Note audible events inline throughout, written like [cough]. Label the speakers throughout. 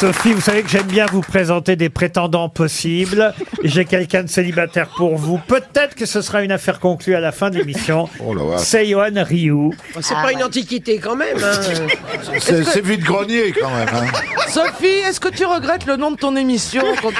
Speaker 1: Sophie, vous savez que j'aime bien vous présenter des prétendants possibles. J'ai quelqu'un de célibataire pour vous. Peut-être que ce sera une affaire conclue à la fin de l'émission.
Speaker 2: Oh la vache.
Speaker 1: C'est Johan Rioux.
Speaker 3: Oh,
Speaker 1: Ah,
Speaker 3: C'est pas une antiquité quand même.
Speaker 4: [laughs] Euh,
Speaker 3: hein.
Speaker 2: C'est c'est vide grenier quand même. hein.
Speaker 3: Sophie, est-ce que tu regrettes le nom de
Speaker 5: [laughs]
Speaker 3: ton émission quand-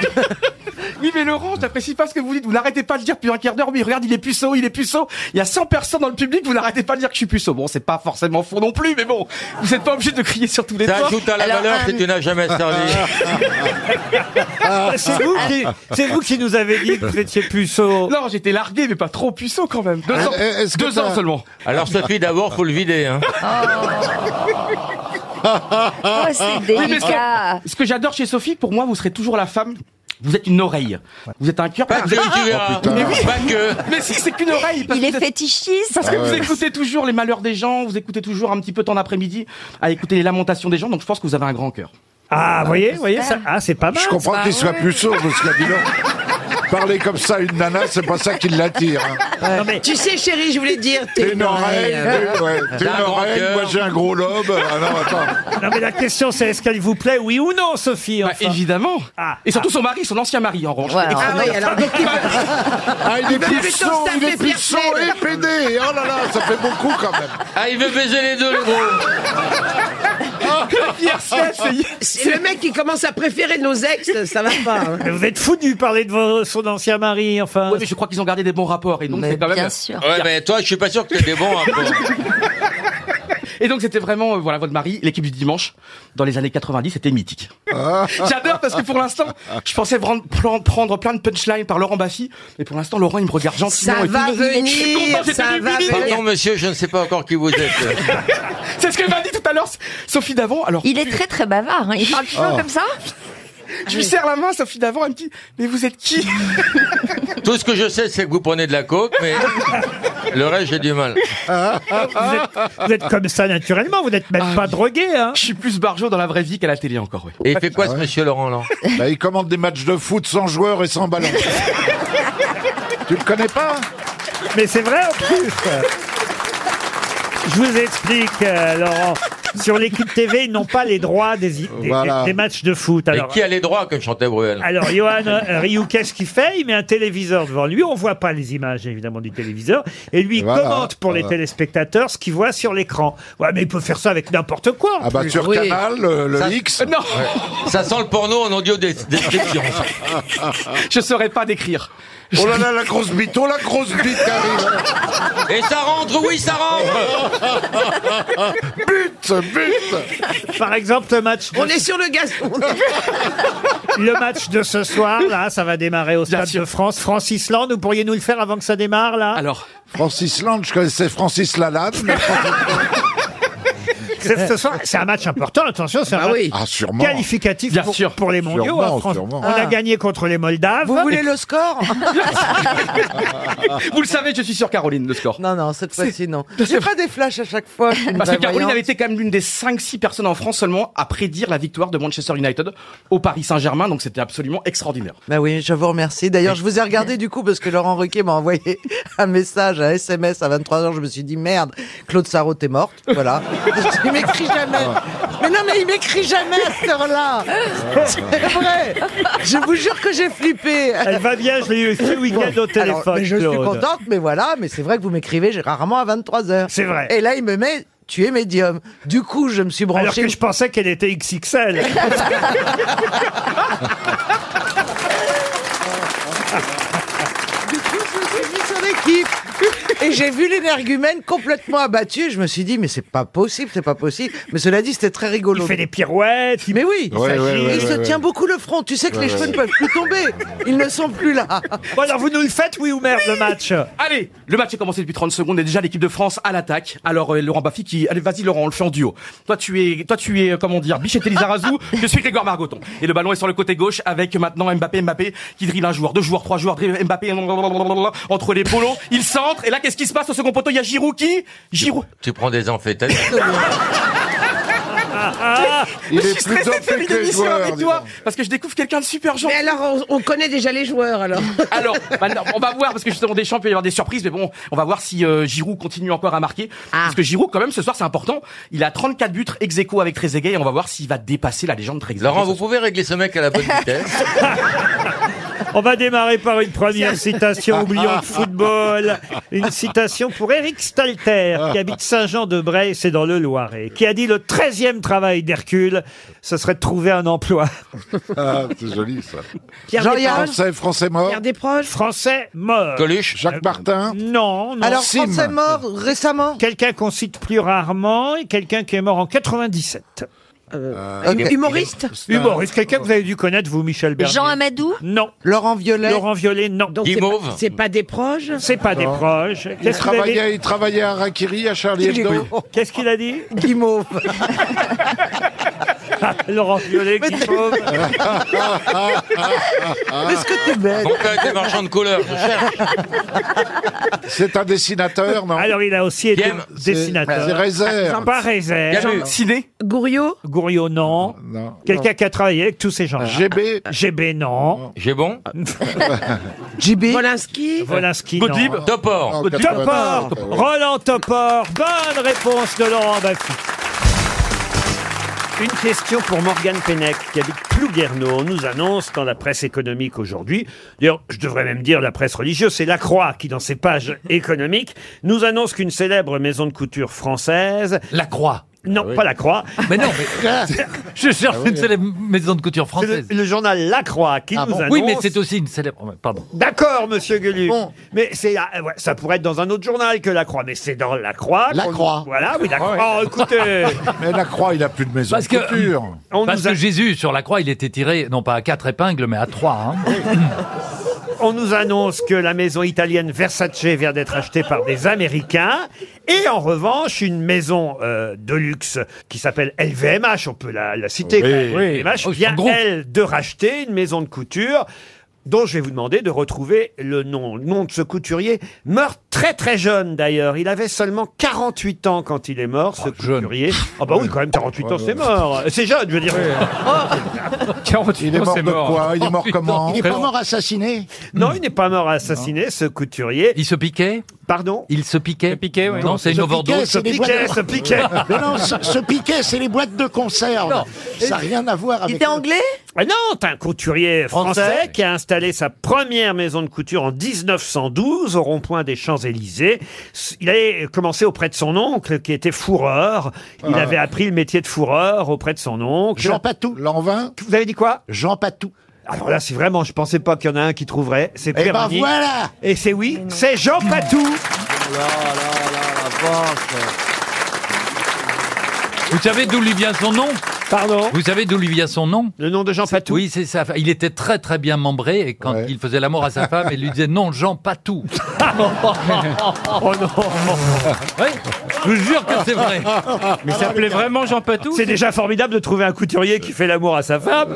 Speaker 5: Oui, mais Laurent, je n'apprécie pas ce que vous dites. Vous n'arrêtez pas de dire depuis un quart d'heure, oui, regarde, il est puceau, il est puceau. Il y a 100 personnes dans le public, vous n'arrêtez pas de dire que je suis puceau. Bon, c'est pas forcément faux non plus, mais bon, vous n'êtes pas obligé de crier sur tous les toits. euh,
Speaker 6: T'ajoutes à la
Speaker 7: Alors,
Speaker 6: valeur
Speaker 7: un-
Speaker 6: que tu n'as jamais servi.
Speaker 1: [laughs] C'est vous, qui, c'est vous qui nous avez dit que vous étiez puceau. Ah, euh,
Speaker 5: Non, j'étais largué, mais pas trop puceau quand même. Deux ans,
Speaker 2: Eh, est-ce que
Speaker 5: deux
Speaker 2: t'as-
Speaker 5: ans seulement.
Speaker 6: Alors Sophie, d'abord, faut le vider. Hein.
Speaker 8: Ah
Speaker 7: Oh, c'est délicat.
Speaker 5: Ce que j'adore chez Sophie, pour moi, vous serez toujours la femme. Vous êtes une oreille. Vous êtes un cœur. Ah,
Speaker 6: Pas que, tu verras.
Speaker 2: putain.
Speaker 6: mais hein. Oh, Pas que. Ah
Speaker 5: Mais si, c'est qu'une oreille. parce
Speaker 7: Il
Speaker 5: que
Speaker 7: est
Speaker 5: vous êtes-
Speaker 7: fétichiste.
Speaker 5: Parce que vous écoutez toujours les malheurs des gens, vous écoutez toujours un petit peu ton après-midi à écouter les lamentations des gens, donc je pense que vous avez un grand cœur.
Speaker 1: Ah, vous voyez, vous voyez, ça, ah, c'est pas mal.
Speaker 2: Je
Speaker 3: Bah
Speaker 2: comprends qu'il soit puceau parce qu'il a dit non. Parler comme ça à une nana, c'est pas ça qui l'attire. hein.
Speaker 1: Non, mais
Speaker 3: Tu sais, chérie, je voulais dire.
Speaker 2: T'es
Speaker 3: t'es
Speaker 2: une oreille,
Speaker 3: euh, [laughs]
Speaker 2: t'es- ouais, t'es
Speaker 6: T'as
Speaker 2: une
Speaker 6: un grand
Speaker 2: oreille,
Speaker 6: cœur.
Speaker 2: moi j'ai un gros lobe. Ah non, attends.
Speaker 1: Non mais la question c'est est-ce qu'elle vous plaît oui ou non Sophie
Speaker 5: Bah,
Speaker 1: enfin.
Speaker 5: évidemment.
Speaker 1: Ah.
Speaker 5: Et surtout son mari, son ancien mari, en revanche.
Speaker 7: Voilà.
Speaker 3: Ah oui, alors.
Speaker 2: Ah, il est
Speaker 3: plutôt
Speaker 2: puceau, il est
Speaker 3: taper
Speaker 2: puceau
Speaker 3: Pierre
Speaker 2: et pédé. Oh là là, ça fait beaucoup quand même.
Speaker 6: Ah, il veut baiser les deux, le gros.
Speaker 5: Pierre Sey, c'est-
Speaker 3: Oh, C'est le mec qui commence à préférer nos ex, ça va pas. hein.
Speaker 1: Mais vous êtes fou de lui parler de vos- son ancien mari enfin.
Speaker 5: Ouais, mais je crois qu'ils ont gardé des bons rapports et donc
Speaker 7: Mais
Speaker 5: c'est quand même-
Speaker 7: bien sûr.
Speaker 6: Ouais, mais toi, je suis pas sûr que t'aies des bons hein, rapports.
Speaker 5: Et donc c'était vraiment euh, voilà votre mari, l'équipe du dimanche dans les années 90, c'était mythique. [laughs] J'adore parce que pour l'instant, je pensais prendre, prendre- prendre plein de punchlines par Laurent Baffy, mais pour l'instant Laurent il me regarde gentiment
Speaker 3: Ça
Speaker 5: et tout.
Speaker 3: va
Speaker 5: suis
Speaker 3: venir,
Speaker 5: content, j'étais
Speaker 3: ça va
Speaker 5: débilisé.
Speaker 3: venir.
Speaker 6: Pardon, monsieur, je ne sais pas encore qui vous êtes.
Speaker 5: [laughs] C'est ce que m'a dit tout à l'heure Sophie Davant. Alors Oh.
Speaker 7: Il est très très bavard. hein. Il parle toujours comme ça.
Speaker 5: je lui serre la main Sophie Davant, elle me dit "Mais vous
Speaker 4: [laughs]
Speaker 5: êtes qui
Speaker 6: Tout ce que je sais, c'est que vous prenez de la coke, mais le reste, j'ai du mal.
Speaker 1: Vous êtes, [laughs] vous êtes comme ça naturellement, vous n'êtes même pas drogué hein.
Speaker 5: Ah, Je suis plus barjo dans la vraie vie qu'à la télé encore, oui.
Speaker 6: Et il fait quoi, ce monsieur Laurent, là
Speaker 2: Bah, il commande des matchs de foot sans joueurs et sans ballon. tu le connais pas
Speaker 1: Mais c'est vrai en plus Je vous explique, euh, Laurent. Sur l'équipe TV, ils n'ont pas les droits des, des- des-
Speaker 2: Voilà.
Speaker 1: des matchs de foot.
Speaker 6: Et
Speaker 1: Alors,
Speaker 6: qui a les droits, comme chantait Bruel
Speaker 1: hein. alors Johan euh, Ryu, qu'est-ce qu'il fait Il met un téléviseur devant lui. On voit pas les images, évidemment, du téléviseur. Et lui, il
Speaker 2: Voilà.
Speaker 1: commente pour les
Speaker 2: Voilà.
Speaker 1: téléspectateurs ce qu'il voit sur l'écran. Ouais, mais il peut faire ça avec n'importe quoi. en
Speaker 2: Ah bah
Speaker 1: plus.
Speaker 2: sur
Speaker 3: Oui.
Speaker 2: Canal, le, le
Speaker 6: Ça-
Speaker 2: X.
Speaker 5: Euh, Non,
Speaker 6: Ça sent le porno en audio des description.
Speaker 5: je saurais pas décrire.
Speaker 2: Oh là là, la grosse bite, oh la grosse bite arrive.
Speaker 6: Et ça rentre, oui, ça rentre
Speaker 2: But, but.
Speaker 1: Par exemple, le match, de,
Speaker 3: On est sur le gazon.
Speaker 1: [laughs] le match de ce soir, là, ça va démarrer au
Speaker 5: Bien
Speaker 1: Stade
Speaker 5: sûr.
Speaker 1: de France. France-Islande, vous pourriez nous le faire avant que ça démarre, là
Speaker 5: Alors,
Speaker 2: Francis Land, je connaissais Francis Lalanne. mais-
Speaker 1: [laughs] C'est- ce soir, c'est un match important, attention, c'est un
Speaker 3: Ah
Speaker 1: match
Speaker 3: oui.
Speaker 2: Ah sûrement.
Speaker 1: qualificatif
Speaker 5: Bien
Speaker 1: pour,
Speaker 5: sûr.
Speaker 1: pour les mondiaux.
Speaker 2: Sûrement,
Speaker 1: hein, France.
Speaker 2: sûrement.
Speaker 1: On a gagné contre les Moldaves.
Speaker 3: Vous voulez le score
Speaker 5: vous le savez, je suis sur Caroline le score.
Speaker 4: Non, non, cette fois-ci, non. J'ai pas des flashs à chaque fois. je suis une
Speaker 5: Parce que
Speaker 4: vraie
Speaker 5: Caroline
Speaker 4: voyante.
Speaker 5: avait été quand même l'une des 5-6 personnes en France seulement à prédire la victoire de Manchester United au Paris Saint-Germain, donc c'était absolument extraordinaire.
Speaker 4: Bah oui, je vous remercie. D'ailleurs, je vous ai regardé du coup parce que Laurent Ruquier m'a envoyé [laughs] un message, un SMS à 23h. Je me suis dit, merde, Claude Sarraud, t'es morte. Voilà. [laughs] Ah. il m'écrit jamais. Mais non, mais il m'écrit jamais à cette heure-là. C'est vrai. Je vous jure que j'ai flippé.
Speaker 1: Elle va bien, je l'ai eu ce week-end au téléphone.
Speaker 4: Alors, mais je suis
Speaker 1: Claude.
Speaker 4: contente, mais voilà, mais c'est vrai que vous m'écrivez j'ai rarement à 23h.
Speaker 1: C'est vrai.
Speaker 4: Et là, il me met, tu es médium. Du coup, je me suis
Speaker 1: Alors
Speaker 4: branché.
Speaker 1: que je pensais qu'elle était XXL.
Speaker 4: [laughs] Du coup, je me suis mis sur l'équipe. Et j'ai vu l'énergumène complètement abattu. Je me suis dit, mais c'est pas possible, c'est pas possible. Mais cela dit, c'était très rigolo.
Speaker 1: Il fait des pirouettes. il-
Speaker 4: Mais oui,
Speaker 2: Ouais,
Speaker 1: s'agit-
Speaker 2: ouais, ouais,
Speaker 4: il se
Speaker 2: ouais, ouais.
Speaker 4: tient beaucoup le front. Tu sais que les cheveux ne peuvent plus tomber. Ils ne sont plus là.
Speaker 1: Bon, alors vous nous le faites, oui ou merde, le match
Speaker 5: Allez, le match est commencé depuis 30 secondes et déjà l'équipe de France à l'attaque. Alors euh, Laurent Baffy qui allez vas-y Laurent, on le fait en duo. Toi tu es toi tu es euh, comment dire Bichette
Speaker 1: [laughs]
Speaker 5: Elizarazu, je suis Grégoire Margoton. Et le ballon est sur le côté gauche avec maintenant Mbappé Mbappé qui dribble un joueur, deux joueurs, trois joueurs, dribble Mbappé blablabla, entre les polos, il centre et là qu'est-ce qui se passe au second poteau Il y a Giroud qui Giroud
Speaker 1: [laughs]
Speaker 6: Tu prends des amphétamines.
Speaker 1: Ah,
Speaker 2: Il
Speaker 5: [laughs] Je
Speaker 2: est
Speaker 5: suis
Speaker 2: plus
Speaker 5: stressé de faire
Speaker 2: dopé
Speaker 5: une
Speaker 2: que les
Speaker 5: émission
Speaker 2: joueurs,
Speaker 5: avec
Speaker 2: dis
Speaker 5: toi
Speaker 2: donc.
Speaker 5: parce que je découvre quelqu'un de super gentil.
Speaker 3: Mais alors, on, on connaît déjà les joueurs, alors.
Speaker 5: Alors, maintenant, on va voir parce que justement Deschamps peut y avoir des surprises, mais bon, on va voir si euh, Giroud continue encore à marquer.
Speaker 3: Ah.
Speaker 5: Parce que Giroud, quand même, ce soir, c'est important. Il a 34 buts ex aequo avec Trezeguet et on va voir s'il va dépasser la légende Trezeguet.
Speaker 6: Laurent, vous pouvez régler ce mec à
Speaker 5: [laughs]
Speaker 6: la bonne vitesse.
Speaker 1: On va démarrer par une première
Speaker 2: Ah.
Speaker 1: citation, oublions le football. Une citation pour Eric Stalter,
Speaker 2: Ah.
Speaker 1: qui habite Saint-Jean-de-Bray, c'est dans le Loiret, qui a dit le 13e travail d'Hercule, ce serait de trouver un emploi.
Speaker 2: Ah, c'est joli ça.
Speaker 3: Pierre
Speaker 4: Jean-Yann.
Speaker 3: Desproges.
Speaker 2: Français, français mort.
Speaker 3: Pierre Desproches.
Speaker 1: Français mort. Euh,
Speaker 6: Coluche
Speaker 2: Jacques Martin.
Speaker 1: Non, non.
Speaker 4: Alors,
Speaker 2: Sim.
Speaker 4: français mort récemment
Speaker 1: Quelqu'un qu'on cite plus rarement et quelqu'un qui est mort en 97.
Speaker 2: Euh,
Speaker 4: Ok.
Speaker 3: Humoriste.
Speaker 1: Humoriste, quelqu'un que vous avez dû connaître, vous, Michel Bernier.
Speaker 7: Jean Amadou
Speaker 1: Non.
Speaker 4: Laurent Violet.
Speaker 1: Laurent Violet, non.
Speaker 3: Donc,
Speaker 6: Guy
Speaker 3: c'est pas-
Speaker 6: Mauve.
Speaker 3: C'est pas Desproges.
Speaker 1: C'est pas des proches.
Speaker 2: Il
Speaker 1: Qu'est-ce qu'il a dit
Speaker 2: travaillait, il travaillait à Rakiri, à Charlie
Speaker 4: Guy-
Speaker 2: Hebdo.
Speaker 1: Qu'est-ce qu'il a dit
Speaker 4: Guimauve.
Speaker 1: [laughs] Laurent Violet, Guy Fauve. [laughs]
Speaker 2: Ah,
Speaker 4: Est-ce que t'es bête
Speaker 6: Donc, euh, des marchands de couleurs, je cherche.
Speaker 2: C'est un dessinateur, non
Speaker 1: Alors, il a aussi été
Speaker 6: Guillaume,
Speaker 2: C'est- C'est
Speaker 1: dessinateur.
Speaker 2: Réserve.
Speaker 1: Pas réserve.
Speaker 6: Camus.
Speaker 5: Ciné
Speaker 3: Gouriot.
Speaker 1: Gouriot, non.
Speaker 2: Non.
Speaker 1: Quelqu'un qui a travaillé avec tous ces gens.
Speaker 2: GB.
Speaker 1: GB, non.
Speaker 6: J'ai
Speaker 1: [laughs]
Speaker 6: bon
Speaker 4: JB.
Speaker 3: Volinsky.
Speaker 1: Volinsky, non.
Speaker 5: Gottlieb
Speaker 6: Topor.
Speaker 2: Non, 80.
Speaker 1: Topor. Roland Topor. Bonne réponse de Laurent Baffy.
Speaker 9: Une question pour Morgane Pennec, qui habite Plouguerneau. On nous annonce dans la presse économique aujourd'hui, d'ailleurs, je devrais même dire la presse religieuse, c'est La Croix qui, dans ses pages
Speaker 10: [laughs]
Speaker 9: économiques, nous annonce qu'une célèbre maison de couture française,
Speaker 10: La Croix. Ah
Speaker 1: Non, pas la croix. Ah
Speaker 10: Mais non,
Speaker 9: [laughs]
Speaker 1: [laughs]
Speaker 10: mais je cherche une célèbre maison de couture
Speaker 1: C'est le,
Speaker 10: française. Ah
Speaker 1: le journal La Croix qui nous annonce.
Speaker 10: Oui, mais c'est aussi une célèbre. Pardon.
Speaker 1: D'accord, monsieur Gueluc.
Speaker 4: Bon.
Speaker 1: Mais c'est ah, ouais, ça pourrait être dans un autre journal que La Croix, mais c'est dans La Croix.
Speaker 2: La
Speaker 1: qu'on-
Speaker 2: Croix.
Speaker 1: Voilà, oui, La
Speaker 2: Ah
Speaker 1: Croix.
Speaker 2: [laughs]
Speaker 1: Oh, écoutez,
Speaker 2: Mais la croix, il a plus de maison.
Speaker 10: Parce que-
Speaker 2: de couture.
Speaker 1: on
Speaker 10: Parce
Speaker 1: nous,
Speaker 10: que
Speaker 1: a-
Speaker 10: Jésus, sur la croix, il était tiré, non pas à quatre épingles, mais à trois. hein.
Speaker 1: on nous annonce que la maison italienne Versace vient d'être achetée par des Américains. Et en revanche, une maison euh, de luxe qui s'appelle LVMH, on peut la, la citer. quand même, LVMH
Speaker 10: Oh,
Speaker 1: vient,
Speaker 10: son groupe.
Speaker 1: elle, de racheter une maison de couture dont je vais vous demander de retrouver le nom. Le nom de ce couturier meurt très très jeune d'ailleurs. Il avait seulement 48 ans quand il est mort, ce
Speaker 10: jeune.
Speaker 1: couturier. Ah bah oui, quand même, 48 ans, c'est mort. C'est jeune, je veux dire. Oh.
Speaker 2: Il est mort de quoi Il est mort comment
Speaker 10: Il est pas
Speaker 2: mort assassiné
Speaker 1: Non, il n'est pas mort assassiné, ce couturier.
Speaker 10: Il se piquait
Speaker 1: Pardon
Speaker 10: Il se piquait Non, c'est une overdose.
Speaker 1: se piquait, se
Speaker 11: [laughs]
Speaker 1: piquait.
Speaker 10: Non.
Speaker 7: Il était anglais
Speaker 1: Ah Non, t'as un couturier français,
Speaker 10: Français.
Speaker 1: qui a installé sa première maison de couture en 1912 au rond-point des Champs-Élysées. S- Il avait commencé auprès de son oncle qui était fourreur. Il avait appris le métier de fourreur auprès de son oncle.
Speaker 2: Patou. L'an 20
Speaker 1: Vous avez dit quoi
Speaker 2: Jean Patou.
Speaker 1: Alors là, c'est vraiment, je pensais pas qu'il y en a un qui trouverait. C'est Pierre-Denis.
Speaker 2: voilà
Speaker 1: Et c'est oui, c'est Jean Patou.
Speaker 2: Ah,
Speaker 10: Vous savez d'où lui vient son nom
Speaker 1: Pardon.
Speaker 10: Vous savez d'où lui vient son nom
Speaker 1: Le nom de Jean Patou.
Speaker 10: Oui, c'est ça. Il était très très bien membré et quand
Speaker 2: Ouais.
Speaker 10: il faisait l'amour à sa femme, il lui disait non, Jean, pas tout.
Speaker 1: [laughs] Oh non.
Speaker 10: Oui, je vous jure que c'est
Speaker 2: [laughs]
Speaker 1: [laughs]
Speaker 10: vrai.
Speaker 9: Mais ça plaît vraiment Jean Patou
Speaker 1: C'est déjà formidable de trouver un couturier qui fait l'amour à sa femme.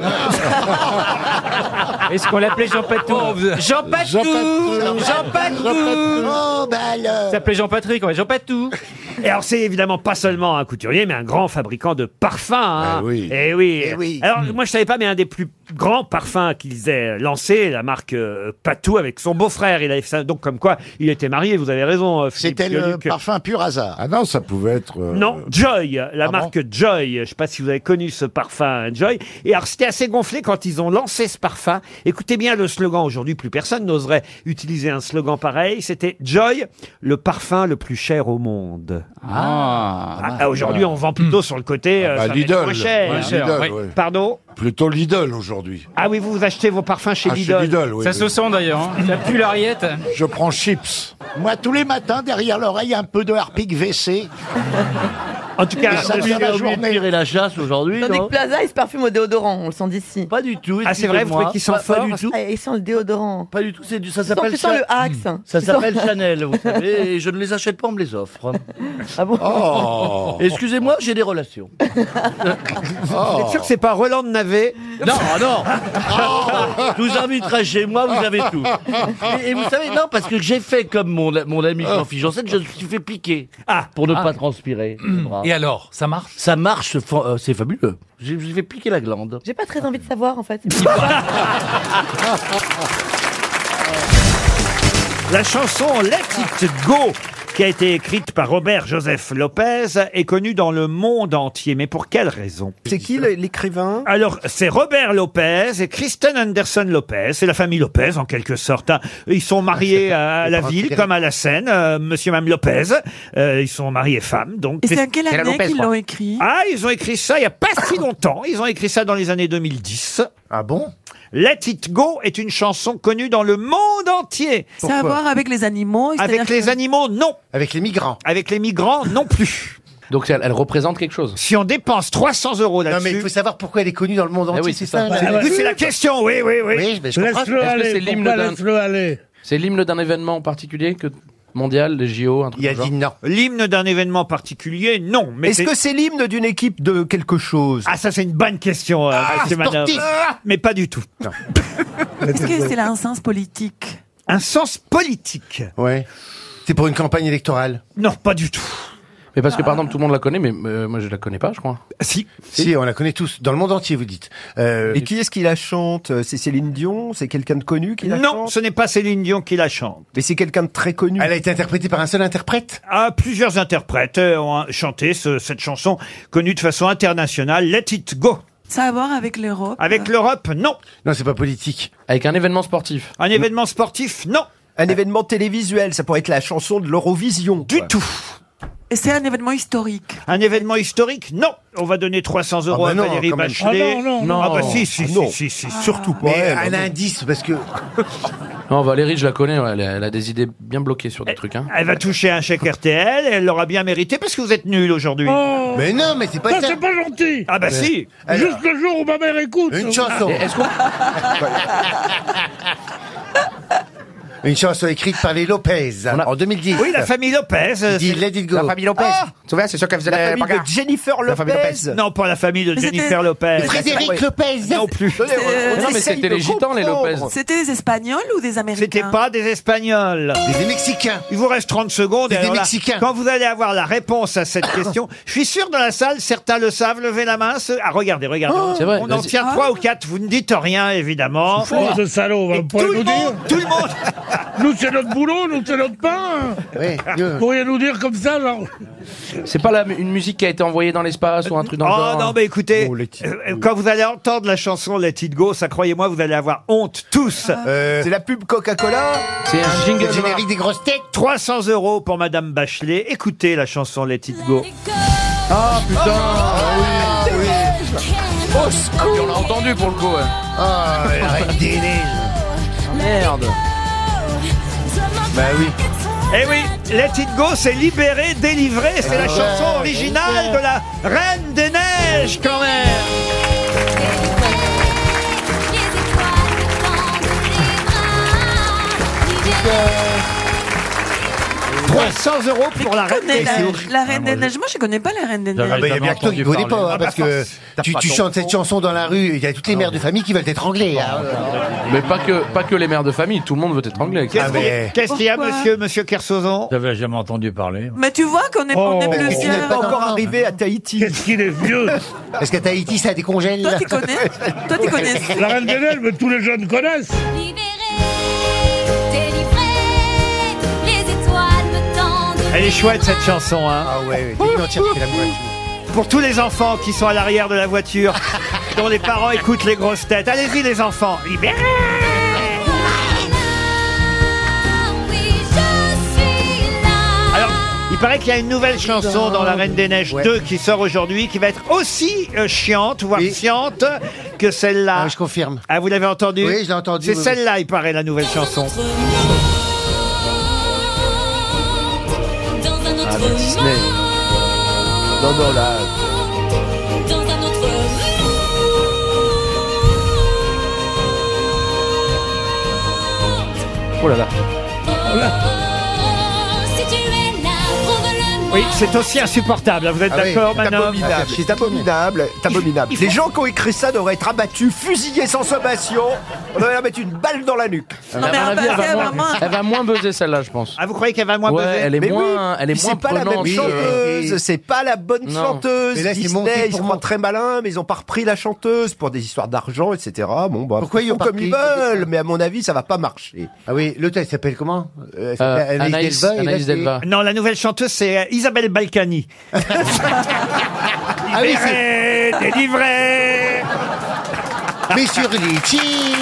Speaker 9: [laughs] Est-ce qu'on l'appelait Jean Patou
Speaker 10: Oh, vous-
Speaker 9: Jean Patou
Speaker 2: Jean Patou.
Speaker 9: Jean Patou Ça s'appelait Jean Patrick, ouais, Jean Patou
Speaker 1: Et alors, c'est évidemment pas seulement un couturier, mais un grand fabricant de parfums. hein.
Speaker 2: Eh oui.
Speaker 1: Eh oui.
Speaker 4: Eh oui.
Speaker 1: Alors, moi, je savais pas, mais un des plus grands parfums qu'ils aient lancé, la marque euh, Patou, avec son beau-frère. Il avait fait ça, donc comme quoi, il était marié, vous avez raison, euh, Philippe Gueluc.
Speaker 12: parfum pur hasard.
Speaker 2: Ah non, ça pouvait être... euh,
Speaker 1: Non, Joy, la
Speaker 12: ah
Speaker 1: marque Joy. Je sais pas si vous avez connu ce parfum hein, Joy. Et alors, c'était assez gonflé quand ils ont lancé ce parfum. Écoutez bien le slogan. Aujourd'hui, plus personne n'oserait utiliser un slogan pareil. C'était Joy, le parfum le plus cher au monde. Ah, ah, aujourd'hui, on vend plutôt sur le côté. euh,
Speaker 2: bah,
Speaker 1: ça va être
Speaker 2: Lidl.
Speaker 1: moins cher.
Speaker 2: Ouais, Lidl,
Speaker 9: oui.
Speaker 2: ouais.
Speaker 1: Pardon
Speaker 2: Plutôt Lidl aujourd'hui.
Speaker 1: Ah oui, vous, vous achetez vos parfums chez
Speaker 2: Ah,
Speaker 1: Lidl.
Speaker 2: chez Lidl, oui.
Speaker 9: Ça
Speaker 2: oui.
Speaker 9: se sent d'ailleurs, hein. ça pue l'ariette.
Speaker 2: Je prends chips.
Speaker 12: Moi, tous les matins, derrière l'oreille, un peu de harpic WC.
Speaker 1: En tout cas,
Speaker 12: ça
Speaker 1: le-
Speaker 12: fait la journée. hein.
Speaker 9: la chasse aujourd'hui,
Speaker 13: Tandis que Plaza, il se parfume au déodorant, on le sent d'ici.
Speaker 9: Pas du tout.
Speaker 1: ah c'est vrai, vous trouvez qu'ils sont forts
Speaker 13: Ah, il sent le déodorant.
Speaker 9: Pas du tout, c'est du, ça Hmm.
Speaker 13: Tu sens, tu sens le axe. Tu sens- [laughs]
Speaker 9: Chanel, vous savez, et je ne les achète pas, on me les offre. hein.
Speaker 13: Ah bon
Speaker 2: Oh
Speaker 9: Excusez-moi, j'ai des relations.
Speaker 1: Vous êtes sûr que c'est pas Roland de Navet
Speaker 9: Non, non Je [laughs] vous inviterai chez moi, vous avez tout. Et, et vous savez, non, parce
Speaker 10: Oh.
Speaker 9: que j'ai fait comme mon, mon ami Jean-Philippe Janssen, je me suis fait piquer
Speaker 1: Ah.
Speaker 9: pour ne pas transpirer.
Speaker 14: Et alors, ça marche
Speaker 11: Ça marche, fa- euh, c'est fabuleux. Je, je vais piquer la glande.
Speaker 10: J'ai pas très envie de savoir en fait. Ah.
Speaker 1: La chanson Let It Go qui a été écrite par Robert Joseph Lopez est connue dans le monde entier. Mais pour quelle raison
Speaker 15: C'est qui le- l'écrivain
Speaker 1: Alors, c'est Robert Lopez et Kristen Anderson Lopez. C'est la famille Lopez, en quelque sorte. hein. Ils sont mariés à la ville, comme à la Seine, euh, monsieur et madame Lopez. Euh, ils sont mariés femmes, donc...
Speaker 16: Et c'est à quelle année qu'ils l'ont
Speaker 1: écrit
Speaker 16: écrit
Speaker 1: Ah, ils ont écrit ça il n'y a pas si longtemps. Ils ont écrit ça dans les années 2010. Ah bon Let It Go est une chanson connue dans le monde entier.
Speaker 16: Ça a à voir avec les animaux
Speaker 1: Avec les animaux, non. Avec les migrants. Avec les migrants, non plus.
Speaker 11: Donc elle, elle représente quelque chose.
Speaker 1: Si on dépense 300 euros là-dessus.
Speaker 11: mais il faut savoir pourquoi elle est connue dans le monde
Speaker 1: entier, c'est ça,
Speaker 11: Ah
Speaker 1: la- Oui, c'est la question, oui, oui, oui.
Speaker 11: mais je comprends.
Speaker 5: Laisse-le
Speaker 11: Est-ce que
Speaker 5: aller,
Speaker 11: c'est l'hymne
Speaker 5: pourquoi
Speaker 11: d'un-
Speaker 5: laisse-le aller
Speaker 11: C'est l'hymne d'un événement en particulier que mondial, les JO, un truc Il a dit non.
Speaker 1: L'hymne d'un événement particulier, non. Mais
Speaker 15: Est-ce que c'est l'hymne d'une équipe de quelque chose
Speaker 1: Ah, ça, c'est une bonne question, euh,
Speaker 11: Ah,
Speaker 1: monsieur Manon. Mais pas du tout.
Speaker 16: Est-ce que c'est là un sens [laughs] politique
Speaker 1: Un sens politique
Speaker 11: Ouais. C'est pour une campagne électorale
Speaker 1: Non, pas du tout. Ah.
Speaker 11: Mais parce que, par exemple, tout le monde la connaît, mais euh, moi, je la connais pas, je crois.
Speaker 1: Si.
Speaker 11: Si, on la connaît tous. Dans le monde entier, vous dites. Euh,
Speaker 15: Et qui est-ce qui la chante C'est Céline Dion C'est quelqu'un de connu qui la chante
Speaker 1: Non, ce n'est pas Céline Dion qui la chante.
Speaker 15: Mais c'est quelqu'un de très connu.
Speaker 11: Elle a été interprétée par un seul interprète
Speaker 1: Ah, plusieurs interprètes euh, ont chanté ce- cette chanson connue de façon internationale, Let It Go.
Speaker 16: Ça a à voir avec l'Europe
Speaker 1: Avec l'Europe, non.
Speaker 11: Non, c'est pas politique. Avec un événement sportif.
Speaker 1: Un événement sportif, non.
Speaker 15: Un événement télévisuel, ça pourrait être la chanson de l'Eurovision. Du
Speaker 1: tout.
Speaker 16: Et c'est un événement historique
Speaker 1: Un événement historique Non. On va donner 300 euros
Speaker 11: bah
Speaker 1: à
Speaker 11: non,
Speaker 1: Valérie
Speaker 11: quand même.
Speaker 1: Bachelet.
Speaker 11: Ah non, non, non.
Speaker 1: Ah bah si, si,
Speaker 11: Ah
Speaker 1: si,
Speaker 11: non.
Speaker 1: si, si, surtout pas.
Speaker 11: Mais un
Speaker 1: indice, parce que...
Speaker 11: Non, Valérie, je la connais, ouais, elle, a, elle a des idées bien bloquées sur
Speaker 5: Eh,
Speaker 11: des trucs. Hein.
Speaker 1: Elle va toucher un chèque RTL, et elle l'aura bien mérité parce que vous êtes nul aujourd'hui.
Speaker 5: Oh. Mais non, mais c'est pas Ça, ça. c'est pas
Speaker 1: gentil. Ah bah
Speaker 5: Ouais.
Speaker 1: si.
Speaker 5: Juste le jour où ma mère écoute.
Speaker 12: Une chanson.
Speaker 11: Est-ce qu'on-
Speaker 12: [laughs] Une chanson écrite par les Lopez en 2010.
Speaker 1: Oui, la famille Lopez.
Speaker 12: Il dit
Speaker 1: c'est-
Speaker 12: Let It Go. Ah
Speaker 15: Tu vois, c'est sûr qu'elle faisait la famille de Jennifer Lopez.
Speaker 1: Non, pas la famille de
Speaker 16: Mais c'était-
Speaker 1: Jennifer Lopez.
Speaker 16: Frédéric Lopez.
Speaker 1: Non plus.
Speaker 16: Euh,
Speaker 11: Non, mais c'était les Gitans, les Lopez.
Speaker 16: C'était des Espagnols ou des Américains
Speaker 1: C'était pas des Espagnols.
Speaker 12: Des Mexicains.
Speaker 1: Il vous reste 30 secondes.
Speaker 12: C'est
Speaker 1: et
Speaker 12: des
Speaker 1: alors là,
Speaker 12: Mexicains.
Speaker 1: Quand vous allez avoir la réponse
Speaker 5: [coughs]
Speaker 1: à cette question, je suis sûr dans la salle, certains le savent, levez la main. ceux- Ah, regardez, regardez.
Speaker 11: Oh, c'est vrai,
Speaker 1: On en
Speaker 11: vas-y.
Speaker 1: tient
Speaker 16: Ah.
Speaker 1: trois ou quatre. Vous ne dites rien, évidemment.
Speaker 5: Oh, ce salaud, va pas nous
Speaker 1: [laughs]
Speaker 5: dire.
Speaker 1: Tout le monde.
Speaker 5: [laughs] Nous, c'est notre boulot, nous, c'est notre pain.
Speaker 11: Oui,
Speaker 5: Vous pourriez nous dire comme ça, genre.
Speaker 11: C'est pas la, une musique qui a été envoyée dans l'espace ou
Speaker 5: [laughs]
Speaker 11: un truc dans le
Speaker 1: Oh
Speaker 11: genre,
Speaker 1: non
Speaker 11: hein.
Speaker 1: mais écoutez, euh, quand vous allez entendre la chanson Let It Go, ça croyez-moi, vous allez avoir honte tous. Euh.
Speaker 15: C'est la pub Coca-Cola
Speaker 11: C'est un jingle.
Speaker 12: Le générique des grosses têtes.
Speaker 1: 300 euros pour Madame Bachelet. Écoutez la chanson Let It Go.
Speaker 12: Ah putain Ah oui,
Speaker 11: Au secours on l'a entendu pour le coup.
Speaker 16: hein.
Speaker 11: ouais.
Speaker 12: Ah, la reine des neiges
Speaker 11: Merde.
Speaker 12: Bah oui
Speaker 1: Eh oui, Let It Go, c'est libéré, délivré. C'est la
Speaker 12: ouais,
Speaker 1: chanson originale de la Reine des Neiges quand même.
Speaker 12: Euh,
Speaker 1: 300 euros pour la Reine
Speaker 16: Mais
Speaker 1: des
Speaker 16: la,
Speaker 1: Neiges.
Speaker 16: la Reine des Neiges, moi je connais pas la Reine des Neiges.
Speaker 12: Ah bah, il y a bien que toi qui ne connais pas, hein,
Speaker 1: Ah bah,
Speaker 12: parce que tu, tu chantes cette chanson dans la rue, il y a toutes les mères de famille qui veulent t'étrangler. hein.
Speaker 11: Mais pas que, pas que les mères de famille, tout le monde veut étrangler avec ça.
Speaker 1: Qu'est-ce qu'on-
Speaker 12: mais-
Speaker 1: qu'est-ce qu'il y a,
Speaker 16: Pourquoi
Speaker 1: monsieur, monsieur Kersozon
Speaker 17: J'avais jamais entendu parler.
Speaker 16: Mais tu vois qu'on est, on est
Speaker 5: Oh.
Speaker 16: bleu
Speaker 12: Parce que tu n'es
Speaker 16: ciel.
Speaker 12: pas
Speaker 15: Encore
Speaker 12: Non, non.
Speaker 15: arrivé à Tahiti.
Speaker 5: Qu'est-ce qu'il est vieux
Speaker 12: Parce qu'à Tahiti, ça décongèle.
Speaker 16: Toi tu connais Toi tu connais
Speaker 5: La Reine des Neiges, mais tous les jeunes connaissent.
Speaker 1: Elle est chouette cette chanson, hein.
Speaker 12: Ah ouais, ouais, t'es une entière qui fait la boîte.
Speaker 1: Pour tous les enfants qui sont à l'arrière de la voiture, dont les parents écoutent les grosses têtes. Allez-y les enfants, libérez Alors, il paraît qu'il y a une nouvelle chanson dans La Reine des Neiges
Speaker 12: Ouais.
Speaker 1: 2 qui sort aujourd'hui, qui va être aussi euh, chiante, voire chiante, que celle-là.
Speaker 12: Ah, je confirme.
Speaker 1: Ah, vous l'avez entendu
Speaker 12: Oui, je l'ai entendu,
Speaker 1: C'est
Speaker 12: oui, oui.
Speaker 1: celle-là, il paraît, la nouvelle chanson.
Speaker 11: Ah, bah, Disney. Non, non, là. Oh là là.
Speaker 5: Oh là.
Speaker 16: Oh
Speaker 8: Si tu es là, prouve-le
Speaker 1: Oui, c'est aussi insupportable, hein, vous êtes
Speaker 11: Ah oui,
Speaker 1: d'accord,
Speaker 11: c'est
Speaker 1: madame
Speaker 11: abominable, C'est abominable, c'est abominable.
Speaker 1: Il faut-
Speaker 11: Les gens qui ont écrit ça devraient être abattus, fusillés sans sommation. On devrait leur mettre une balle dans la nuque.
Speaker 4: Non, Ah, mais À mon avis, elle va abattre, moins- vraiment. elle va moins buzzer celle-là, je pense.
Speaker 1: Ah, vous croyez qu'elle va moins
Speaker 4: Ouais,
Speaker 1: buzzer
Speaker 4: elle est
Speaker 11: Mais oui,
Speaker 4: moins, elle est
Speaker 11: puis
Speaker 4: moins
Speaker 11: c'est pas la même
Speaker 4: prenante, euh,
Speaker 11: chanteuse, c'est pas la bonne
Speaker 4: Non.
Speaker 11: chanteuse.
Speaker 4: Mais là, c'est
Speaker 11: Disney,
Speaker 4: monté
Speaker 11: ils
Speaker 4: pour
Speaker 11: se croient très malins, mais ils ont pas repris la chanteuse pour des histoires d'argent, etc. Bon, bah,
Speaker 8: Pourquoi ils
Speaker 11: font
Speaker 8: ont pas
Speaker 11: comme ils veulent, mais à mon avis, ça va pas marcher.
Speaker 8: Ah oui, l'autre, elle s'appelle comment Euh, elle
Speaker 11: Euh,
Speaker 8: s'appelle
Speaker 11: Anaïs-
Speaker 8: Delva, et là,
Speaker 11: Anaïs
Speaker 8: c'est-
Speaker 11: Delva.
Speaker 1: Non, la nouvelle chanteuse, c'est euh,
Speaker 12: [laughs]
Speaker 1: Isabelle Balkany.
Speaker 8: Ah oui,
Speaker 1: Libérée, délivrée
Speaker 8: Mais sur Litchi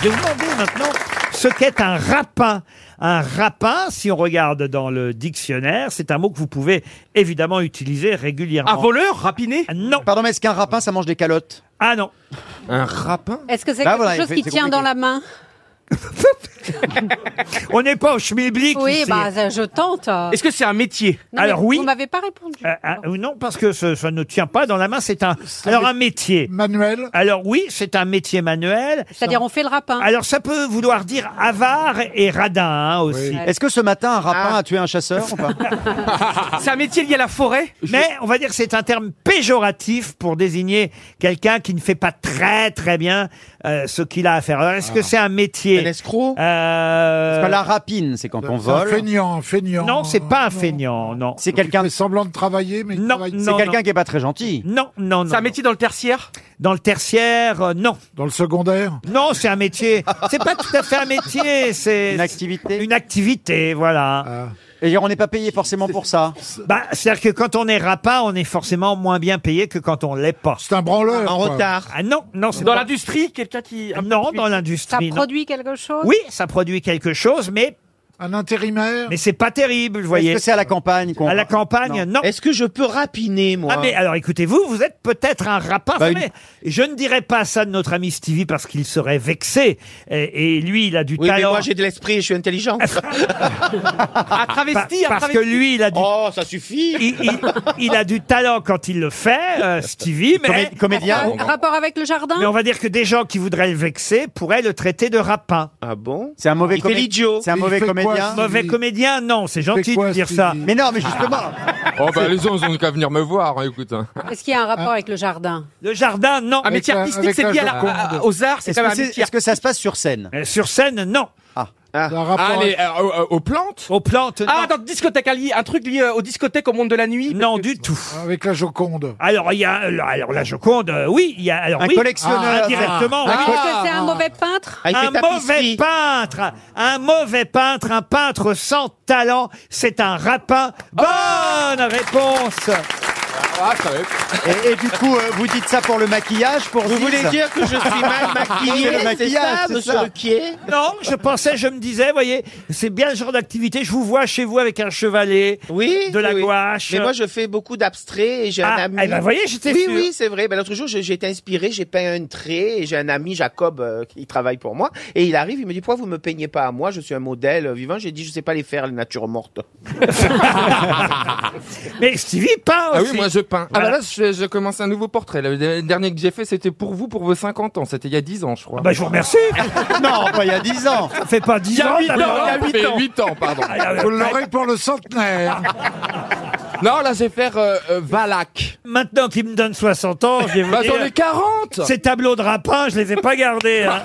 Speaker 1: Je vais vous demander maintenant ce qu'est un rapin. Un rapin, si on regarde dans le dictionnaire, c'est un mot que vous pouvez évidemment utiliser régulièrement.
Speaker 5: Un voleur rapiné
Speaker 1: Non.
Speaker 6: Pardon, mais est-ce qu'un rapin, ça mange des calottes
Speaker 1: Ah non.
Speaker 6: Un rapin
Speaker 18: Est-ce que c'est
Speaker 6: Là,
Speaker 18: quelque
Speaker 6: voilà,
Speaker 18: chose
Speaker 6: c'est-
Speaker 18: qui
Speaker 6: c'est
Speaker 18: tient dans la main
Speaker 1: On n'est pas au schmilblick
Speaker 18: Oui,
Speaker 1: ici.
Speaker 18: bah je tente.
Speaker 1: Est-ce que c'est un métier
Speaker 18: Non,
Speaker 1: Alors
Speaker 18: mais
Speaker 1: oui.
Speaker 18: Vous m'avez pas répondu.
Speaker 1: Euh, ah, non, parce que ce- ça ne tient pas dans la main. C'est un alors un métier manuel. Alors oui, c'est un métier manuel.
Speaker 18: C'est-à-dire on fait le rapin.
Speaker 1: Alors ça peut vouloir dire avare et radin hein, aussi.
Speaker 6: Est-ce que ce matin, un
Speaker 18: Ah.
Speaker 6: rapin a tué un chasseur ou pas
Speaker 1: C'est un métier lié à la forêt Mais on va dire que c'est un terme péjoratif pour désigner quelqu'un qui ne fait pas très très bien euh, ce qu'il a à faire. Alors est-ce que c'est un métier Un escroc
Speaker 6: Parce que la rapine, c'est quand on vole.
Speaker 1: feignant, feignant. Non, c'est pas un feignant, non.
Speaker 6: C'est quelqu'un.
Speaker 1: semblant de travailler, mais non,
Speaker 6: C'est quelqu'un qui est pas très gentil.
Speaker 1: Non, non, non. C'est un métier dans le tertiaire Dans le tertiaire, euh, non. Dans le secondaire Non, c'est un métier. C'est pas tout à fait un métier, c'est... Une activité Une activité, voilà.
Speaker 6: Ah. Et on n'est pas payé forcément pour ça.
Speaker 1: Bah, c'est-à-dire que quand on est rapin, on est forcément moins bien payé que quand on l'est pas. C'est un branleur.
Speaker 5: En quoi. retard.
Speaker 1: Ah non, non, c'est
Speaker 5: Dans
Speaker 1: pas-
Speaker 5: l'industrie, quelqu'un qui.
Speaker 1: Non, dans
Speaker 18: Ça
Speaker 1: l'industrie. non.
Speaker 18: produit quelque chose
Speaker 1: Oui, ça produit quelque chose, mais. Un intérimaire Mais c'est pas terrible, vous voyez.
Speaker 6: Est-ce que c'est à la campagne qu'on-
Speaker 1: À la campagne, non. Est-ce que je peux rapiner, moi Ah, mais alors écoutez, vous, vous êtes peut-être un rapin.
Speaker 6: Bah,
Speaker 1: vous
Speaker 6: une-
Speaker 1: savez, Je ne dirais pas ça de notre ami Stevie parce qu'il serait vexé. Et, et lui, il a du
Speaker 12: Oui, mais
Speaker 1: talent.
Speaker 12: moi j'ai de l'esprit, je suis
Speaker 1: [laughs]
Speaker 12: intelligent.
Speaker 6: Ah,
Speaker 12: à
Speaker 1: Pa- parce que lui, il a du.
Speaker 12: Oh, ça suffit.
Speaker 1: Il, il- il a du talent quand il le fait, euh, Stevie, mais.
Speaker 18: Un rapport avec le jardin
Speaker 1: Mais on va dire que des gens qui voudraient le vexer pourraient le traiter de rapin.
Speaker 12: Ah bon
Speaker 6: C'est un mauvais
Speaker 1: Il fait
Speaker 6: comé-
Speaker 1: l'idiot.
Speaker 6: C'est un
Speaker 1: Il
Speaker 6: mauvais
Speaker 1: fait quoi,
Speaker 6: comédien.
Speaker 1: Stevie Mauvais comédien, non, c'est gentil de dire ça.
Speaker 6: Mais non, mais justement.
Speaker 19: [laughs] Oh bah les gens, ils ont qu'à venir me voir, hein, écoute. hein.
Speaker 18: Est-ce qu'il y a un
Speaker 20: Ah.
Speaker 18: rapport avec le jardin
Speaker 1: Le jardin, non.
Speaker 5: Un métier
Speaker 20: euh,
Speaker 5: artistique, c'est lié à la-
Speaker 20: Ah.
Speaker 5: à- aux arts, c'est
Speaker 6: Est-ce que,
Speaker 5: quand même un
Speaker 6: c'est-
Speaker 5: métier.
Speaker 6: est-ce que ça se passe sur scène
Speaker 1: Euh, Sur scène, non.
Speaker 6: Ah.
Speaker 5: Allez,
Speaker 12: euh,
Speaker 19: aux plantes
Speaker 1: Aux plantes,
Speaker 5: Ah, dans discothèque, un li- un truc lié euh, aux discothèques au monde de la nuit
Speaker 1: Non, du tout.
Speaker 5: Avec la Joconde.
Speaker 1: Alors, il y a, alors la Joconde, euh, oui, il y a, alors
Speaker 6: Un
Speaker 1: oui,
Speaker 6: collectionneur.
Speaker 1: indirectement.
Speaker 6: Ah,
Speaker 1: oui.
Speaker 18: Est-ce que c'est un mauvais peintre
Speaker 1: un mauvais peintre, un mauvais peintre, un peintre sans talent, c'est un rapin. Bonne réponse.
Speaker 6: Ah, Et, et du coup, euh, vous dites ça pour le maquillage, pour
Speaker 12: Vous
Speaker 6: Ziz
Speaker 12: voulez dire que je suis
Speaker 6: [laughs]
Speaker 12: mal maquillé,
Speaker 6: C'est le
Speaker 12: c'est
Speaker 6: maquillage,
Speaker 12: ça,
Speaker 6: c'est
Speaker 12: monsieur
Speaker 6: ça.
Speaker 12: Lequier
Speaker 1: Non, je pensais, je me disais, voyez, c'est bien le genre d'activité. Je vous vois chez vous avec un chevalet,
Speaker 12: oui,
Speaker 1: de la
Speaker 12: oui, oui.
Speaker 1: gouache.
Speaker 12: Mais moi, je fais beaucoup d'abstraits et [laughs] j'ai
Speaker 1: Ah,
Speaker 12: un ami.
Speaker 1: eh ben, voyez, j'étais
Speaker 12: Oui,
Speaker 1: sûr.
Speaker 12: oui, c'est vrai. Ben, L'autre jour, je- j'ai été inspiré, j'ai peint un trait et j'ai un ami, Jacob, euh, qui travaille pour moi. Et il arrive, il me dit Pourquoi vous me peignez pas à moi Je suis un modèle euh, vivant. J'ai dit Je sais pas les faire, les natures mortes.
Speaker 1: Mais Stevie peint
Speaker 19: Ah
Speaker 1: aussi.
Speaker 19: oui, moi je peins. Ah bah
Speaker 1: Voilà.
Speaker 19: là, je, je commence un nouveau portrait. Le le dernier que j'ai fait, c'était pour vous, pour vos 50 ans. C'était il y a 10 ans, je crois.
Speaker 1: Ah bah, je vous remercie.
Speaker 6: [laughs] Non, pas il y a 10 ans.
Speaker 1: Ça fait pas 10
Speaker 19: Il y a
Speaker 1: ans. Ah,
Speaker 19: huit
Speaker 1: d'abord.
Speaker 19: ans, il y a huit ans. Mais huit ans, pardon.
Speaker 2: Vous l'aurez pour le centenaire.
Speaker 19: Non, là, je vais faire euh, euh, Valak.
Speaker 1: Maintenant qu'il me donne 60 ans, je vais vous
Speaker 19: Bah,
Speaker 1: dire,
Speaker 19: j'en ai 40
Speaker 1: Ces tableaux de rapin, je les ai pas gardés. hein.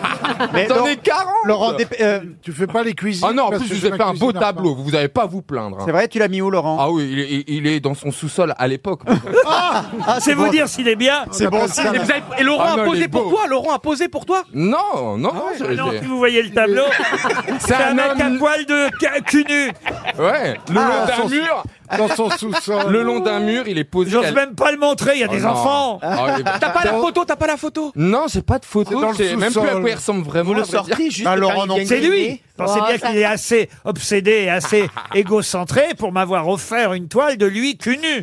Speaker 19: J'en
Speaker 6: Laurent-
Speaker 19: ai 40
Speaker 6: Laurent, dép- euh,
Speaker 2: Tu fais pas les cuisines.
Speaker 19: Ah non, en
Speaker 2: parce
Speaker 19: plus,
Speaker 2: que
Speaker 19: je vous
Speaker 2: je
Speaker 19: ai fait un
Speaker 2: cuisine
Speaker 19: beau
Speaker 2: à
Speaker 19: tableau. Vous n'avez pas à vous plaindre. hein.
Speaker 6: c'est vrai, tu l'as mis où, Laurent
Speaker 19: Ah oui, il est, il- il est dans son sous-sol à l'époque.
Speaker 6: Ah, ah,
Speaker 1: C'est vous
Speaker 6: bon.
Speaker 1: dire s'il est bien.
Speaker 6: C'est bon,
Speaker 5: Et,
Speaker 6: ça.
Speaker 5: vous avez- et Laurent
Speaker 19: Ah non,
Speaker 5: a
Speaker 19: il
Speaker 5: posé
Speaker 19: est
Speaker 5: pour
Speaker 19: beau.
Speaker 5: toi Laurent a posé pour toi
Speaker 19: Non, non, je-
Speaker 1: Ah Non,
Speaker 19: j'ai-
Speaker 1: si vous voyez le
Speaker 19: [laughs]
Speaker 1: tableau, c'est un,
Speaker 19: un
Speaker 1: mec à
Speaker 19: homme-
Speaker 1: poil de ca- cul nu.
Speaker 19: Ouais, le long d'un mur,
Speaker 2: Ah, Dans son sous-sol.
Speaker 19: le long d'un mur, il est posé. à-
Speaker 1: J'ose même pas le montrer, il y a
Speaker 19: Oh
Speaker 1: des
Speaker 19: non.
Speaker 1: enfants.
Speaker 19: Oh, il est-
Speaker 5: T'as pas la photo, t'as pas la photo
Speaker 19: Non, j'ai pas de
Speaker 2: C'est dans
Speaker 19: photo.
Speaker 2: le
Speaker 19: Je sais même plus à
Speaker 2: sous-sol.
Speaker 19: quoi il ressemble vraiment.
Speaker 12: Vous le
Speaker 19: à vrai dire.
Speaker 12: sortez juste.
Speaker 1: Bah,
Speaker 6: Ah, Laurent,
Speaker 12: quand il
Speaker 6: non.
Speaker 12: gagne
Speaker 1: C'est
Speaker 12: des
Speaker 1: lui.
Speaker 12: prix.
Speaker 1: Pensez
Speaker 18: Oh,
Speaker 1: bien
Speaker 18: ça-
Speaker 1: qu'il est assez obsédé et assez égocentré pour m'avoir offert une toile de lui cul nu.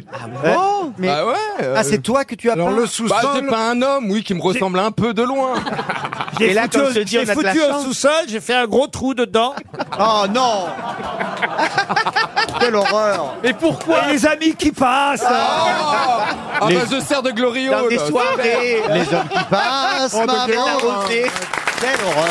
Speaker 6: Ouais. Mais-
Speaker 19: Bah ouais. euh,
Speaker 6: Ah, c'est toi que tu as
Speaker 2: Alors
Speaker 6: peint
Speaker 2: le
Speaker 19: bah, c'est
Speaker 2: sous-sol.
Speaker 19: pas un homme, oui, qui me ressemble un peu de
Speaker 1: [laughs]
Speaker 19: loin.
Speaker 1: J'ai
Speaker 12: Et là,
Speaker 1: foutu,
Speaker 12: comme
Speaker 1: au-
Speaker 12: je te dis,
Speaker 1: j'ai
Speaker 12: on a de la
Speaker 1: foutu au
Speaker 12: chance.
Speaker 1: sous-sol, j'ai fait un gros trou dedans.
Speaker 6: Oh non Quelle horreur
Speaker 5: Mais pourquoi
Speaker 1: Et les amis qui passent.
Speaker 19: Ah bah je sers de Glorio.
Speaker 12: Dans des
Speaker 19: là.
Speaker 12: soirées.
Speaker 6: Les hommes qui passent,
Speaker 12: On
Speaker 6: maman.
Speaker 12: devait l'arroser.
Speaker 6: Quelle horreur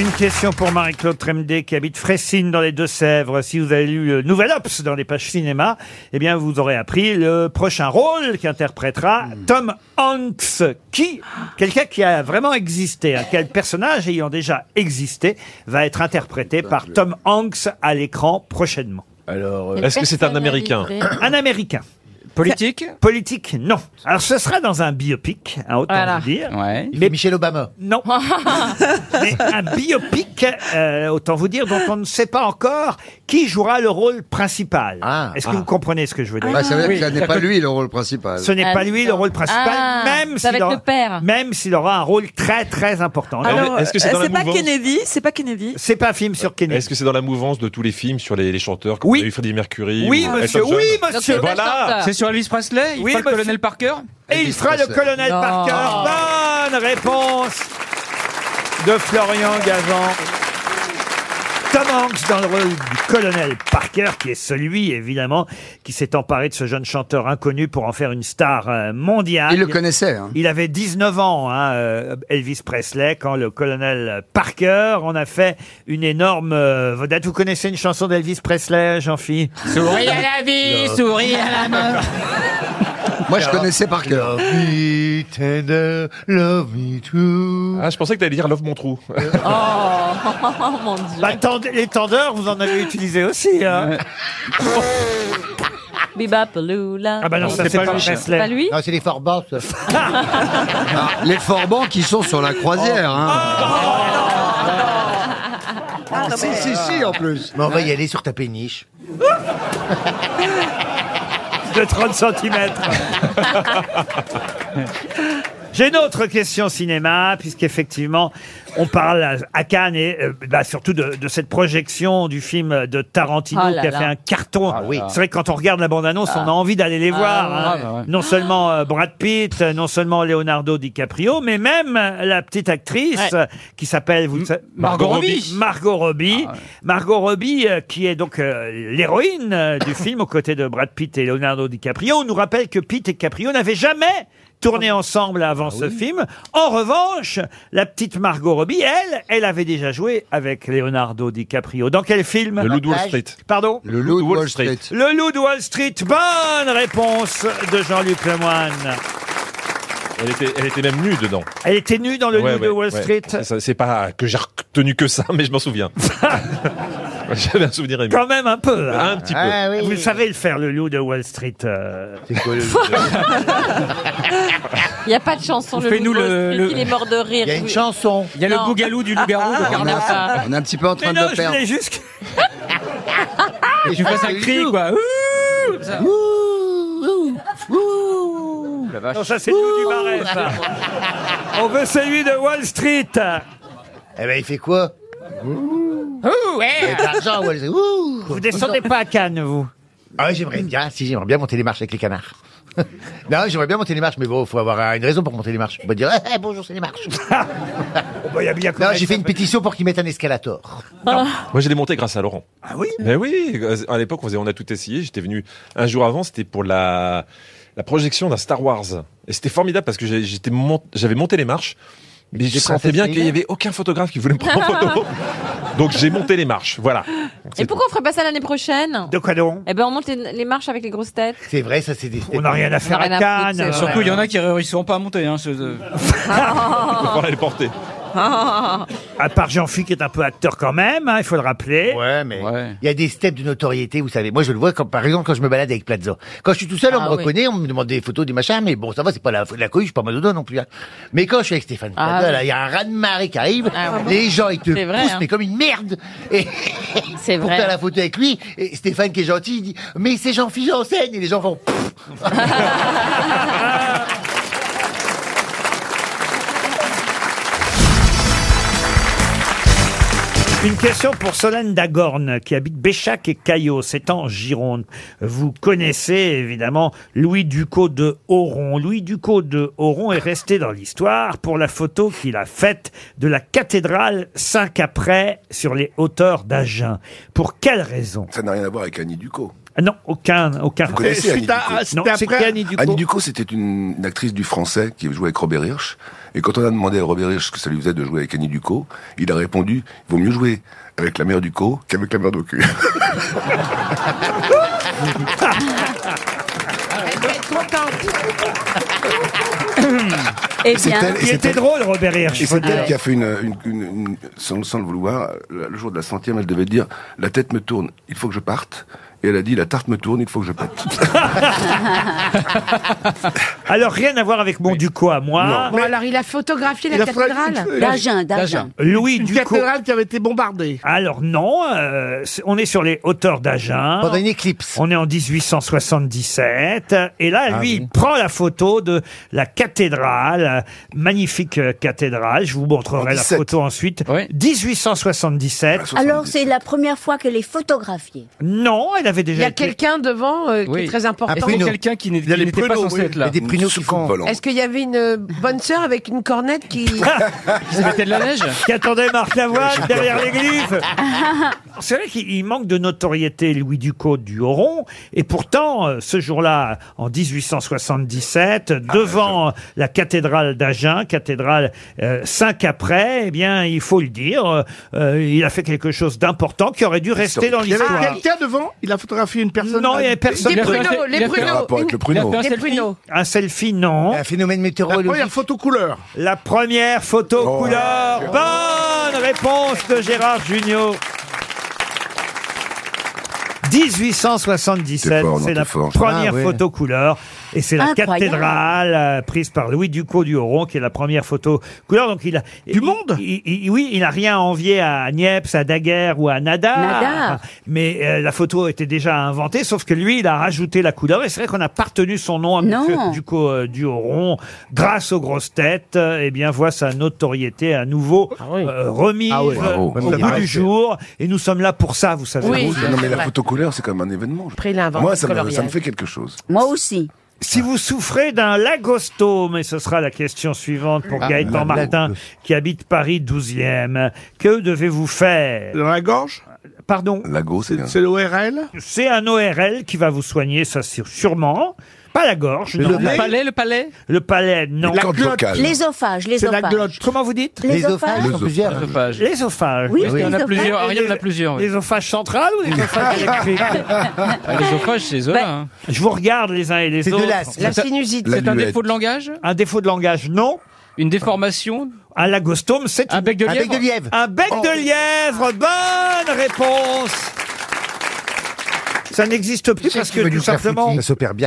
Speaker 1: Une question pour Marie-Claude Tremdé qui habite Fressines dans les Deux-Sèvres. Si vous avez lu euh, Nouvel Ops dans les pages cinéma, eh bien vous aurez appris le prochain rôle qu'interprétera
Speaker 21: Hmm.
Speaker 1: Tom Hanks, qui, quelqu'un qui a vraiment existé, hein, quel personnage ayant déjà existé, va être interprété par Tom Hanks à l'écran prochainement. Alors,
Speaker 21: Quelle euh, est-ce que c'est un personne Américain arrivée
Speaker 1: [coughs] Un Américain. Politique Politique, non. Alors, ce sera dans un biopic, à autant
Speaker 12: Voilà.
Speaker 1: vous dire. Mais Michel Obama Non. [laughs] Mais un biopic, euh, autant vous dire, dont on ne sait pas encore qui jouera le rôle principal. Est-ce que
Speaker 7: Ah.
Speaker 1: vous comprenez ce que je veux dire
Speaker 7: Bah, ça veut dire que ce n'est pas lui le rôle principal.
Speaker 1: Ce n'est pas lui le rôle principal,
Speaker 22: Ah,
Speaker 1: même
Speaker 22: ça va
Speaker 1: s'il
Speaker 22: être
Speaker 1: aura,
Speaker 22: le père.
Speaker 1: même s'il aura un rôle très très important.
Speaker 22: Alors, euh, c'est pas Kennedy, c'est pas Kennedy.
Speaker 1: C'est pas un film sur Kennedy.
Speaker 21: Est-ce que c'est dans la mouvance de tous les films sur les, les chanteurs comme on a eu Freddie Mercury
Speaker 1: Oui,
Speaker 21: ou
Speaker 1: monsieur,
Speaker 21: Elton John
Speaker 1: oui, monsieur. Donc, c'est un
Speaker 21: Voilà
Speaker 1: chanteur. C'est sur
Speaker 21: Elvis Presley
Speaker 1: Il Oui, fera le monsieur. colonel
Speaker 21: Parker
Speaker 1: Et il sera le colonel
Speaker 21: Non.
Speaker 7: Ah.
Speaker 1: Parker. Bonne réponse de Florian Gazan. Tom Hanks dans le rôle du colonel Parker, qui est celui, évidemment, qui s'est emparé de ce jeune chanteur inconnu pour en faire une star euh, mondiale.
Speaker 7: Il le connaissait, hein.
Speaker 1: Il avait 19 ans, hein, euh, Elvis Presley, quand le colonel Parker, on a fait une énorme euh, vedette. Vous connaissez une chanson d'Elvis Presley, Jean-Philippe
Speaker 8: Souris à la vie, souris à la mort.
Speaker 7: Moi, je connaissais par cœur.
Speaker 21: Love me tender, love me true. Ah, je pensais que t'allais dire Love mon trou.
Speaker 7: Euh.
Speaker 8: Oh, mon dieu.
Speaker 1: Bah, tende- les tendeurs, vous en avez utilisé aussi. Hein.
Speaker 8: Bibapaloula.
Speaker 1: Bah, Ah bah non, ça, c'est pas Presley.
Speaker 8: Pas lui
Speaker 12: Non, c'est les Forbans.
Speaker 7: Ah, les forbans qui sont sur la croisière. hein.
Speaker 12: Ah, si, si, si, en plus. Mais on va y aller sur ta péniche.
Speaker 1: de 30 cm. [laughs] J'ai une autre question cinéma, puisqu'effectivement, on parle à, à Cannes et euh, bah, surtout de, de cette projection du film de Tarantino
Speaker 8: Ah là
Speaker 1: qui a
Speaker 8: là.
Speaker 1: fait un carton. C'est vrai que quand on regarde la bande-annonce,
Speaker 8: Ah.
Speaker 1: on a envie d'aller les
Speaker 8: Ah
Speaker 1: voir.
Speaker 8: ouais.
Speaker 1: hein.
Speaker 8: Ah bah ouais.
Speaker 1: Non seulement euh, Brad Pitt, euh, non seulement Leonardo DiCaprio, mais même euh, la petite actrice
Speaker 8: Ouais.
Speaker 1: euh, qui s'appelle vous le savez-
Speaker 8: Margot Robbie.
Speaker 1: Margot Robbie.
Speaker 21: Ah,
Speaker 1: Margot Robbie, euh, qui est donc euh, l'héroïne euh,
Speaker 21: [laughs]
Speaker 1: du film aux côtés de Brad Pitt et Leonardo DiCaprio. On nous rappelle que Pitt et Caprio n'avaient jamais
Speaker 21: Ah
Speaker 1: tourné ensemble avant ce film. En revanche, la petite Margot Robbie, elle, elle avait déjà joué avec Leonardo DiCaprio. Dans quel film
Speaker 21: Le Loup de Wall Street.
Speaker 1: Pardon Le
Speaker 7: Loup de Wall Street.
Speaker 1: Le Loup de Wall Street. Bonne réponse de Jean-Luc Lemoyne.
Speaker 21: Elle était, elle était même nue dedans.
Speaker 1: Elle était nue dans le
Speaker 21: Ouais,
Speaker 1: Loup de
Speaker 21: ouais,
Speaker 1: Wall
Speaker 21: ouais.
Speaker 1: Street.
Speaker 21: C'est ça, C'est pas que j'ai retenu que ça, mais je m'en
Speaker 1: [laughs]
Speaker 21: souviens. J'avais un souvenir ému.
Speaker 1: Quand même un peu. hein.
Speaker 21: Eh Un petit peu.
Speaker 7: Ah
Speaker 12: Ah,
Speaker 1: Vous le savez le faire, le loup de Wall Street. euh. C'est quoi le
Speaker 8: [laughs]
Speaker 23: Il n'y a pas de chanson.
Speaker 8: le Fais-nous loup de Wall le- Street,
Speaker 1: Euh,
Speaker 8: le- il est mort de rire. Il y a une
Speaker 23: chanson.
Speaker 8: Il y a le bougalou du loup-garou
Speaker 11: Ah,
Speaker 8: de
Speaker 7: Ah, On, est
Speaker 8: Carnaval.
Speaker 7: on est un petit peu en train
Speaker 8: Mais non,
Speaker 7: de le
Speaker 8: je
Speaker 7: perdre.
Speaker 8: l'ai [laughs]
Speaker 1: juste-
Speaker 8: Et tu fasses un cri, quoi. Ouh, comme ça.
Speaker 1: Non, ça c'est le loup du marais. ça. On veut celui de Wall Street.
Speaker 12: Eh ben, il fait quoi
Speaker 8: Ouh, ouais.
Speaker 12: L'argent, Wall Street. Ouh
Speaker 1: eh. Vous descendez pas à Cannes, vous
Speaker 12: Ah oui, j'aimerais bien. Si, j'aimerais bien monter les marches avec les canards. [laughs] non, j'aimerais bien monter les marches, mais bon, faut avoir euh, une raison pour monter les marches. On va dire, eh, bonjour, c'est les
Speaker 1: [laughs]
Speaker 12: marches.
Speaker 1: bah,
Speaker 12: non, j'ai fait une pétition pour qu'ils mettent un escalator.
Speaker 21: Moi, je l'ai monté grâce à Laurent.
Speaker 1: Ah oui
Speaker 21: Mais oui, euh, à l'époque, on, faisait- on a tout essayé. J'étais venu un jour avant, c'était pour la, la projection d'un Star Wars. Et c'était formidable parce que j'ai- j'étais mont- j'avais monté les marches, mais je
Speaker 24: Des
Speaker 21: sentais bien
Speaker 24: princesses
Speaker 21: qu'il n'y avait aucun photographe qui voulait me prendre en
Speaker 12: [laughs]
Speaker 21: photo. Donc j'ai monté les marches, voilà.
Speaker 23: Et pourquoi on ferait pas ça l'année prochaine
Speaker 1: De quoi donc
Speaker 23: Eh ben on monte les, les marches avec les grosses têtes.
Speaker 12: C'est vrai, ça c'est des.
Speaker 1: On n'a rien à
Speaker 16: Ah,
Speaker 1: faire à
Speaker 23: rien à foutre,
Speaker 1: Cannes.
Speaker 23: c'est
Speaker 8: Surtout, il y en a qui réussiront pas à monter. Hein,
Speaker 21: On va les porter.
Speaker 1: À part Jean-Philippe qui est un peu acteur quand même, hein, il faut le rappeler.
Speaker 12: Ouais, mais il y a des steps de notoriété, vous savez. Moi, je le vois, comme, par exemple, quand je me balade avec Plaza. Quand je suis tout seul, on
Speaker 8: Ah
Speaker 12: me
Speaker 8: oui.
Speaker 12: reconnaît, on me demande des photos, des machins, mais bon, ça va, c'est pas la, la cohue, je suis pas Madonna non plus. hein. Mais quand je suis avec Stéphane
Speaker 8: Ah
Speaker 12: Plaza,
Speaker 8: oui.
Speaker 12: là, il y a un raz-de-marée qui arrive,
Speaker 8: Ah bon
Speaker 12: les gens, ils te
Speaker 8: C'est vrai,
Speaker 12: poussent,
Speaker 8: hein.
Speaker 12: mais comme une merde.
Speaker 8: [laughs]
Speaker 12: Et c'est
Speaker 8: vrai.
Speaker 12: [laughs] Pour faire la photo avec lui, et Stéphane qui est gentil, il dit, mais c'est Jean-Philippe Janssen, et les gens font, [laughs] Pfff.
Speaker 1: Une question pour Solène Dagorne, qui habite Béchac et Caillot, c'est en Gironde. Vous connaissez évidemment Louis Ducot de Oron. Louis Ducot de Oron est resté dans l'histoire pour la photo qu'il a faite de la cathédrale Saint-Capret sur les hauteurs d'Agen. Pour quelle raison
Speaker 20: Ça n'a rien à voir avec Annie Ducot.
Speaker 1: Ah non, aucun, aucun.
Speaker 20: connaissez C'est Annie suite à- Ducos.
Speaker 1: Non, c'est qui Annie Ducos
Speaker 20: Annie Ducos, c'était une une actrice du français qui jouait avec Robert Hirsch. Et quand on a demandé à Robert Hirsch ce que ça lui faisait de jouer avec Annie Ducos, il a répondu il vaut mieux jouer avec la mère Ducos qu'avec la mère d'Ocu.
Speaker 3: [laughs] Elle doit être contente.
Speaker 8: [laughs]
Speaker 23: Eh
Speaker 20: C'est
Speaker 23: bien,
Speaker 20: elle, et c'est elle.
Speaker 1: Robert Hirsch,
Speaker 20: Et
Speaker 1: faut
Speaker 20: c'est
Speaker 1: dire.
Speaker 20: elle qui a fait une, une- une- une- sans, sans le vouloir, le jour de la centième, elle devait dire La tête me tourne, il faut que je parte. Et elle a dit La tarte me tourne, il faut que je
Speaker 1: [laughs]
Speaker 20: parte.
Speaker 1: Alors, rien à voir avec mon Ducos à moi.
Speaker 25: Bon, alors il a photographié la
Speaker 1: Il a fra-
Speaker 25: cathédrale
Speaker 1: D'Agen, d'Agen. Louis
Speaker 25: Une
Speaker 1: Ducos.
Speaker 25: cathédrale qui avait été bombardée.
Speaker 1: Alors non, euh, c'est- on est sur les hauteurs d'Agen. Pendant une éclipse. Ah On est en 1877. Et là, lui, il prend la photo de la cathédrale, euh, magnifique euh, cathédrale. Je vous montrerai la photo ensuite. 1877.
Speaker 18: Alors, c'est la première fois qu'elle est photographiée.
Speaker 1: Non, elle avait déjà
Speaker 25: Il y a
Speaker 1: été-
Speaker 25: quelqu'un devant euh, qui est très important.
Speaker 1: qui n'est-
Speaker 26: Il y a
Speaker 1: qui
Speaker 26: les
Speaker 1: n'était pas
Speaker 26: pruneaux,
Speaker 1: censé
Speaker 26: oui.
Speaker 1: être là.
Speaker 26: Et des pruneaux
Speaker 1: Sous-
Speaker 26: qui font-
Speaker 1: volant.
Speaker 25: Est-ce qu'il y avait une euh, bonne sœur avec une cornette qui...
Speaker 1: [laughs] Qui se mettait de la neige [laughs] Qui attendait Marc [laughs] Lavoine derrière l'église [laughs] C'est vrai qu'il il manque de notoriété Louis Ducos du Horon, et pourtant, euh, ce jour-là, en 1877, devant la cathédrale d'Agen, cathédrale 5 après, eh bien, il faut le dire, euh, euh, il a fait quelque chose d'important qui aurait dû rester dans
Speaker 25: Il y avait
Speaker 1: l'histoire.
Speaker 25: quelqu'un devant Il a photographié une personne
Speaker 1: Non, il n'y avait personne.
Speaker 25: Les pruneaux, les pruneaux. Une- Les pruneaux.
Speaker 1: Un selfie, non. Un phénomène météorologique. La première photo couleur. La première photo couleur.
Speaker 25: Oh,
Speaker 1: Bonne réponse de Gérard Junior. 1877,
Speaker 20: T'es fort, non,
Speaker 1: c'est la
Speaker 20: t'es fort.
Speaker 1: première
Speaker 20: Ah, ouais.
Speaker 1: photo couleur. Et c'est la
Speaker 20: Incroyable.
Speaker 1: cathédrale euh, prise par Louis Ducos du Horon, qui est la première photo couleur. Donc il a, du monde Oui, il n'a rien à envier à Niepce, à Daguerre ou à Nadar.
Speaker 25: Nadar.
Speaker 1: Mais euh, la photo était déjà inventée, sauf que lui, il a rajouté la couleur. Et c'est vrai qu'on n'a pas retenu son nom à Monsieur Ducos euh, du Horon. Grâce aux grosses têtes, euh, eh bien, voit sa notoriété à nouveau euh, remise
Speaker 20: Ah oui.
Speaker 1: euh,
Speaker 20: Bravo.
Speaker 1: au
Speaker 20: Ça
Speaker 1: bout
Speaker 20: paraît.
Speaker 1: du jour. Et nous sommes là pour ça, vous savez.
Speaker 20: non, mais la photo couleur, c'est quand même un événement.
Speaker 1: Après, il a inventé
Speaker 20: Moi, ça
Speaker 1: le
Speaker 20: me,
Speaker 1: coloriage.
Speaker 20: ça me fait quelque chose.
Speaker 1: Moi aussi. Si vous souffrez d'un lagostome, et ce sera la question suivante pour
Speaker 20: Ah,
Speaker 1: Gaëtan
Speaker 20: la
Speaker 1: Martin, qui habite Paris 12e, que devez-vous faire Dans la gorge Pardon
Speaker 20: Lago, c'est bien.
Speaker 1: l'ORL C'est un ORL qui va vous soigner, ça c'est sûrement. Pas la gorge,
Speaker 20: Le
Speaker 1: non.
Speaker 20: palais Le palais,
Speaker 1: le palais Le palais, non.
Speaker 20: Les cordes La glotte. vocales.
Speaker 18: L'œsophage, l'œsophage.
Speaker 1: Comment vous dites
Speaker 18: L'œsophage.
Speaker 1: L'œsophage. L'œsophage.
Speaker 18: Oui,
Speaker 26: Il y en
Speaker 11: Ah,
Speaker 26: a plusieurs. Ariel en a plusieurs. oui.
Speaker 1: L'œsophage central ou l'œsophage électrique
Speaker 26: Ah, L'œsophage, c'est Zola.
Speaker 1: Bah,
Speaker 26: hein.
Speaker 1: Je vous regarde les uns et les
Speaker 26: C'est de
Speaker 1: autres.
Speaker 26: l'as- La c'est un- sinusite. c'est un
Speaker 1: L'annuette.
Speaker 26: défaut de langage
Speaker 1: Un défaut de langage, non.
Speaker 26: Une déformation
Speaker 1: Un lagostome, c'est
Speaker 26: un bec de
Speaker 1: Un
Speaker 26: lièvre.
Speaker 1: bec de lièvre. Oh. Un bec de lièvre. Bonne réponse. Ça n'existe plus parce que tout simplement,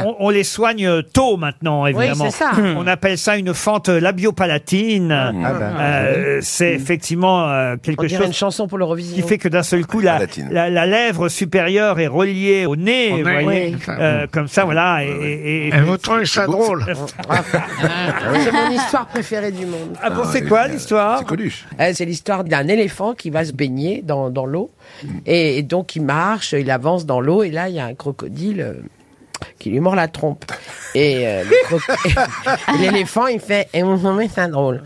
Speaker 1: On, on les soigne euh, tôt maintenant, évidemment.
Speaker 9: c'est ça.
Speaker 1: [clears throat] On appelle ça une fente labiopalatine. Euh, c'est effectivement euh, quelque
Speaker 25: On dirait
Speaker 1: chose
Speaker 25: une chanson pour
Speaker 1: qui
Speaker 25: l'Eurovision.
Speaker 1: fait que d'un seul coup, la, la, la lèvre supérieure est reliée au nez, vous
Speaker 25: nez.
Speaker 1: voyez,
Speaker 25: Oui.
Speaker 1: Euh, comme ça, voilà. Et, et, et-
Speaker 11: Autant ça drôle. Ah,
Speaker 3: [laughs]
Speaker 25: C'est mon histoire préférée du monde.
Speaker 1: Ah bon, c'est quoi l'histoire C'est
Speaker 20: Coluche.
Speaker 25: Eh, c'est l'histoire d'un éléphant qui va se baigner dans, dans l'eau. Et, et donc, il marche, il avance dans l'eau. Et là, il y a un crocodile euh, qui lui mord la trompe. Et euh, le croc- l'éléphant, il fait « Et vous trouvez ça drôle ?»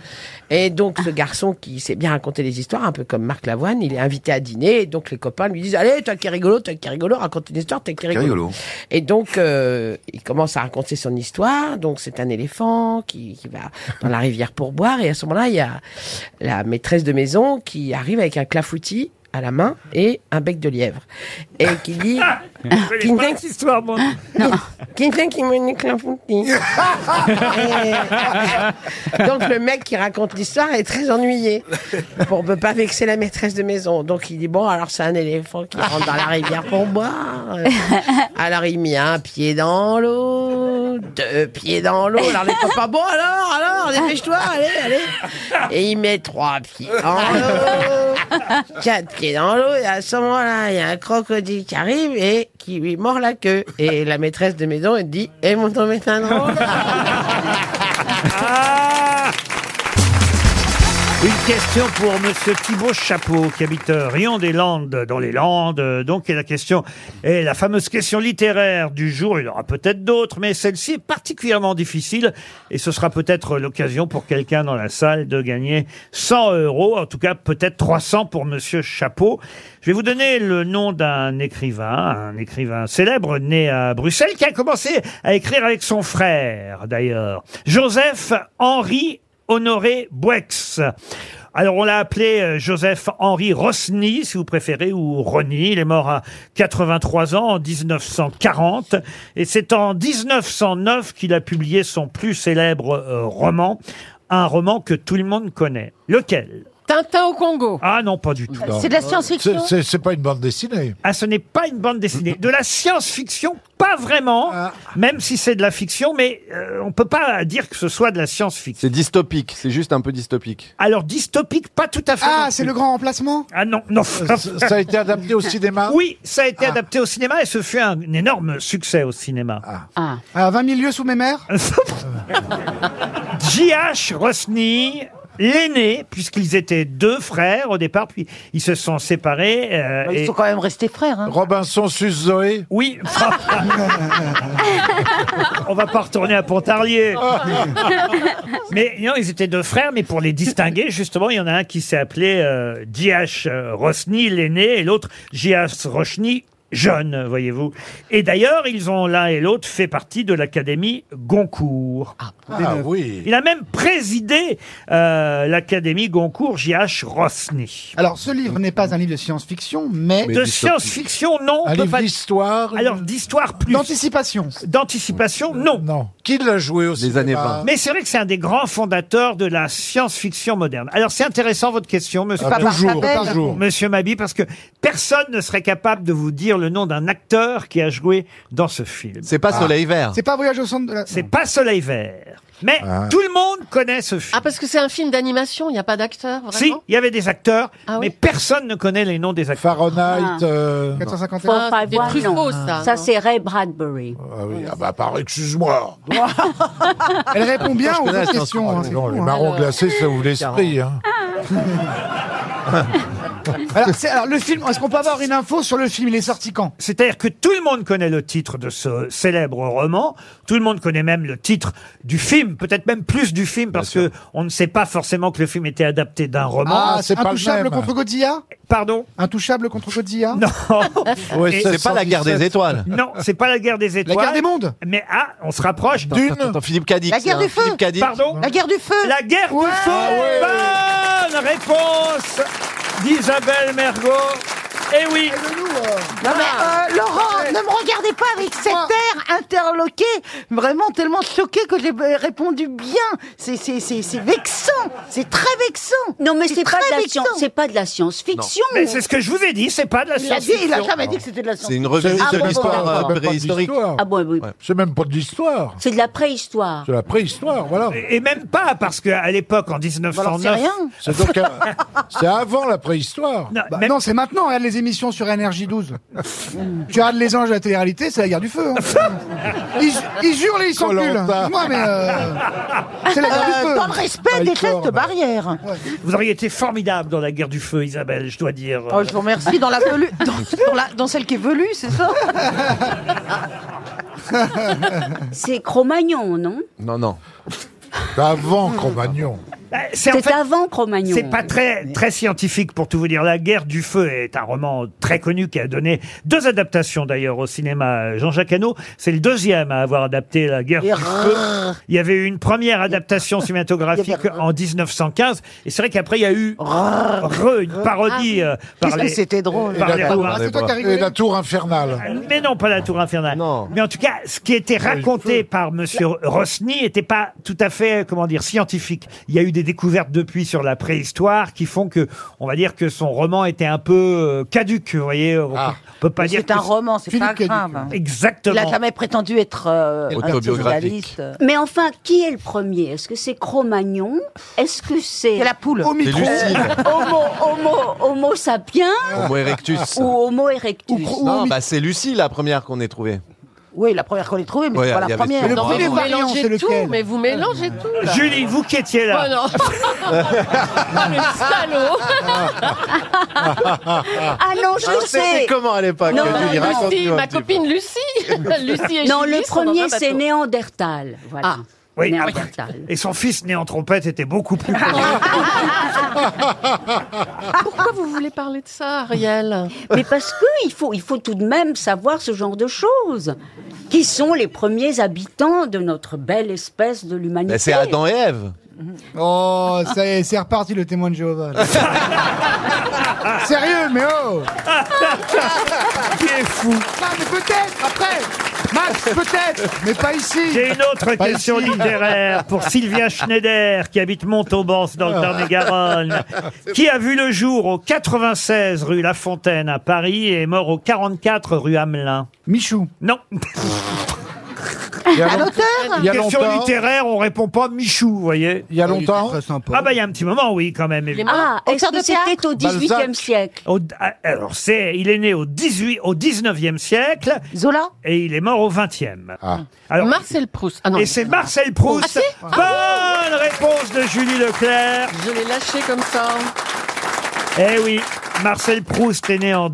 Speaker 25: Et donc, ce garçon qui sait bien raconter les histoires, un peu comme Marc Lavoine, il est invité à dîner. Et donc, les copains lui disent « Allez, toi qui es rigolo, toi qui es rigolo, raconte une histoire, toi qui es
Speaker 20: [laughs] C'est
Speaker 25: rigolo.
Speaker 20: rigolo. »
Speaker 25: Et donc, euh, il commence à raconter son histoire. Donc, c'est un éléphant qui, qui va dans la rivière pour boire. Et à ce moment-là, il y a la maîtresse de maison qui arrive avec un clafoutis à la main et un bec de lièvre. Et qui dit... Qui ne
Speaker 1: cette histoire, moi
Speaker 25: Quelqu'un qui me nique clafoutis. Et- Donc le mec qui raconte l'histoire est très ennuyé. Pour ne pas vexer la maîtresse de maison. Donc il dit, bon, alors c'est un éléphant qui rentre dans la rivière pour boire. Alors il met un pied dans l'eau, deux pieds dans l'eau. Alors les copains, bon [laughs] alors, alors, dépêche-toi, allez, allez. Et il met trois pieds dans l'eau, quatre pieds dans l'eau. Et à ce moment-là, il y a un crocodile qui arrive et qui lui mord la queue. Et la maîtresse de maison, elle dit, eh mon ton médecin drôle.
Speaker 1: Une question pour Monsieur Thibault Chapeau, qui habite euh, Rion-des-Landes, dans les Landes. euh, Donc, et la question est la fameuse question littéraire du jour. Il y en aura peut-être d'autres, mais celle-ci est particulièrement difficile. Et ce sera peut-être l'occasion pour quelqu'un dans la salle de gagner 100 euros. En tout cas, peut-être 300 pour Monsieur Chapeau. Je vais vous donner le nom d'un écrivain, un écrivain célèbre né à Bruxelles, qui a commencé à écrire avec son frère, d'ailleurs. Joseph-Henri Honoré Bouex. Alors, on l'a appelé euh, Joseph-Henri Rosny, si vous préférez, ou Ronny. Il est mort à 83 ans en 1940. Et c'est en 1909 qu'il a publié son plus célèbre euh, roman, un roman que tout le monde connaît. Lequel Tintin au Congo. Ah non, pas du tout.
Speaker 2: C'est de la science-fiction C'est- c'est- c'est pas une bande dessinée.
Speaker 1: Ah, ce n'est pas une bande dessinée. De la science-fiction, pas vraiment,
Speaker 11: Ah.
Speaker 1: même si c'est de la fiction, mais euh, on peut pas dire que ce soit de la science-fiction.
Speaker 16: C'est dystopique, c'est juste un peu dystopique.
Speaker 1: Alors dystopique, pas tout à fait.
Speaker 11: Ah, c'est le grand
Speaker 1: remplacement Ah non, non.
Speaker 11: Euh, ça a été adapté au cinéma
Speaker 1: Oui, ça a été adapté au cinéma et ce fut un énorme succès au cinéma.
Speaker 11: Ah. 20 000 lieux sous
Speaker 1: [laughs]
Speaker 11: mes mers
Speaker 1: J.H. Rosny, l'aîné, puisqu'ils étaient deux frères au départ, puis ils se sont séparés. euh,
Speaker 11: Bah, Ils sont quand même restés frères. hein.
Speaker 1: Robinson Zoé Oui. [laughs] On va pas retourner à [laughs] Pontarlier. [laughs] mais non, ils étaient deux frères, mais pour les distinguer, justement, il y en a un qui s'est appelé euh, J.H. Rosny, l'aîné, et l'autre J.H. Rosny, jeune, voyez-vous. Et d'ailleurs, ils ont l'un et l'autre fait partie de l'Académie Goncourt.
Speaker 2: Ah oui.
Speaker 1: Il a même présidé euh, l'Académie Goncourt J.H. Rosny.
Speaker 11: Alors, ce livre n'est pas un livre de science-fiction, mais...
Speaker 1: de science-fiction, non. on
Speaker 11: Un
Speaker 1: peut
Speaker 11: livre
Speaker 1: pas-
Speaker 11: d'histoire
Speaker 1: Alors, d'histoire plus.
Speaker 11: D'anticipation
Speaker 1: D'anticipation, non.
Speaker 11: Non.
Speaker 2: Qui l'a joué aussi
Speaker 11: Les années 20.
Speaker 1: Mais c'est vrai que c'est un des grands fondateurs de la science-fiction moderne. Alors c'est intéressant votre question, monsieur.
Speaker 2: Ah, Pas toujours, Barnabelle. toujours.
Speaker 1: Monsieur Mabi, parce que personne ne serait capable de vous dire le nom d'un acteur qui a joué dans ce film.
Speaker 16: C'est pas Soleil Vert.
Speaker 11: Ah. C'est pas Ah. Voyage au centre de la...
Speaker 1: C'est pas Soleil Vert. Mais tout le monde connaît ce film.
Speaker 25: Ah, parce que c'est un film d'animation, il n'y a pas d'acteur, vraiment
Speaker 1: Si, il y avait des acteurs,
Speaker 25: Ah oui
Speaker 1: mais personne ne connaît les noms des acteurs.
Speaker 11: Fahrenheit, Ah. euh, 451.
Speaker 18: Faut pas
Speaker 25: Des
Speaker 18: voir,
Speaker 25: truffauts,
Speaker 18: non.
Speaker 25: ça,
Speaker 18: Ça,
Speaker 25: non.
Speaker 18: c'est Ray Bradbury.
Speaker 2: Ah oui, [laughs] ah bah, par excuse-moi.
Speaker 11: Elle répond bien aux autres questions. hein, c'est
Speaker 2: Non,
Speaker 11: fou,
Speaker 2: les
Speaker 11: hein.
Speaker 2: marrons glacés, ça ouvre l'esprit. hein.
Speaker 11: Alors, c'est- alors, le film, est-ce qu'on peut avoir une info sur le film Il est sorti quand
Speaker 1: C'est-à-dire que tout le monde connaît le titre de ce célèbre roman, tout le monde connaît même le titre du film, peut-être même plus du film, parce que on ne sait pas forcément que le film était adapté
Speaker 25: Ah,
Speaker 1: d'un roman.
Speaker 11: Ah, Intouchable contre Godzilla
Speaker 1: Pardon
Speaker 11: Intouchable contre Godzilla
Speaker 1: Non.
Speaker 11: Ouais,
Speaker 1: Et-
Speaker 16: c'est pas la guerre des étoiles.
Speaker 1: Non, c'est pas la guerre des étoiles.
Speaker 11: guerre des mondes.
Speaker 1: Mais ah, on se rapproche
Speaker 16: Attends,
Speaker 1: d'une.
Speaker 16: attends, attends, Philippe Cadix.
Speaker 25: La guerre
Speaker 16: hein.
Speaker 25: du feu.
Speaker 16: Philippe Cadix.
Speaker 1: Pardon
Speaker 25: La guerre du feu Ah
Speaker 1: La guerre du feu. Bonne réponse d'Isabelle Mergot. Eh oui.
Speaker 25: Non, mais, euh, Laurent, ne me regardez pas avec cet air interloqué, vraiment tellement choqué que j'ai euh, répondu bien. C'est c'est- c'est- c'est vexant, c'est très vexant.
Speaker 18: Non, mais c'est pas,
Speaker 25: très
Speaker 18: de la
Speaker 25: vexant.
Speaker 18: science- c'est pas de la science-fiction.
Speaker 1: Mais c'est ce que je vous ai dit, c'est pas de la
Speaker 25: Il a, dit,
Speaker 1: science-fiction.
Speaker 25: il a jamais dit que c'était de la science.
Speaker 16: C'est une revue
Speaker 11: Ah,
Speaker 2: C'est- c'est
Speaker 16: de
Speaker 2: de
Speaker 16: l'histoire
Speaker 2: l'histoire,
Speaker 16: euh,
Speaker 2: c'est même pas de
Speaker 16: préhistorique.
Speaker 2: l'histoire.
Speaker 18: Ah bon, oui.
Speaker 2: C'est même pas de l'histoire.
Speaker 18: C'est de la préhistoire.
Speaker 2: C'est la préhistoire, voilà.
Speaker 1: Et même pas, parce qu'à l'époque, en
Speaker 10: Bah,
Speaker 1: 1909.
Speaker 2: C'est donc euh, c'est avant la préhistoire.
Speaker 1: Non,
Speaker 11: Bah
Speaker 1: même-
Speaker 11: Non, c'est maintenant. Regarde les émissions sur Énergie 12. tu regardes les anges de la télé-réalité, c'est la guerre du feu.
Speaker 1: [laughs]
Speaker 11: hein. ils, ils jurent et ils s'enculent.
Speaker 2: Koh-Lanta.
Speaker 11: Moi, mais euh, c'est la guerre du
Speaker 25: Euh,
Speaker 11: feu.
Speaker 25: dans le respect des gestes barrières.
Speaker 1: Ah, bah. Vous auriez été formidable dans la guerre du feu, Isabelle, je dois dire.
Speaker 25: Oh, je vous remercie. Dans, la velue-
Speaker 2: [laughs]
Speaker 25: dans- dans la- dans celle qui est velue, c'est ça
Speaker 18: [laughs] C'est Cro-Magnon, non
Speaker 16: Non, non.
Speaker 2: C'est avant Cro-Magnon.
Speaker 1: Bah, C'est
Speaker 18: C'est
Speaker 1: en fait-
Speaker 18: avant Cro-Magnon.
Speaker 1: C'est pas très, très scientifique pour tout vous dire. La guerre du feu est un roman très connu qui a donné deux adaptations d'ailleurs au cinéma. Jean-Jacques Hano, c'est le deuxième à avoir adapté la guerre
Speaker 25: Et
Speaker 1: du feu. Il y avait eu une première adaptation cinématographique en 1915 et c'est vrai qu'après il y a eu re, une parodie euh, par
Speaker 25: Ah Qu'est-ce que
Speaker 1: les
Speaker 25: c'était drôle.
Speaker 1: par les Romains.
Speaker 2: Et la tour infernale.
Speaker 1: Mais non, pas la tour infernale. Mais en tout cas, ce qui était raconté par Monsieur Rosny n'était pas tout à fait, euh, comment dire, scientifique. Il y a eu des découvertes depuis sur la préhistoire qui font que, on va dire que son roman était un peu euh, caduque. Vous voyez, on peut pas dire.
Speaker 25: Ah. C'est un
Speaker 1: que-
Speaker 25: roman, c'est pas
Speaker 1: Philippe
Speaker 25: grave. Il
Speaker 1: Exactement.
Speaker 25: a jamais prétendu être euh, un
Speaker 16: Autobiographique.
Speaker 25: journaliste.
Speaker 18: Mais enfin, qui est le premier Est-ce que c'est Cro-Magnon Est-ce que c'est...
Speaker 25: C'est la poule.
Speaker 18: Homo,
Speaker 16: C'est Lucille.
Speaker 18: homo, homo sapiens
Speaker 16: Homo erectus.
Speaker 18: Ou Homo erectus
Speaker 4: bah,
Speaker 16: Non, bah c'est Lucie la première qu'on ait trouvée.
Speaker 13: Oui, la première qu'on ait trouvée, mais
Speaker 1: Ouais,
Speaker 13: c'est pas
Speaker 1: il y
Speaker 13: la
Speaker 1: avait
Speaker 13: première.
Speaker 1: ce Le nom. premier
Speaker 25: Vous
Speaker 1: variant,
Speaker 25: mélangez
Speaker 1: c'est lequel
Speaker 25: tout, mais vous mélangez tout. là.
Speaker 1: [laughs] Julie, vous qui étiez là.
Speaker 25: Oh non.
Speaker 8: Oh,
Speaker 1: Ah,
Speaker 25: le salaud.
Speaker 18: Ah non, je
Speaker 25: Alors,
Speaker 18: sais.
Speaker 25: c'était
Speaker 18: comment à l'époque Non,
Speaker 25: Julie,
Speaker 18: non, non.
Speaker 25: raconte-nous un petit peu.
Speaker 18: Lucie.
Speaker 1: [laughs]
Speaker 25: Lucie et
Speaker 18: non,
Speaker 25: Julie
Speaker 18: le
Speaker 25: sont dans un
Speaker 18: premier,
Speaker 25: bateau.
Speaker 18: c'est Néandertal. Voilà.
Speaker 1: Oui. [laughs]
Speaker 18: Néandertal.
Speaker 1: Et son fils né en trompette était beaucoup plus connu.
Speaker 18: Pourquoi vous voulez parler de ça, Ariel [laughs] Mais parce que il faut, il faut tout de même savoir ce genre de choses. Qui sont les premiers habitants de notre belle espèce de l'humanité
Speaker 4: Ben, c'est Adam et Ève.
Speaker 10: Oh, ça y est, c'est reparti le témoin
Speaker 18: [laughs]
Speaker 10: de Jéhovah. là. Sérieux, mais oh
Speaker 1: Ah. [laughs] Qui est fou
Speaker 10: Non, mais peut-être, après Max, peut-être, mais pas ici
Speaker 1: J'ai une autre
Speaker 10: Pas
Speaker 1: question
Speaker 10: ici.
Speaker 1: littéraire pour Sylvia Schneider, qui habite Montauban, c'est dans le Tarn-et-Garonne,
Speaker 10: Ah.
Speaker 1: [laughs] qui a vu le jour au 96 rue La Fontaine à Paris et est mort au 44 rue Hamelin.
Speaker 10: Michou.
Speaker 1: Non.
Speaker 10: [laughs] Il y a Un longtemps- auteur il y a
Speaker 1: Question
Speaker 10: longtemps
Speaker 1: littéraire, on répond pas Michou, vous voyez. Il y a longtemps Ah bah il y a un petit moment, oui, quand même.
Speaker 18: Ah, est-ce que c'était au XVIIIe siècle
Speaker 1: Au- ah, alors, c'est, il est né au 18, au 19e siècle.
Speaker 18: Zola
Speaker 1: Et il est mort au 20e.
Speaker 2: Ah.
Speaker 1: Alors,
Speaker 25: Marcel Proust. Ah non.
Speaker 1: et c'est Marcel Proust.
Speaker 25: Ah, si
Speaker 1: Bonne réponse de Julie Leclerc.
Speaker 25: Je l'ai lâché comme ça.
Speaker 1: Eh oui, Marcel Proust est né en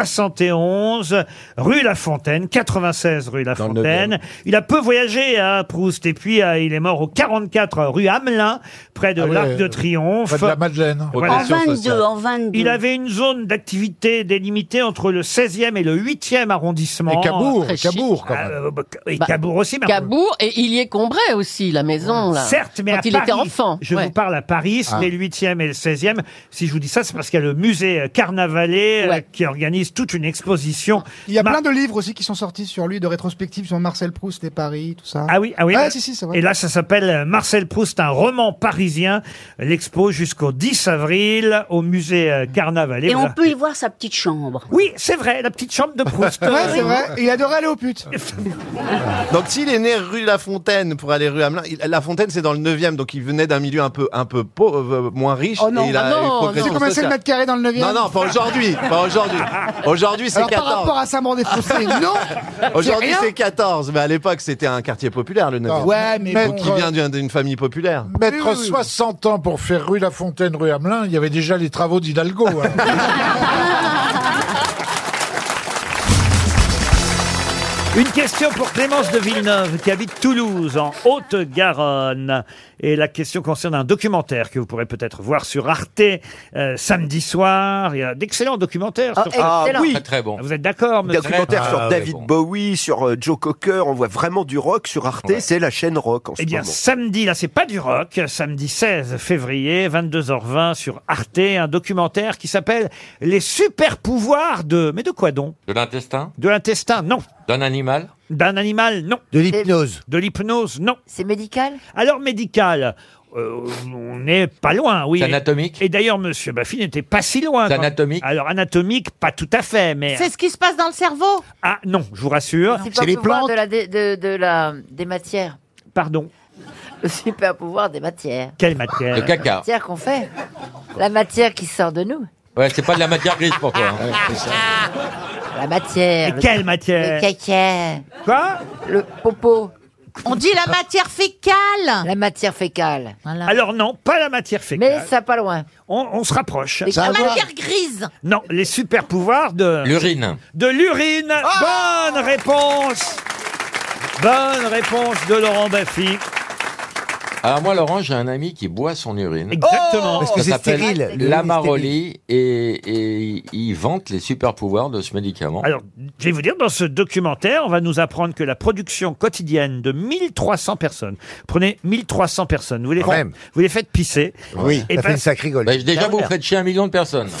Speaker 1: 1871, rue La Fontaine, 96 rue La Fontaine. Il a peu voyagé, hein, Proust, et puis euh, il est mort au 44 rue Hamelin, près de
Speaker 2: Ah ouais,
Speaker 1: l'Arc de
Speaker 2: euh,
Speaker 1: Triomphe.
Speaker 2: près de la Madeleine.
Speaker 1: Voilà.
Speaker 18: En 22, en 22.
Speaker 1: Il avait une zone d'activité délimitée entre le 16e et le 8e
Speaker 5: Et
Speaker 1: arrondissement.
Speaker 5: Cabourg, Très chic. Cabourg, quand
Speaker 1: Ah,
Speaker 5: même.
Speaker 1: euh, bah, et
Speaker 5: Bah,
Speaker 1: Cabourg aussi, mais
Speaker 5: Cabourg et il y est Combray aussi, la maison là.
Speaker 1: Certes, mais
Speaker 5: quand
Speaker 1: à
Speaker 5: il
Speaker 1: Paris,
Speaker 5: était enfant.
Speaker 1: Je
Speaker 5: ouais.
Speaker 1: vous parle à Paris, c'est
Speaker 5: Ah.
Speaker 1: les 8e et le 16e. Si je vous dis ça, c'est parce qu'il y a le musée euh, Carnavalet euh, qui organise toute une exposition.
Speaker 10: Il y a plein de livres aussi qui sont sortis sur lui, de rétrospectives sur Marcel Proust et Paris, tout ça.
Speaker 1: Ah oui, ah oui.
Speaker 10: Ouais, si, si, c'est vrai.
Speaker 1: Et là, ça s'appelle euh, Marcel Proust, un roman parisien. L'expo jusqu'au 10 avril au musée euh, Carnavalet.
Speaker 18: Et
Speaker 1: Vous
Speaker 18: on
Speaker 1: a-
Speaker 18: peut y voir sa petite chambre.
Speaker 1: Oui, c'est vrai, la petite chambre de Proust.
Speaker 10: [laughs] Ouais, c'est vrai. Et il adorait aller aux
Speaker 1: [laughs]
Speaker 10: putes.
Speaker 4: Donc s'il est né rue La Fontaine pour aller rue Hamelin, il- La Fontaine c'est dans le 9e, donc il venait d'un milieu un peu un peu pauvre, euh, moins riche.
Speaker 10: non.
Speaker 4: et il a
Speaker 10: Ah non,
Speaker 4: eu une
Speaker 10: non.
Speaker 4: progression
Speaker 10: C'est combien c'est le
Speaker 4: sociale.
Speaker 10: mètre carré dans le 9e?
Speaker 4: Non, non, pas aujourd'hui, pas aujourd'hui. Aujourd'hui c'est
Speaker 10: Alors,
Speaker 4: 14.
Speaker 10: par rapport
Speaker 4: [laughs]
Speaker 10: à Saint-Mandé-Fossé, non
Speaker 4: Aujourd'hui
Speaker 10: rien.
Speaker 4: c'est 14, mais à l'époque c'était un quartier populaire le 9e.
Speaker 10: Ouais, mais
Speaker 4: Donc
Speaker 10: bon.
Speaker 4: il vient d'un- d'une famille populaire.
Speaker 2: Mettre 60 ans pour faire rue La Fontaine, rue Hamelin, il y avait déjà les travaux d'Hidalgo.
Speaker 4: [laughs]
Speaker 2: hein.
Speaker 1: Une question pour Clémence de Villeneuve qui habite Toulouse en Haute-Garonne. Et la question concerne un documentaire que vous pourrez peut-être voir sur Arte euh, samedi soir. Il y a d'excellents documentaires.
Speaker 5: Ah,
Speaker 1: sur...
Speaker 5: excellent. Très, très bon.
Speaker 1: Vous êtes d'accord, monsieur Ah,
Speaker 5: Documentaire sur David Bowie, sur euh, Joe Cocker, on voit vraiment du rock sur Arte, c'est la chaîne rock en ce
Speaker 1: Eh bien,
Speaker 5: moment.
Speaker 1: samedi, là, c'est pas du rock. Samedi 16 février, 22h20 sur Arte, un documentaire qui s'appelle Les super pouvoirs de. Mais de quoi donc
Speaker 6: De l'intestin
Speaker 1: De l'intestin, non.
Speaker 6: D'un animal
Speaker 1: D'un animal, non.
Speaker 6: De l'hypnose.
Speaker 1: De l'hypnose, non. C'est médical Alors, médical. euh, on n'est pas loin, oui.
Speaker 6: C'est anatomique
Speaker 1: Et d'ailleurs, Monsieur Baffy n'était pas si loin.
Speaker 6: C'est
Speaker 1: quand-
Speaker 6: anatomique
Speaker 1: Alors anatomique, pas tout à fait, mais
Speaker 16: C'est ce qui se passe dans le cerveau.
Speaker 1: ah non, je vous rassure.
Speaker 16: C'est pas pouvoir de la, dé- de, de la, des matières.
Speaker 1: Pardon.
Speaker 16: Le super pouvoir des matières.
Speaker 1: Quelle matière
Speaker 6: Le
Speaker 16: Euh, La
Speaker 6: caca.
Speaker 16: matière qu'on fait. La matière qui sort de nous.
Speaker 6: Ouais, c'est pas de la matière grise pour toi. hein.
Speaker 16: La matière.
Speaker 6: Mais
Speaker 16: le-
Speaker 6: quelle matière
Speaker 16: Le caca.
Speaker 1: Quoi
Speaker 16: Le popo. On dit la matière fécale. La matière fécale. Voilà.
Speaker 1: Alors non, pas la matière fécale.
Speaker 16: Mais ça pas loin.
Speaker 1: On, on se rapproche.
Speaker 16: La matière grise.
Speaker 1: Non, les super pouvoirs de
Speaker 6: L'urine.
Speaker 1: De l'urine.
Speaker 16: Oh
Speaker 1: Bonne réponse. Bonne réponse de Laurent Baffy.
Speaker 6: Alors moi, Laurent, j'ai un ami qui boit son urine.
Speaker 1: Exactement.
Speaker 6: Parce que c'est stérile. L'amaroli et, et il vante les super pouvoirs de ce médicament.
Speaker 1: Alors, je vais vous dire, dans ce documentaire, on va nous apprendre que la production quotidienne de 1300 personnes, prenez 1300 personnes, vous les, faites, vous les faites pisser. Et ben-
Speaker 6: Bah, déjà, vous faites chier un million de personnes.
Speaker 1: [laughs]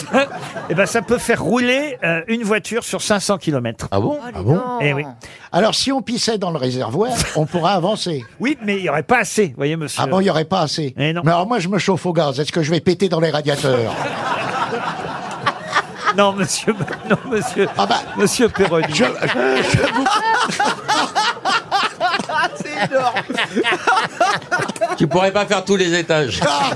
Speaker 1: Eh ben, ça peut faire rouler euh, une voiture sur 500 km.
Speaker 6: Ah
Speaker 10: Oh,
Speaker 6: bon
Speaker 1: Ah bon Eh oui.
Speaker 27: Alors, si on pissait dans le
Speaker 1: [laughs]
Speaker 27: réservoir, on pourrait avancer.
Speaker 1: Oui, mais il n'y aurait pas assez, vous voyez, monsieur.
Speaker 27: Ah
Speaker 1: Eh
Speaker 27: bon, il n'y aurait pas assez. Mais alors, moi, je me chauffe au gaz. Est-ce que je vais péter dans les radiateurs
Speaker 1: [laughs] Non, monsieur. Non, monsieur.
Speaker 12: Ah bah.
Speaker 1: Monsieur Perroni.
Speaker 27: Je-
Speaker 8: Ah, c'est
Speaker 6: Tu pourrais pas faire tous les étages.
Speaker 1: Ah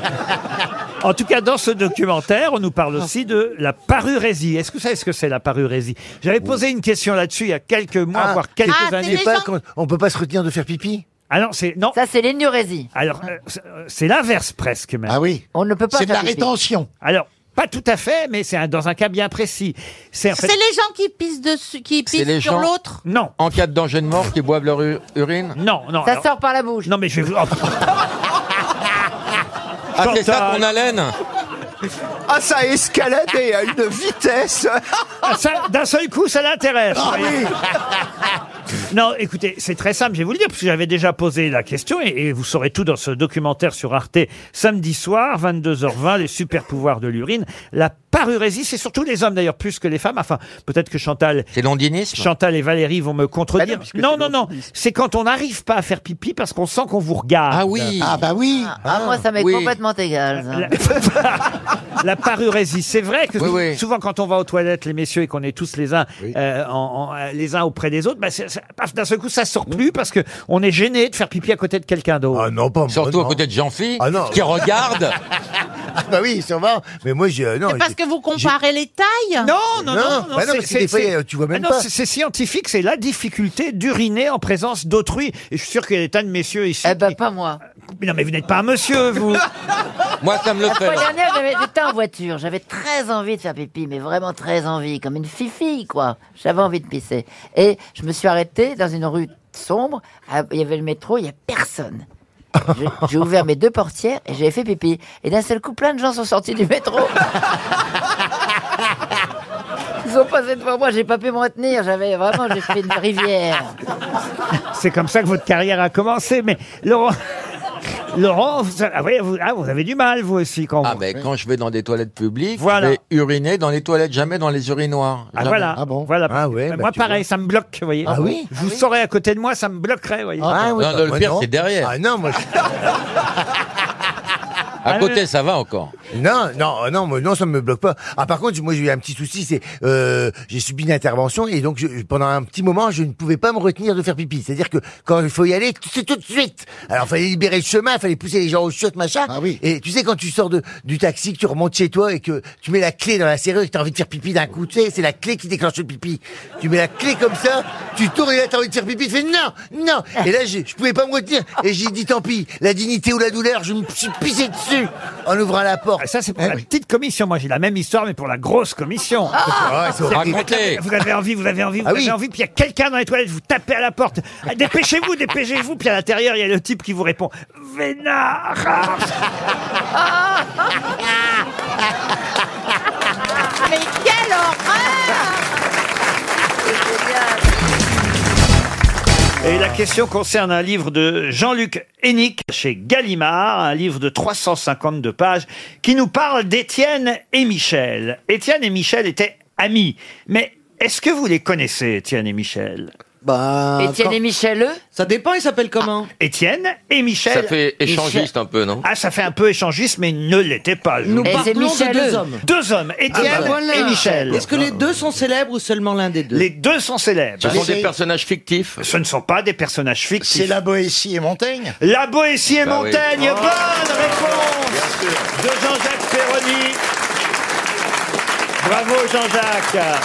Speaker 1: [laughs] En tout cas, dans ce documentaire, on nous parle aussi de la parurésie. Est-ce que vous savez ce que c'est la parurésie J'avais posé une question là-dessus il y a quelques mois, voire quelques
Speaker 12: Ah, c'est
Speaker 1: années.
Speaker 12: les gens- Pas
Speaker 1: on peut pas se retenir de faire pipi alors c'est non.
Speaker 16: Ça, c'est l'énurésie.
Speaker 1: Alors euh, c'est- euh, c'est l'inverse presque même. Ah
Speaker 27: oui.
Speaker 16: On ne peut pas
Speaker 27: C'est de faire la pipi. rétention.
Speaker 1: Alors pas tout à fait, mais c'est un- dans un cas bien précis. C'est en fait-
Speaker 16: C'est les gens qui pissent dessus, qui
Speaker 6: C'est les
Speaker 16: pissent sur
Speaker 6: gens-
Speaker 11: [laughs]
Speaker 16: l'autre.
Speaker 1: Non.
Speaker 6: En cas de danger de mort, qui boivent leur u- urine
Speaker 1: Non, non.
Speaker 16: Ça sort par la bouche.
Speaker 1: Non, mais je vais vous.
Speaker 6: Ah, c'est ça ton haleine
Speaker 5: Ah, ça a escaladé à une vitesse.
Speaker 1: D'un seul coup, Ah, ça l'intéresse.
Speaker 5: Ah oui.
Speaker 1: Non, écoutez, c'est très simple, je vais vous le dire, parce que j'avais déjà posé la question, et, et vous saurez tout dans ce documentaire sur Arte samedi soir, 22h20, les super pouvoirs de l'urine. La parurésie, c'est surtout les hommes d'ailleurs, plus que les femmes. Enfin, peut-être que Chantal.
Speaker 6: C'est l'ondinisme
Speaker 1: Chantal et Valérie vont me contredire.
Speaker 6: puisque
Speaker 1: non, non, non, c'est quand on n'arrive pas à faire pipi parce qu'on sent qu'on vous regarde. Ah
Speaker 6: oui.
Speaker 27: Ah bah oui.
Speaker 16: Ah, moi, ça m'est
Speaker 1: Oui.
Speaker 16: complètement égal. ça.
Speaker 1: La parurésie, c'est vrai que
Speaker 16: Oui, oui.
Speaker 1: souvent quand on va aux toilettes, les messieurs, et qu'on est tous les uns, euh, en- en- euh, les uns auprès des autres, bah, c'est- c'est- paf, d'un seul coup, ça sort plus parce que on est gêné de faire pipi à côté de quelqu'un d'autre. Ah
Speaker 12: non, pas
Speaker 6: Surtout à côté de Jean-Phi, qui regarde.
Speaker 12: [laughs] Ah bah oui, sûrement. Mais moi, j'ai. euh, non,
Speaker 16: C'est parce
Speaker 12: j'ai-
Speaker 16: que vous comparez les tailles
Speaker 1: Non, non, non, non,
Speaker 12: bah non, parce que des fois, euh, tu vois même
Speaker 1: Ah non,
Speaker 12: pas.
Speaker 1: c'est- C'est scientifique, c'est la difficulté d'uriner en présence d'autrui. Et je suis sûr qu'il y a des tas de messieurs ici. Eh ben,
Speaker 16: pas moi.
Speaker 1: non, mais vous n'êtes pas un monsieur, vous.
Speaker 6: [laughs] Moi, ça me
Speaker 16: La fois dernière, j'avais- j'étais en voiture, j'avais très envie de faire pipi, mais vraiment très envie, comme une fifille, quoi. J'avais envie de pisser. Et je me suis arrêté dans une rue sombre, à- il y avait le métro, il n'y a personne. Je- J'ai ouvert mes deux portières et j'avais fait pipi. Et d'un seul coup, plein de gens sont sortis du métro. Ils ont passé devant moi, j'ai pas pu me retenir, j'avais vraiment, j'ai fait une rivière.
Speaker 1: C'est comme ça que votre carrière a commencé. Mais Laurent, [laughs] Laurent, vous, ah, oui, vous- ah, vous avez du mal, vous aussi, quand
Speaker 6: Ah
Speaker 1: vous-
Speaker 6: ben quand je vais dans des toilettes publiques,
Speaker 1: Voilà.
Speaker 6: je vais uriner dans les toilettes, jamais dans les urinoirs.
Speaker 1: Ah
Speaker 6: Jamais.
Speaker 1: voilà, voilà.
Speaker 27: Ah
Speaker 1: Bah, moi pareil, ça me bloque, vous voyez.
Speaker 6: Ah oui
Speaker 1: Vous saurez à côté de moi, ça me bloquerait, vous voyez.
Speaker 6: Ah, non, non, le pire c'est derrière.
Speaker 12: Ah non, moi. je-
Speaker 6: À côté ça va encore.
Speaker 12: Non, non, euh, non, moi, non, ça me bloque pas. Ah, par contre, moi, j'ai eu un petit souci, c'est euh, j'ai subi une intervention et donc je- pendant un petit moment, je ne pouvais pas me retenir de faire pipi. C'est-à-dire que quand il faut y aller, t- c'est tout de suite. Alors, fallait libérer le chemin, fallait pousser les gens aux chiottes, machin. Et tu sais, quand tu sors de, du taxi, que tu remontes chez toi et que tu mets la clé dans la serrure et que t'as envie de faire pipi d'un coup, tu sais, c'est la clé qui déclenche le pipi. Tu mets la clé comme ça, tu tournes et là, t'as envie de faire pipi, tu fais non, non. Et là, j'ai- je pouvais pas me retenir et j'ai dit tant pis, la dignité ou la douleur, je me suis pissé dessus en ouvrant la porte.
Speaker 1: Ah, Ça, c'est pour la petite commission. Moi, j'ai la même histoire, mais pour la grosse commission.
Speaker 12: Ah, c'est horrible.
Speaker 1: C'est-à-dire que Vous avez envie, vous avez envie, vous
Speaker 12: Ah
Speaker 1: avez
Speaker 12: oui.
Speaker 1: envie, puis il y a quelqu'un dans les toilettes, vous tapez à la porte. Ah, Dépêchez-vous, dépêchez-vous, puis à l'intérieur, il y a le type qui vous répond. Vénard
Speaker 8: Mais quelle horreur
Speaker 1: Et la question concerne un livre de Jean-Luc Hénic chez Gallimard, un livre de 352 pages qui nous parle d'Étienne et Michel. Étienne et Michel étaient amis, mais est-ce que vous les connaissez, Étienne et Michel
Speaker 7: Bah,
Speaker 16: Étienne et Michel, eux
Speaker 7: Ça dépend, ils s'appellent comment
Speaker 1: Ah, Étienne et Michel.
Speaker 7: Ça fait échangiste
Speaker 1: un peu, non Ah, ça fait un peu échangiste, mais ils ne l'était pas. je
Speaker 7: Nous
Speaker 1: vous le dis.
Speaker 7: parlons Et c'est de Michel, deux eux. hommes.
Speaker 1: Deux hommes, Étienne
Speaker 7: Ah bah voilà.
Speaker 1: et Michel.
Speaker 7: Est-ce que les deux sont célèbres ou seulement l'un des deux
Speaker 1: Les deux sont
Speaker 11: Eh
Speaker 1: célèbres.
Speaker 11: ben,
Speaker 7: Ce sont des
Speaker 1: personnages fictifs Ce ne sont pas des personnages fictifs.
Speaker 27: C'est la Boétie et Montaigne
Speaker 1: La Boétie et
Speaker 27: Bah oui.
Speaker 1: Montaigne,
Speaker 27: Oh.
Speaker 1: bonne réponse de Jean-Jacques Ferroni. Bravo Jean-Jacques.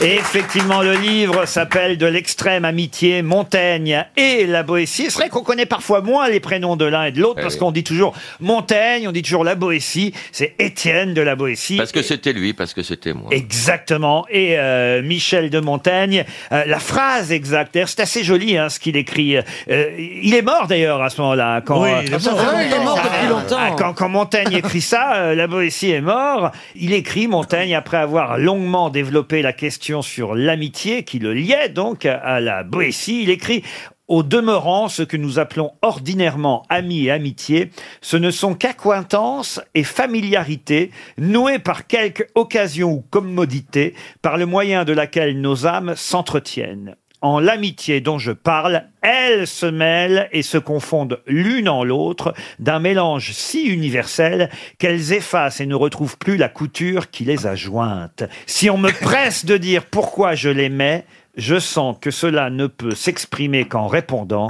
Speaker 1: Et effectivement, le livre s'appelle De l'extrême amitié, Montaigne et la Boétie. C'est vrai qu'on connaît parfois moins les prénoms de l'un et de l'autre
Speaker 7: Eh
Speaker 1: parce
Speaker 7: oui.
Speaker 1: qu'on dit toujours Montaigne, on dit toujours la Boétie. C'est Étienne de la Boétie.
Speaker 7: Parce que c'était lui, parce que c'était moi.
Speaker 1: Exactement. Et euh, Michel de Montaigne, euh, la phrase exacte. D'ailleurs, c'est assez joli hein, ce qu'il écrit. Euh, il est mort d'ailleurs à ce moment-là. Quand,
Speaker 7: Oui, il est
Speaker 1: Ah,
Speaker 7: mort.
Speaker 1: ça fait
Speaker 7: Oui, il est
Speaker 1: longtemps.
Speaker 7: mort depuis
Speaker 1: Ah,
Speaker 7: longtemps.
Speaker 1: ah, quand, quand Montaigne écrit ça, euh, la Boétie est mort. Il écrit Montaigne après avoir longuement développé la question sur l'amitié qui le liait donc à- à la Boétie. Il écrit. Au demeurant, ce que nous appelons ordinairement amis et amitié, ce ne sont qu'acquaintances et familiarités nouées par quelque occasion ou commodité par le moyen de laquelle nos âmes s'entretiennent. En l'amitié dont je parle, elles se mêlent et se confondent l'une en l'autre d'un mélange si universel qu'elles effacent et ne retrouvent plus la couture qui les a jointes. Si on me presse de dire pourquoi je l'aimais, Je sens que cela ne peut s'exprimer qu'en répondant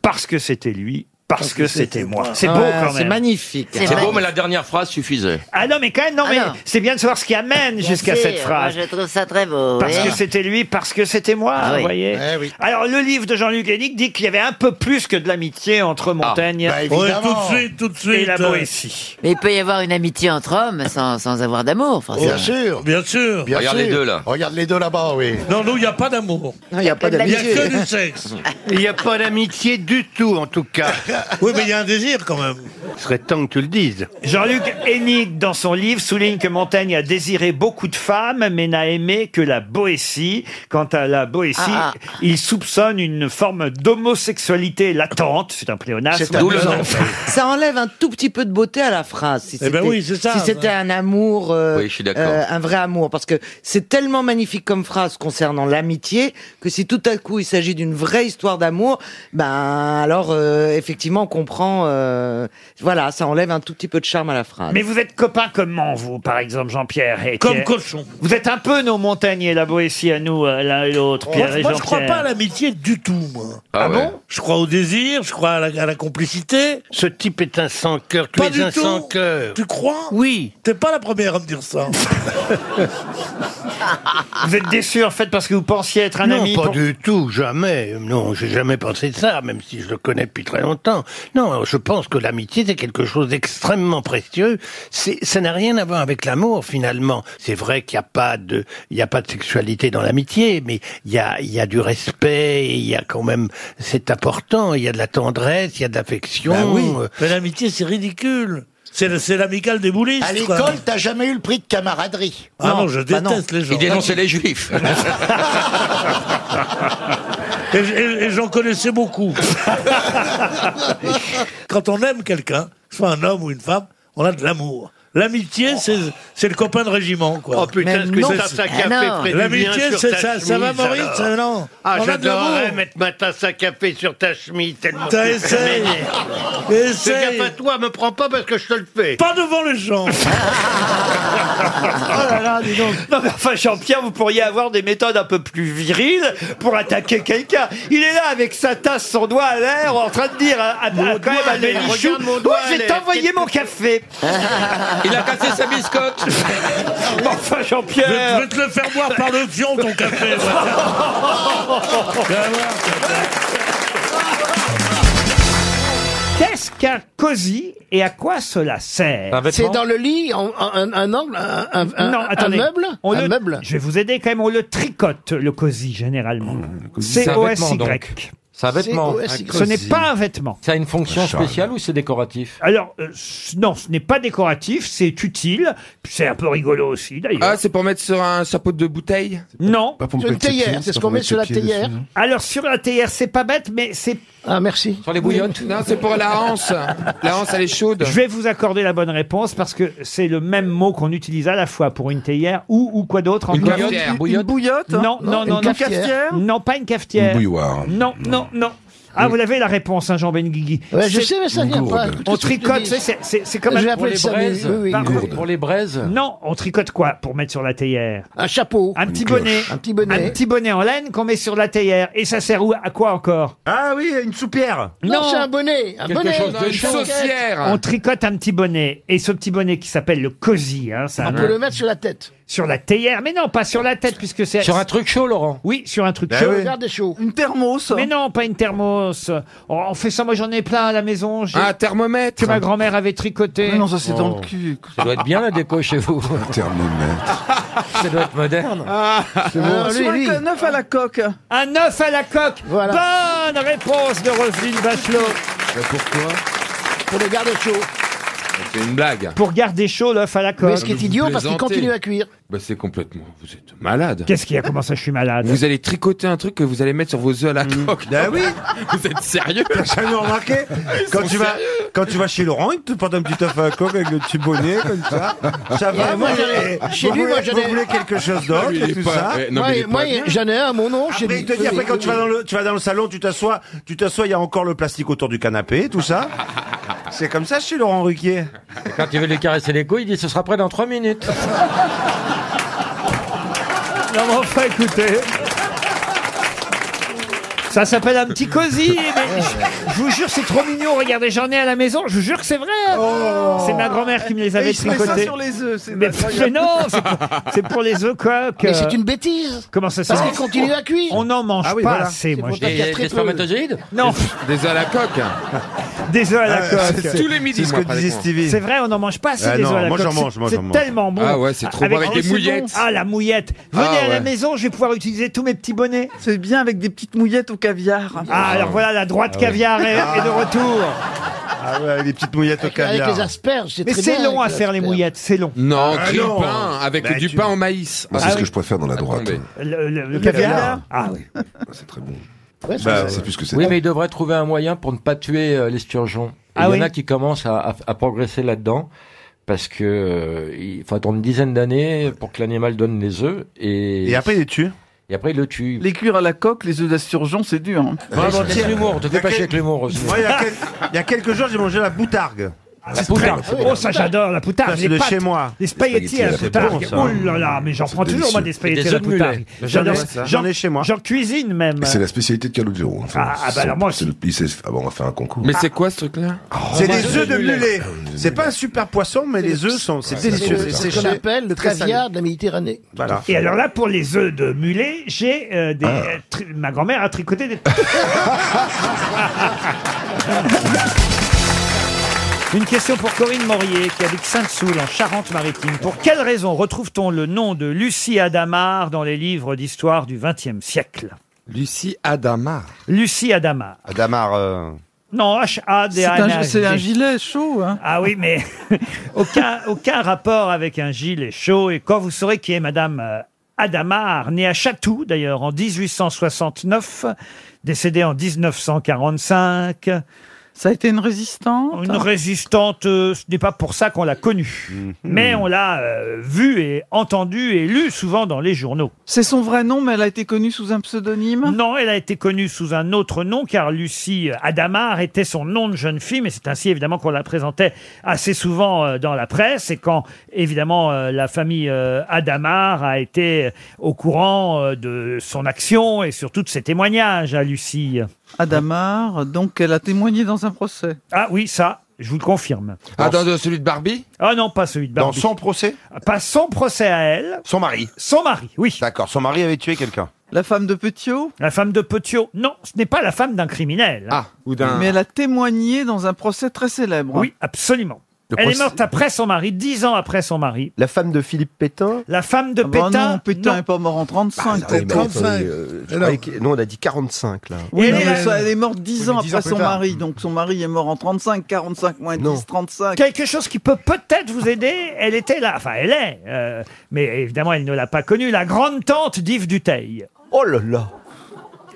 Speaker 1: parce que c'était lui, parce, que, c'était moi. C'est beau
Speaker 6: Ah,
Speaker 8: Ouais,
Speaker 1: quand même.
Speaker 8: c'est
Speaker 1: magnifique.
Speaker 8: C'est beau, mais la dernière phrase suffisait.
Speaker 1: Ah non, mais quand même, non, mais c'est bien de savoir ce qui amène jusqu'à
Speaker 8: sûr,
Speaker 1: cette phrase.
Speaker 16: moi, je trouve ça très beau.
Speaker 1: Parce
Speaker 16: oui.
Speaker 1: que c'était lui, parce que c'était moi,
Speaker 16: Ah oui.
Speaker 1: vous voyez.
Speaker 16: Eh oui.
Speaker 1: Alors, le livre de Jean-Luc Hénique dit qu'il y avait un peu plus que de l'amitié entre Montaigne
Speaker 16: bah, évidemment. Ouais, tout de
Speaker 1: tout de suite. et la Boétie.
Speaker 16: Mais il peut y avoir une amitié entre hommes sans, sans avoir d'amour, forcément.
Speaker 28: Bien Oh, sûr.
Speaker 11: Oh, Bien sûr.
Speaker 28: Bien
Speaker 8: Regarde
Speaker 28: sûr.
Speaker 8: les deux, là.
Speaker 28: Regarde les deux là-bas, oui.
Speaker 11: Non, non, il n'y a pas d'amour.
Speaker 28: Non, il n'y a pas
Speaker 11: Il n'y a
Speaker 28: d'amitié.
Speaker 11: que du sexe.
Speaker 12: [laughs] Il n'y a pas d'amitié du tout, en tout cas.
Speaker 11: [laughs] Oui, mais il y a un désir quand même.
Speaker 12: Ce serait temps que tu le dises.
Speaker 1: Jean-Luc Hénig, dans son livre, souligne que Montaigne a désiré beaucoup de femmes, mais n'a aimé que la Boétie. Quant à la Boétie,
Speaker 29: Ah,
Speaker 1: il soupçonne une forme d'homosexualité latente. C'est un pléonasme.
Speaker 29: C'est D'où le
Speaker 1: [laughs]
Speaker 29: amusant. nom.
Speaker 4: Ça enlève un tout petit peu de beauté à la phrase. Si
Speaker 1: Eh
Speaker 4: c'était-
Speaker 1: ben oui, c'est ça.
Speaker 4: Si c'était un amour, euh,
Speaker 8: Oui, je suis d'accord.
Speaker 4: euh, un vrai amour, parce que c'est tellement magnifique comme phrase concernant l'amitié que si tout à coup il s'agit d'une vraie histoire d'amour, ben alors euh, effectivement on comprend. euh, voilà, ça enlève un tout petit peu de charme à la phrase.
Speaker 1: Mais vous êtes copains comment, vous, par exemple, Jean-Pierre et
Speaker 4: Comme
Speaker 1: Pierre
Speaker 4: cochon.
Speaker 1: Vous êtes un peu nos Montaigne et la Boétie à nous, euh, l'un et l'autre,
Speaker 11: Moi,
Speaker 1: Pierre et
Speaker 11: moi, je crois
Speaker 1: Jean-Pierre.
Speaker 11: pas à l'amitié du tout, moi.
Speaker 1: Ah ouais.
Speaker 11: bon Je crois au désir, je crois à la, à la complicité.
Speaker 12: Ce type est un sans-cœur, tu
Speaker 11: Pas
Speaker 12: es
Speaker 11: du
Speaker 12: un
Speaker 11: tout.
Speaker 12: sans-cœur.
Speaker 11: Tu crois Oui. T'es pas la première à me
Speaker 12: [laughs]
Speaker 11: dire ça.
Speaker 1: Vous êtes déçu, en fait, parce que vous pensiez être un
Speaker 12: non,
Speaker 1: ami.
Speaker 12: pas
Speaker 1: pour-
Speaker 12: du tout, jamais. Non, j'ai jamais pensé de ça, même si je le connais depuis très longtemps. Non, je pense que l'amitié, c'est quelque chose d'extrêmement précieux. C'est, ça n'a rien à voir avec l'amour, finalement. C'est vrai qu'il n'y a pas de, il n'y a pas de sexualité dans l'amitié, mais il y a, il y a du respect, et il y a quand même, c'est important, il y a de la tendresse, il y a de l'affection.
Speaker 28: Bah
Speaker 12: euh,
Speaker 11: Mais l'amitié, c'est ridicule. C'est le- c'est l'amicale des boulistes.
Speaker 28: À
Speaker 11: quoi.
Speaker 28: l'école, t'as jamais eu le prix de camaraderie.
Speaker 11: Ah non, je
Speaker 28: bah non.
Speaker 11: déteste les gens.
Speaker 8: Il dénonçait les juifs.
Speaker 11: [laughs] Et, et- et j'en
Speaker 28: [laughs]
Speaker 11: connaissais beaucoup. Quand on aime quelqu'un, soit un homme ou une femme, on a de l'amour. L'amitié,
Speaker 28: Oh.
Speaker 11: c'est c'est le copain de régiment, quoi.
Speaker 12: Oh putain, Mais ce que non. t'as ta café, Ah non. Fred, bien
Speaker 11: L'amitié,
Speaker 12: sur
Speaker 11: c'est
Speaker 12: ta
Speaker 11: ça, ça va,
Speaker 12: chemise,
Speaker 11: Maurice
Speaker 12: alors.
Speaker 11: ça, Non.
Speaker 12: Ah,
Speaker 11: on a de
Speaker 12: j'adorerais
Speaker 11: l'amour.
Speaker 12: mettre ma tasse à café sur ta chemise tellement
Speaker 11: T'as
Speaker 12: tu-
Speaker 11: essayé.
Speaker 12: Fais gaffe à toi, me prends pas parce que je te le fais.
Speaker 11: Pas devant les
Speaker 12: [laughs]
Speaker 11: gens. Oh
Speaker 1: Non, mais enfin, Jean-Pierre, vous pourriez avoir des méthodes un peu plus viriles pour attaquer quelqu'un. Il est là avec sa tasse, son doigt à l'air, en train de dire à, à- à- quand même à
Speaker 30: à l'air,
Speaker 1: Bénichou,
Speaker 30: regarde mon
Speaker 1: Oui,
Speaker 30: doigt à
Speaker 1: je vais
Speaker 30: l'air.
Speaker 1: t'envoyer mon
Speaker 11: [laughs]
Speaker 1: café.
Speaker 8: Il a cassé sa biscotte.
Speaker 1: enfin, Jean-Pierre.
Speaker 11: Je vais te le faire boire par le fion, ton café.
Speaker 1: Qu'est-ce qu'un cosy et à quoi cela sert
Speaker 2: C'est dans le lit, en- un, un, un angle, un, un- un-
Speaker 1: non,
Speaker 2: un
Speaker 1: attendez.
Speaker 2: meuble,
Speaker 1: On
Speaker 2: un
Speaker 1: le-
Speaker 2: meuble.
Speaker 1: Je vais vous aider quand même. On le tricote, le cosy, généralement.
Speaker 6: Oh, C'est un vêtement,
Speaker 1: C-O-S-Y.
Speaker 6: donc. C'est un vêtement.
Speaker 1: C-O-S-Y.
Speaker 6: Un
Speaker 1: Ce
Speaker 6: cosy.
Speaker 1: n'est pas un vêtement.
Speaker 6: Ça a une fonction
Speaker 1: Charles.
Speaker 6: spéciale ou c'est décoratif
Speaker 1: Alors, euh, c- non, ce n'est pas décoratif, c'est utile. Puis C'est un peu rigolo aussi, d'ailleurs. Ah, c'est pour mettre sur un chapeau de bouteille Non.
Speaker 2: Sur une mettre ses théière, pieds, c'est ce c'est qu'on pour met mettre sur ses la pieds théière. dessus, non
Speaker 1: Alors, sur la théière, c'est pas bête, mais c'est...
Speaker 2: Ah, merci.
Speaker 1: Sur
Speaker 2: les bouillottes
Speaker 19: Non, c'est pour la hanse. La hanse, elle est chaude.
Speaker 1: Je vais vous accorder la bonne réponse parce que c'est le même mot qu'on utilise à la fois pour une théière ou, ou quoi d'autre
Speaker 19: Une
Speaker 1: encore
Speaker 19: cafetière, Une bouillotte. bouillotte
Speaker 2: hein
Speaker 1: Non, non,
Speaker 19: Une
Speaker 1: non. non.
Speaker 19: cafetière
Speaker 1: Non, pas une cafetière.
Speaker 19: Une bouilloire.
Speaker 1: Non, non, non. Ah, vous l'avez la réponse, hein, Jean Benguigui.
Speaker 2: Ouais, je
Speaker 1: C'est-
Speaker 2: sais, mais ça vient Une pas. gourde.
Speaker 1: On
Speaker 2: Qu'est-ce que je te
Speaker 1: tricote,
Speaker 2: dis
Speaker 1: c'est- c'est- c'est c'est comme
Speaker 2: Je
Speaker 1: un-
Speaker 2: l'appelle Pour les ça, mais- braises. oui, oui.
Speaker 1: Pardon.
Speaker 2: Une gourde.
Speaker 6: Pour les braises
Speaker 1: Non, on tricote quoi pour mettre sur la théière
Speaker 2: Un chapeau.
Speaker 1: Un petit bonnet.
Speaker 2: Un petit bonnet.
Speaker 1: Un petit bonnet en laine qu'on met sur la théière. Et ça sert où- à quoi encore
Speaker 2: Ah oui, une soupière. Non,
Speaker 1: Non.
Speaker 2: c'est un bonnet. Un bonnet.
Speaker 1: On tricote un petit bonnet. Et ce petit bonnet qui s'appelle le cosy, hein, ça.
Speaker 2: On peut le mettre sur la tête.
Speaker 1: Sur la théière, mais non, pas sur la tête, puisque c'est...
Speaker 6: Sur un truc chaud, Laurent
Speaker 1: Oui, sur un truc
Speaker 6: Ben
Speaker 1: chaud.
Speaker 6: oui.
Speaker 2: Regarde, chaud.
Speaker 1: Une thermos Mais non, pas une thermos. On, on fait ça, moi j'en ai plein à la maison. Un thermomètre Que ma grand-mère avait tricoté. non, ça
Speaker 6: c'est dans le Oh.
Speaker 1: cul.
Speaker 6: Ça doit être bien la déco chez vous. [laughs]
Speaker 31: Thermomètre.
Speaker 6: Ça doit être moderne.
Speaker 2: Ah,
Speaker 1: Un œuf à la coque. Un œuf à la coque. Bonne réponse de Roselyne Bachelot.
Speaker 31: Pourquoi
Speaker 2: Pour les garder chaud.
Speaker 19: C'est une blague.
Speaker 1: Pour garder chaud l'œuf à la coque.
Speaker 2: Mais ce qui est idiot, parce qu'il continue à cuire.
Speaker 19: Bah, c'est complètement. Vous êtes malade.
Speaker 1: Qu'est-ce qu'il y a Comment ça, je suis malade
Speaker 19: Vous allez tricoter un truc que vous allez mettre sur vos œufs à la
Speaker 2: Hmm.
Speaker 19: coque.
Speaker 2: Ben
Speaker 32: Bah oui.
Speaker 19: [laughs] Vous êtes sérieux
Speaker 32: Personne n'a
Speaker 19: [laughs]
Speaker 32: remarqué
Speaker 19: Ah, Ils
Speaker 32: quand
Speaker 19: sont
Speaker 32: tu, vas,
Speaker 19: sérieux.
Speaker 32: quand tu vas chez Laurent, il te porte un petit œuf à la coque avec le petit bonnet, comme ça. Ça va,
Speaker 2: Ah, moi,
Speaker 32: vous
Speaker 2: j'allais-
Speaker 32: voulez-
Speaker 2: chez
Speaker 32: vous
Speaker 2: lui, moi,
Speaker 32: voulez-
Speaker 2: j'allais-
Speaker 32: Vous voulez quelque chose d'autre
Speaker 19: Non, mais Ah, il
Speaker 32: et
Speaker 19: est
Speaker 32: tout
Speaker 19: pas-
Speaker 32: ça
Speaker 19: eh, non, mais il est pas
Speaker 2: moi,
Speaker 19: bien.
Speaker 2: j'en ai un, mon nom.
Speaker 32: Après, il te dit, après, quand tu vas dans le, tu vas dans le salon, tu t'assois, tu t'assois, il y a encore le plastique autour du canapé, tout ça. C'est comme ça chez Laurent Ruquier.
Speaker 6: Et Quand il veut lui caresser les couilles, il dit ce sera prêt dans 3 minutes.
Speaker 1: Non, mais enfin, écoutez. Ça s'appelle un
Speaker 2: [laughs]
Speaker 1: petit cosy. mais je- je vous jure, c'est trop mignon. Oh, Regardez, j'en ai à la maison. Je vous jure que c'est vrai.
Speaker 32: Oh.
Speaker 1: C'est ma grand-mère qui me les avait
Speaker 3: Et il se met ça
Speaker 1: tricotés.
Speaker 3: sur les œufs, c'est
Speaker 1: mais,
Speaker 3: incroyable.
Speaker 1: mais non, c'est pour, c'est pour les œufs coques.
Speaker 19: Mais
Speaker 1: euh,
Speaker 19: c'est une bêtise.
Speaker 1: Comment ça
Speaker 19: Parce
Speaker 1: se-
Speaker 19: qu'il continue à cuire.
Speaker 1: On n'en mange
Speaker 19: Ah oui,
Speaker 1: pas
Speaker 19: voilà.
Speaker 1: assez,
Speaker 19: C'est
Speaker 1: moi.
Speaker 19: pour
Speaker 1: je
Speaker 19: ça
Speaker 1: dis.
Speaker 19: qu'il y a Des- très des peu. spermatozoïdes
Speaker 1: Non.
Speaker 21: Des œufs à la coque.
Speaker 1: Des œufs à
Speaker 19: Ah,
Speaker 1: la
Speaker 21: Euh,
Speaker 1: coque.
Speaker 21: c'est tous les midis, C'est ce moi, que disait pratiquement. Stevie.
Speaker 1: C'est vrai, on n'en mange pas assez
Speaker 21: Ah
Speaker 1: des
Speaker 21: non,
Speaker 1: œufs à la
Speaker 21: moi,
Speaker 1: coque.
Speaker 21: j'en mange,
Speaker 1: C'est-
Speaker 21: moi, j'en
Speaker 1: C'est
Speaker 21: mange.
Speaker 1: tellement bon.
Speaker 21: Ah ouais, c'est trop bon avec des
Speaker 1: c'est
Speaker 21: mouillettes.
Speaker 1: Ah, la mouillette. Venez
Speaker 21: Ah
Speaker 1: à la
Speaker 21: ouais.
Speaker 1: maison, je vais pouvoir utiliser tous mes petits bonnets.
Speaker 3: C'est bien avec des petites mouillettes au caviar.
Speaker 1: Ah, alors voilà, la droite
Speaker 3: Ah ouais.
Speaker 1: caviar est, est de retour.
Speaker 33: Ah ouais, les petites mouillettes au caviar.
Speaker 19: asperges,
Speaker 1: Mais
Speaker 19: très
Speaker 1: c'est
Speaker 19: bien
Speaker 1: long à
Speaker 19: avec
Speaker 1: faire les mouillettes, c'est long.
Speaker 21: Non,
Speaker 1: Ah
Speaker 21: grille
Speaker 1: non.
Speaker 21: pain avec
Speaker 1: Bah,
Speaker 21: du
Speaker 1: tu-
Speaker 21: pain au maïs.
Speaker 20: Moi, c'est
Speaker 1: Ah
Speaker 20: ce
Speaker 1: oui.
Speaker 20: que je préfère dans la droite.
Speaker 1: Le, le- le
Speaker 20: Le
Speaker 1: caviar.
Speaker 20: caviar.
Speaker 1: Ah oui.
Speaker 20: C'est très bon.
Speaker 6: Ouais,
Speaker 20: je
Speaker 6: Bah,
Speaker 20: sais plus ce que c'est.
Speaker 6: Oui, mais il devrait trouver un moyen pour ne pas tuer euh, l'esturgeon. Et
Speaker 1: Ah
Speaker 6: il y
Speaker 1: oui
Speaker 6: en a qui commencent à, à- à progresser là-dedans parce que euh, il faut attendre une dizaine d'années pour que l'animal donne les œufs et
Speaker 33: Et après, il les tue
Speaker 6: et après il le tue.
Speaker 3: Les cuirs à la coque, les œufs d'asturgeon, c'est dur. hein.
Speaker 6: Vraiment, c'est l'humour. Te fais pas chier avec l'humour. aussi.
Speaker 33: Moi, il y a quel- il y a quelques jours, j'ai mangé la boutargue. Ah,
Speaker 1: La poutargue. Oh, ça j'adore, la poutargue.
Speaker 33: Ça,
Speaker 1: les
Speaker 33: C'est de
Speaker 1: pâtes,
Speaker 33: chez moi.
Speaker 1: Les spaghettis à la poutargue. oh là là, mais j'en prends toujours moi des spaghettis à la poutargue. J'adore ça.
Speaker 33: J'en ai chez moi.
Speaker 1: J'en cuisine même.
Speaker 20: Et C'est la spécialité de Calogero. Enfin,
Speaker 1: Ah, ah, bah
Speaker 20: c'est-
Speaker 1: alors moi,
Speaker 20: c'est le- il s'est- ah bah, on va faire un concours.
Speaker 21: Mais c'est quoi ce truc-là
Speaker 33: Ah, C'est des œufs de
Speaker 1: Ah,
Speaker 33: mulet. C'est pas un super poisson, mais les œufs sont. C'est délicieux.
Speaker 19: C'est
Speaker 33: C'est
Speaker 19: ce qu'on
Speaker 33: séché,
Speaker 19: appelle le
Speaker 33: très salé.
Speaker 19: caviar de la Méditerranée.
Speaker 33: Voilà.
Speaker 1: Et alors là, pour les œufs de mulet, j'ai euh, des. euh, tri- Ma grand-mère a tricoté des. Une question pour Corinne Maurier, qui habite Sainte-Soule, en Charente-Maritime. Pour quelle raison retrouve-t-on le nom de Lucie Adamar dans les livres d'histoire du XXe siècle
Speaker 21: Lucie Adamar.
Speaker 1: Lucie Adamar.
Speaker 33: Adamar. euh.
Speaker 1: Non, h a d
Speaker 3: C'est
Speaker 1: a
Speaker 3: un, c'est un gilet chaud. hein.
Speaker 1: Ah oui, mais [laughs] aucun, aucun rapport avec un gilet chaud. Et quand vous saurez qui est Madame euh, Adamar, née à Chatou, d'ailleurs, en 1869, décédée en 1945.
Speaker 3: Ça a été une résistante.
Speaker 1: Une résistante, euh, ce n'est pas pour ça qu'on l'a connue.
Speaker 33: Hmm.
Speaker 1: Mais on l'a euh, vue et entendue et lue souvent dans les journaux.
Speaker 3: C'est son vrai nom, mais elle a été connue sous un pseudonyme.
Speaker 1: Non, elle a été connue sous un autre nom car Lucie Adamar était son nom de jeune fille, mais c'est ainsi évidemment qu'on la présentait assez souvent euh, dans la presse et quand évidemment euh, la famille euh, Adamar a été euh, au courant euh, de son action et surtout de ses témoignages à Lucie.
Speaker 3: Adamar, donc elle a témoigné dans un procès.
Speaker 1: Ah oui, ça, je vous le confirme.
Speaker 21: Ah, dans dans celui de Barbie
Speaker 1: Ah non, pas celui de Barbie.
Speaker 33: Dans son procès
Speaker 1: Pas son procès à elle.
Speaker 33: Son mari.
Speaker 1: Son mari, oui.
Speaker 33: D'accord, son mari avait tué quelqu'un.
Speaker 3: La femme de Petiot,
Speaker 1: La femme de Petiot. Non, ce n'est pas la femme d'un criminel.
Speaker 21: Ah, ou d'un.
Speaker 3: mais elle a témoigné dans un procès très célèbre.
Speaker 1: Oui, absolument.
Speaker 33: Le
Speaker 1: Elle est
Speaker 33: procès-
Speaker 1: morte après son mari, dix ans après son mari.
Speaker 33: La femme de Philippe Pétain
Speaker 1: La femme de
Speaker 3: Ah bah
Speaker 1: Pétain.
Speaker 3: non, Pétain
Speaker 1: non.
Speaker 3: n'est pas mort en
Speaker 11: Bah,
Speaker 3: 35.
Speaker 33: Ah oui, mais
Speaker 3: 35.
Speaker 33: attendez, euh, je croyais que- Non, on a dit 45 là.
Speaker 3: [laughs] Oui,
Speaker 1: Et
Speaker 3: non, mais
Speaker 1: elle-
Speaker 3: ça, elle est morte 10 ans
Speaker 33: mais 10 ans
Speaker 3: après son
Speaker 33: plus tard.
Speaker 3: mari, donc son mari est mort en 35, 45 moins 10,
Speaker 33: Non.
Speaker 3: 35.
Speaker 1: Quelque chose qui peut peut-être vous aider, elle était là, enfin elle est, euh, mais évidemment elle ne l'a pas connue, la grande tante d'Yves Duteil,
Speaker 5: Oh là là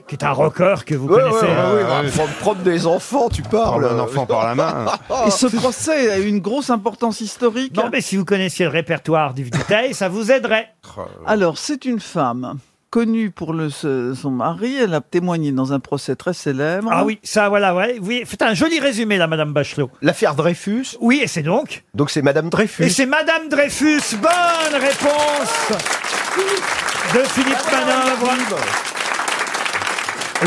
Speaker 1: qui est un rocker que vous
Speaker 5: Ouais, ouais,
Speaker 1: connaissez. euh, hein.
Speaker 5: ouais, ouais, bah, prendre, prendre des
Speaker 33: Oh,
Speaker 5: enfants, tu parles.
Speaker 33: Parle un enfant par la main.
Speaker 3: Et ce procès a eu une grosse importance historique.
Speaker 1: Non mais si vous connaissiez le répertoire d'Yves Duteil, ça vous aiderait.
Speaker 33: [laughs] Oh,
Speaker 3: Alors, c'est une femme connue pour le, ce- son mari. Elle a témoigné dans un procès très célèbre.
Speaker 1: Ah oui, ça voilà, ouais. Oui, faites un joli résumé là, Madame Bachelot.
Speaker 5: L'affaire Dreyfus,
Speaker 1: Oui, et c'est donc
Speaker 5: donc c'est Madame
Speaker 1: Et
Speaker 5: Dreyfus.
Speaker 1: c'est Madame Dreyfus, bonne réponse de Philippe Manœuvre.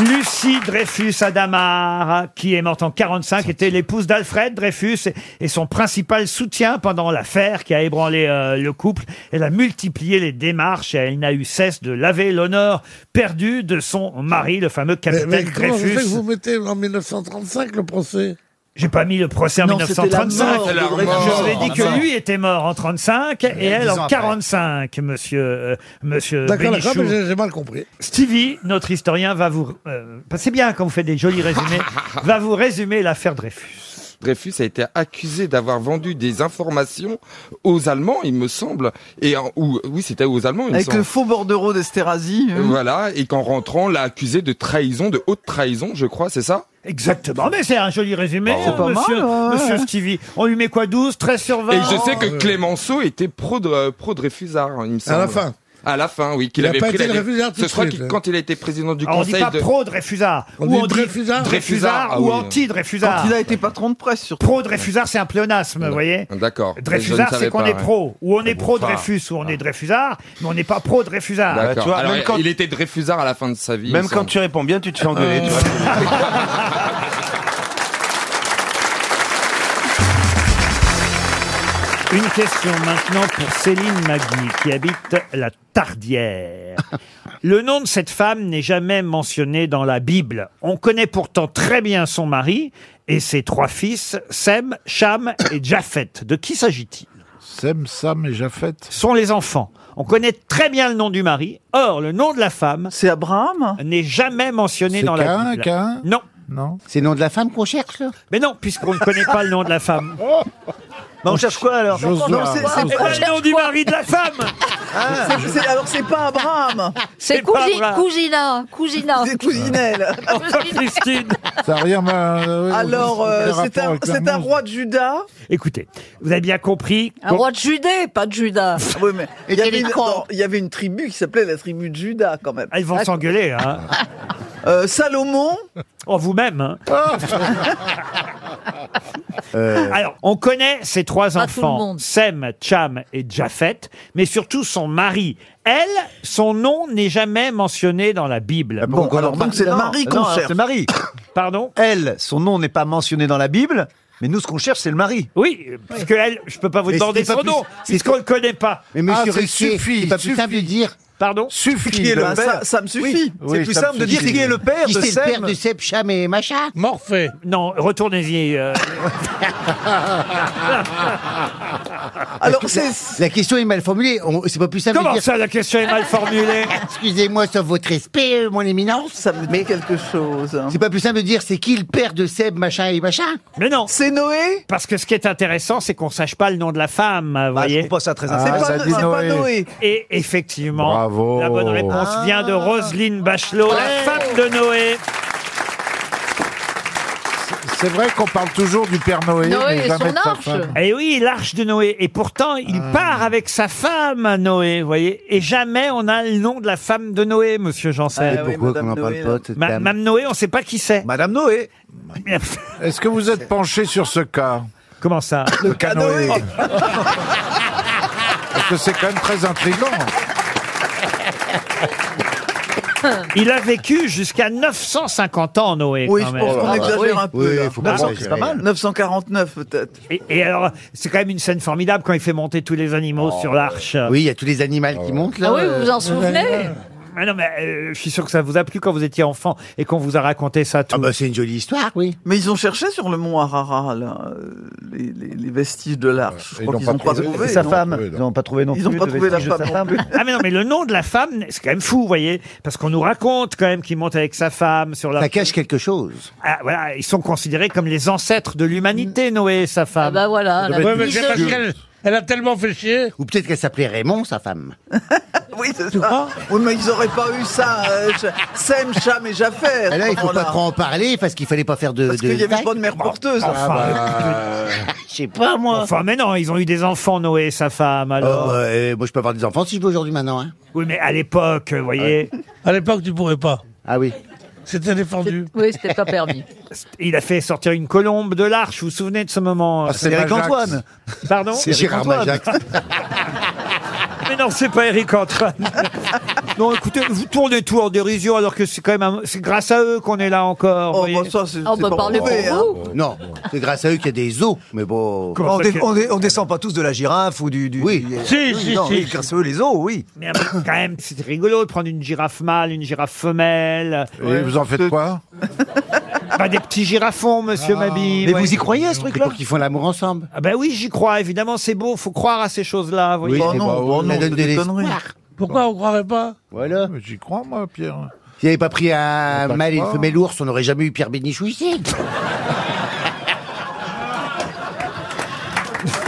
Speaker 1: Lucie Dreyfus Adamar, qui est morte en 45, était l'épouse d'Alfred Dreyfus et- et son principal soutien pendant l'affaire qui a ébranlé euh, le couple. Elle a multiplié les démarches et elle n'a eu cesse de laver l'honneur perdu de son mari, le fameux
Speaker 11: Mais,
Speaker 1: capitaine
Speaker 11: mais comment vous faites que
Speaker 1: Dreyfus.
Speaker 11: vous mettez [laughs] en 1935 le procès
Speaker 1: J'ai pas mis le procès en
Speaker 3: Non, c'était la
Speaker 1: 1935.
Speaker 3: mort de
Speaker 21: C'est la
Speaker 3: Dreyfus.
Speaker 21: mort.
Speaker 1: Je vous ai dit que lui était mort en 35 et elle en 45, monsieur, euh, monsieur
Speaker 11: D'accord, d'accord,
Speaker 1: Bénichou.
Speaker 11: mais j'ai j'ai mal compris.
Speaker 1: Stevie, notre historien, va vous... euh, c'est bien quand vous faites des jolis résumés, va vous résumer l'affaire Dreyfus.
Speaker 21: Dreyfus a été accusé d'avoir vendu des informations aux Allemands, il me semble. Et en- ou, oui, c'était aux Allemands, il me
Speaker 3: Avec
Speaker 21: semble.
Speaker 3: le faux bordereau d'Esterhazy. hein.
Speaker 21: Voilà, et qu'en rentrant, l'a accusé de trahison, de haute trahison, je crois, c'est ça
Speaker 1: Exactement, mais c'est un joli résumé,
Speaker 3: C'est
Speaker 1: hein,
Speaker 3: pas mal,
Speaker 1: monsieur,
Speaker 3: ouais, ouais.
Speaker 1: monsieur Stevie. On lui met quoi, 12, 13 sur Euh. 20
Speaker 21: Et je sais que Clémenceau était pro, de, pro Dreyfusard, euh, il me semble.
Speaker 11: À la fin.
Speaker 21: À la fin, oui, qu'il
Speaker 1: Il a
Speaker 21: avait
Speaker 1: pas
Speaker 21: pris
Speaker 1: été
Speaker 21: la-
Speaker 1: Dreyfusard tout
Speaker 21: Je
Speaker 1: de
Speaker 21: crois
Speaker 1: suite,
Speaker 21: que
Speaker 1: hein.
Speaker 21: quand il a été président du
Speaker 1: Alors, on dit
Speaker 21: conseil
Speaker 1: pas
Speaker 21: de...
Speaker 1: pro-Dreyfusard.
Speaker 21: On
Speaker 1: ou
Speaker 21: dit
Speaker 1: on dit
Speaker 21: Dreyfusard
Speaker 1: Dreyfusard
Speaker 21: Ah
Speaker 1: ou
Speaker 21: oui.
Speaker 1: anti-Dreyfusard.
Speaker 21: Quand il a été
Speaker 1: patron de presse, surtout. Pro-Dreyfusard, c'est un pléonasme, vous voyez
Speaker 21: D'accord.
Speaker 1: Dreyfusard, c'est qu'on est pro. Ou on est pro-Dreyfus,
Speaker 21: Dreyfus
Speaker 1: ou on est Dreyfusard, mais on n'est pas pro-Dreyfusard.
Speaker 33: Bah,
Speaker 19: Bah,
Speaker 21: D'accord. Alors, il était Dreyfusard à la fin de sa vie. il
Speaker 33: Même
Speaker 21: me
Speaker 33: quand
Speaker 21: semble.
Speaker 33: tu réponds bien, tu te fais
Speaker 1: Euh,
Speaker 33: engueuler. tu vois.
Speaker 1: Une question maintenant pour Céline Magui, qui habite la
Speaker 12: [laughs]
Speaker 1: Tardière. Le nom de cette femme n'est jamais mentionné dans la Bible. On connaît pourtant très bien son mari et ses trois fils, Sem, Cham et Japhet. De qui s'agit-il Sem, Sam et Japhet sont les enfants. On connaît très bien le nom du mari. Or, le nom de la femme... C'est Abraham ...n'est jamais mentionné
Speaker 12: C'est
Speaker 1: dans
Speaker 12: Caïn,
Speaker 1: la Bible.
Speaker 12: Caïn
Speaker 1: Non.
Speaker 12: Non. C'est le nom de la femme qu'on cherche, là
Speaker 1: Mais non, puisqu'on ne connaît pas le nom de la femme.
Speaker 12: on cherche quoi, alors Josua.
Speaker 1: Non, c'est- c'est
Speaker 12: Eh
Speaker 1: pas
Speaker 12: ben,
Speaker 1: le nom du mari de la femme
Speaker 3: hein. Ah, C'est- c'est- alors c'est pas Abraham.
Speaker 1: C'est pas
Speaker 3: cousi-
Speaker 1: Abraham.
Speaker 3: cousina, cousina. C'est
Speaker 1: [laughs]
Speaker 3: cousinelle.
Speaker 1: Christine.
Speaker 27: Ça n'a rien à...
Speaker 3: Alors euh, c'est un, c'est un roi de Juda.
Speaker 1: Écoutez, vous avez bien compris.
Speaker 10: Un roi de Judée, pas de Judas.
Speaker 3: Ah Oui, mais il y,
Speaker 10: quel
Speaker 3: avait une,
Speaker 10: écran
Speaker 3: non, il y avait une tribu qui s'appelait la tribu de Juda quand même.
Speaker 1: Ah,
Speaker 3: Euh,
Speaker 1: ils
Speaker 10: Ah,
Speaker 1: vont
Speaker 3: [laughs]
Speaker 1: s'engueuler, hein.
Speaker 3: Salomon. Ah.
Speaker 1: En vous-même. hein.
Speaker 12: Euh.
Speaker 1: [laughs] Alors, on connaît ses trois
Speaker 10: Pas tout le
Speaker 1: enfants,
Speaker 10: monde.
Speaker 1: Sem, Cham et Japhet, mais surtout son mari. Elle, son nom n'est jamais mentionné dans la Bible.
Speaker 12: Bon, alors donc c'est le mari qu'on cherche. le mari.
Speaker 1: [coughs] Pardon
Speaker 12: Elle, son nom n'est pas mentionné dans la Bible, mais nous, ce qu'on cherche, c'est le mari.
Speaker 1: Oui, parce que elle, je peux pas vous
Speaker 12: Mais
Speaker 1: demander
Speaker 12: c'était
Speaker 1: son
Speaker 12: pas
Speaker 1: nom,
Speaker 12: plus-
Speaker 1: puisqu'on ne le connaît pas.
Speaker 12: Mais monsieur Riquier, Ah, c'est pas plus simple de
Speaker 1: dire. Pardon
Speaker 12: Suffit. Qui est le
Speaker 1: Ben,
Speaker 12: père
Speaker 1: ça- ça me suffit.
Speaker 12: Oui,
Speaker 1: C'est
Speaker 12: oui,
Speaker 1: plus
Speaker 12: ça me
Speaker 1: simple de
Speaker 12: suffit.
Speaker 1: dire qui est le père
Speaker 12: Qui
Speaker 1: de
Speaker 12: c'est le père
Speaker 1: Sem
Speaker 12: de Seb, Cham et Macha
Speaker 1: Morphée. Non, retournez-y. euh. Ah,
Speaker 12: Alors, c'est... La question est mal formulée. On- C'est pas plus simple
Speaker 1: Comment ça, la question est mal formulée
Speaker 12: [laughs] Excusez-moi, sauf votre respect, euh, mon éminence. Ça me dit quelque chose.
Speaker 1: hein.
Speaker 12: C'est pas plus simple de dire c'est qui le père de Seb, machin et machin
Speaker 1: Mais non.
Speaker 12: C'est Noé
Speaker 1: Parce que ce qui est intéressant, c'est qu'on sache pas le nom de la femme, vous voyez. Je trouve
Speaker 12: Ah, pas ça très intéressant.
Speaker 1: C'est
Speaker 12: Ah,
Speaker 1: pas,
Speaker 12: ça dit
Speaker 1: c'est pas
Speaker 12: Noé.
Speaker 1: Noé. Et effectivement,
Speaker 12: Bravo.
Speaker 1: la
Speaker 2: Oh.
Speaker 1: bonne
Speaker 12: Ah,
Speaker 1: réponse vient de Roselyne Bachelot, la femme de Noé.
Speaker 2: C'est vrai qu'on parle toujours du Père Noé, mais jamais de sa femme. Ah.
Speaker 1: Eh oui, l'arche de Noé. Et pourtant, il part avec sa femme, Noé, vous voyez. Et jamais on a le nom de la femme de Noé, monsieur Janssen.
Speaker 12: Et Ah oui, pourquoi Madame qu'on en parle Noé, pas, là. cette
Speaker 1: Ma-
Speaker 12: dame
Speaker 1: Madame Noé, on ne sait pas qui c'est.
Speaker 12: Madame Noé.
Speaker 2: Est-ce que vous êtes penché sur ce cas
Speaker 1: Comment ça Oh.
Speaker 2: Le cas Noé. Parce que c'est quand même très intriguant.
Speaker 1: Il a vécu jusqu'à 950 ans, Noé.
Speaker 3: Oui,
Speaker 1: quand
Speaker 3: je
Speaker 1: même. Ah,
Speaker 3: pense qu'on exagère un peu. là. 900, c'est pas mal.
Speaker 1: 949 peut-être. Et, et alors, c'est quand même une scène formidable quand il fait monter tous les animaux sur l'arche.
Speaker 12: Oh. Oui, il y a tous les animaux qui montent là.
Speaker 1: Ah oui, vous vous en
Speaker 12: Euh,
Speaker 1: souvenez Ah non, mais euh, je suis sûr que ça vous a plu quand vous étiez enfant et qu'on vous a raconté ça tout. Ah bah
Speaker 12: c'est une jolie histoire, oui.
Speaker 3: Mais ils ont cherché sur le mont Harara là, euh, les, les- les vestiges de l'arche. Je crois qu'ils n'ont pas trouvé.
Speaker 12: Sa
Speaker 3: non
Speaker 12: femme. Ils n'ont pas trouvé non
Speaker 3: Ils
Speaker 12: plus.
Speaker 3: n'ont pas
Speaker 12: de
Speaker 3: trouvé la
Speaker 12: vestige de
Speaker 3: femme
Speaker 12: sa
Speaker 3: non [laughs] plus.
Speaker 1: Ah mais non, mais le nom de la femme, c'est quand même fou, vous voyez, parce qu'on nous raconte quand même qu'il monte avec sa femme sur la. Ça
Speaker 12: cache quelque chose.
Speaker 1: Ah voilà, ils sont considérés comme les ancêtres de l'humanité, Noé et sa femme. Ah bah
Speaker 10: voilà,
Speaker 12: la Ouais, mais c'est parce qu'elle-
Speaker 1: a tellement fait chier.
Speaker 12: Euh, Ou peut-être qu'elle s'appelait Raymond, sa femme.
Speaker 3: Oui, c'est ça. Ah, Oui, mais ils n'auraient pas eu ça. euh, je- Sem, Cham et
Speaker 1: Oh
Speaker 3: Jaffer.
Speaker 12: Ah là, il faut pas trop en parler parce qu'il fallait pas faire de.
Speaker 3: Parce qu'il n'y avait pas de hein. mère porteuse.
Speaker 12: [laughs] Je sais pas, moi.
Speaker 1: Enfin, mais non, ils ont eu des enfants, Noé et sa femme, alors.
Speaker 12: Oh, bah, eh, moi, je peux avoir des enfants si je veux aujourd'hui maintenant. Hein.
Speaker 1: Oui, mais à l'époque, vous voyez.
Speaker 12: À l'époque, tu pourrais pas. Ah oui.
Speaker 1: C'était défendu.
Speaker 10: Oui, c'était pas permis.
Speaker 1: [laughs] Il a fait sortir une colombe de l'arche, vous vous souvenez de ce moment
Speaker 12: Ah, c'est Eric Antoine.
Speaker 1: Pardon
Speaker 12: C'est Eric Gérard Antoine. Majax.
Speaker 1: [laughs] Mais non, c'est pas
Speaker 12: [laughs]
Speaker 1: Eric Antoine. non, écoutez, vous tournez tout en dérision alors que c'est quand même un- c'est grâce à eux qu'on est là encore.
Speaker 12: Oh,
Speaker 1: vous
Speaker 12: bah
Speaker 1: voyez.
Speaker 12: hein. Non, c'est grâce à eux qu'il y a des os. Mais bon.
Speaker 1: Comment
Speaker 12: on,
Speaker 1: ça
Speaker 12: dé-
Speaker 1: que-
Speaker 12: on dé- on descend pas tous de la girafe ou du. du oui.
Speaker 1: Si, si, si, si.
Speaker 12: grâce à eux, les os, oui.
Speaker 1: Mais quand même, c'est rigolo de prendre une girafe mâle, une girafe femelle.
Speaker 2: Et vous en faites quoi
Speaker 1: Bah, des petits girafons, monsieur
Speaker 12: Ah.
Speaker 1: Mabille.
Speaker 12: Mais vous y croyez, à ce truc-là
Speaker 1: Pour qu'ils font l'amour ensemble. Ah ben oui, j'y crois, évidemment, c'est beau, faut croire à ces choses-là. vous
Speaker 12: Oui,
Speaker 1: voyez.
Speaker 12: Oh mais non, bah, oh on non, donne c'est des des [laughs] conneries. espoirs.
Speaker 1: Pourquoi on croirait pas
Speaker 12: Voilà.
Speaker 2: J'y crois, moi, Pierre.
Speaker 12: S'il n'y avait pas pris un mâle et une
Speaker 2: pas.
Speaker 12: femelle ours, on n'aurait jamais eu Pierre Bénichou ici.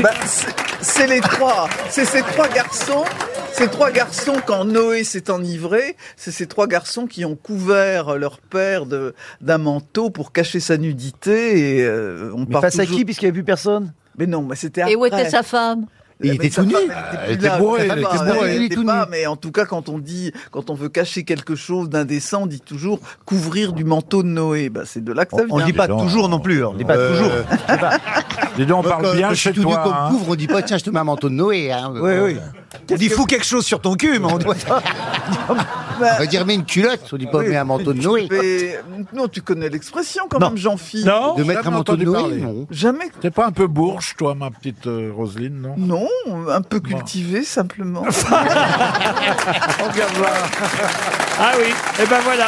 Speaker 3: Bah, c'est- c'est les trois. C'est ces trois garçons. Ces trois garçons, quand Noé s'est enivré, c'est ces trois garçons qui ont couvert leur père de- d'un manteau pour cacher sa nudité. Et euh, on
Speaker 12: face à qui,
Speaker 3: puisqu'il n'y avait plus personne Mais non, mais c'était
Speaker 10: Et où
Speaker 3: après.
Speaker 10: était sa femme
Speaker 3: Ah,
Speaker 12: Il était tout nu.
Speaker 3: Elle était bourrée, elle était bourrée. Elle était pas, mais en tout cas, quand on dit, quand on veut cacher quelque chose d'indécent, on dit toujours couvrir du manteau de Noé. Bah, c'est de là que ça vient.
Speaker 33: On dit pas toujours non plus. On dit pas toujours. Dis donc, on parle bien chez toi.
Speaker 19: qu'on
Speaker 33: hein.
Speaker 19: couvre, on dit
Speaker 3: [laughs]
Speaker 19: pas tiens, je te mets un manteau de Noé. Hein.
Speaker 33: Oui, oui.
Speaker 19: On dit fous quelque chose sur ton cul, mais on
Speaker 12: [laughs]
Speaker 19: doit.
Speaker 12: On va dire, mets une culotte, on dit pas,
Speaker 3: Bah, Oui.
Speaker 12: mets un manteau de Noé.
Speaker 3: Mais, non, tu connais l'expression quand
Speaker 12: Non.
Speaker 3: même, Jean-Philippe.
Speaker 12: Non, De mettre un manteau de Noé. non.
Speaker 3: Jamais.
Speaker 2: T'es pas un peu bourge, toi, ma petite euh, Roselyne, non
Speaker 3: Non, un peu cultivé simplement.
Speaker 2: Regarde là.
Speaker 1: Ah oui, et ben voilà,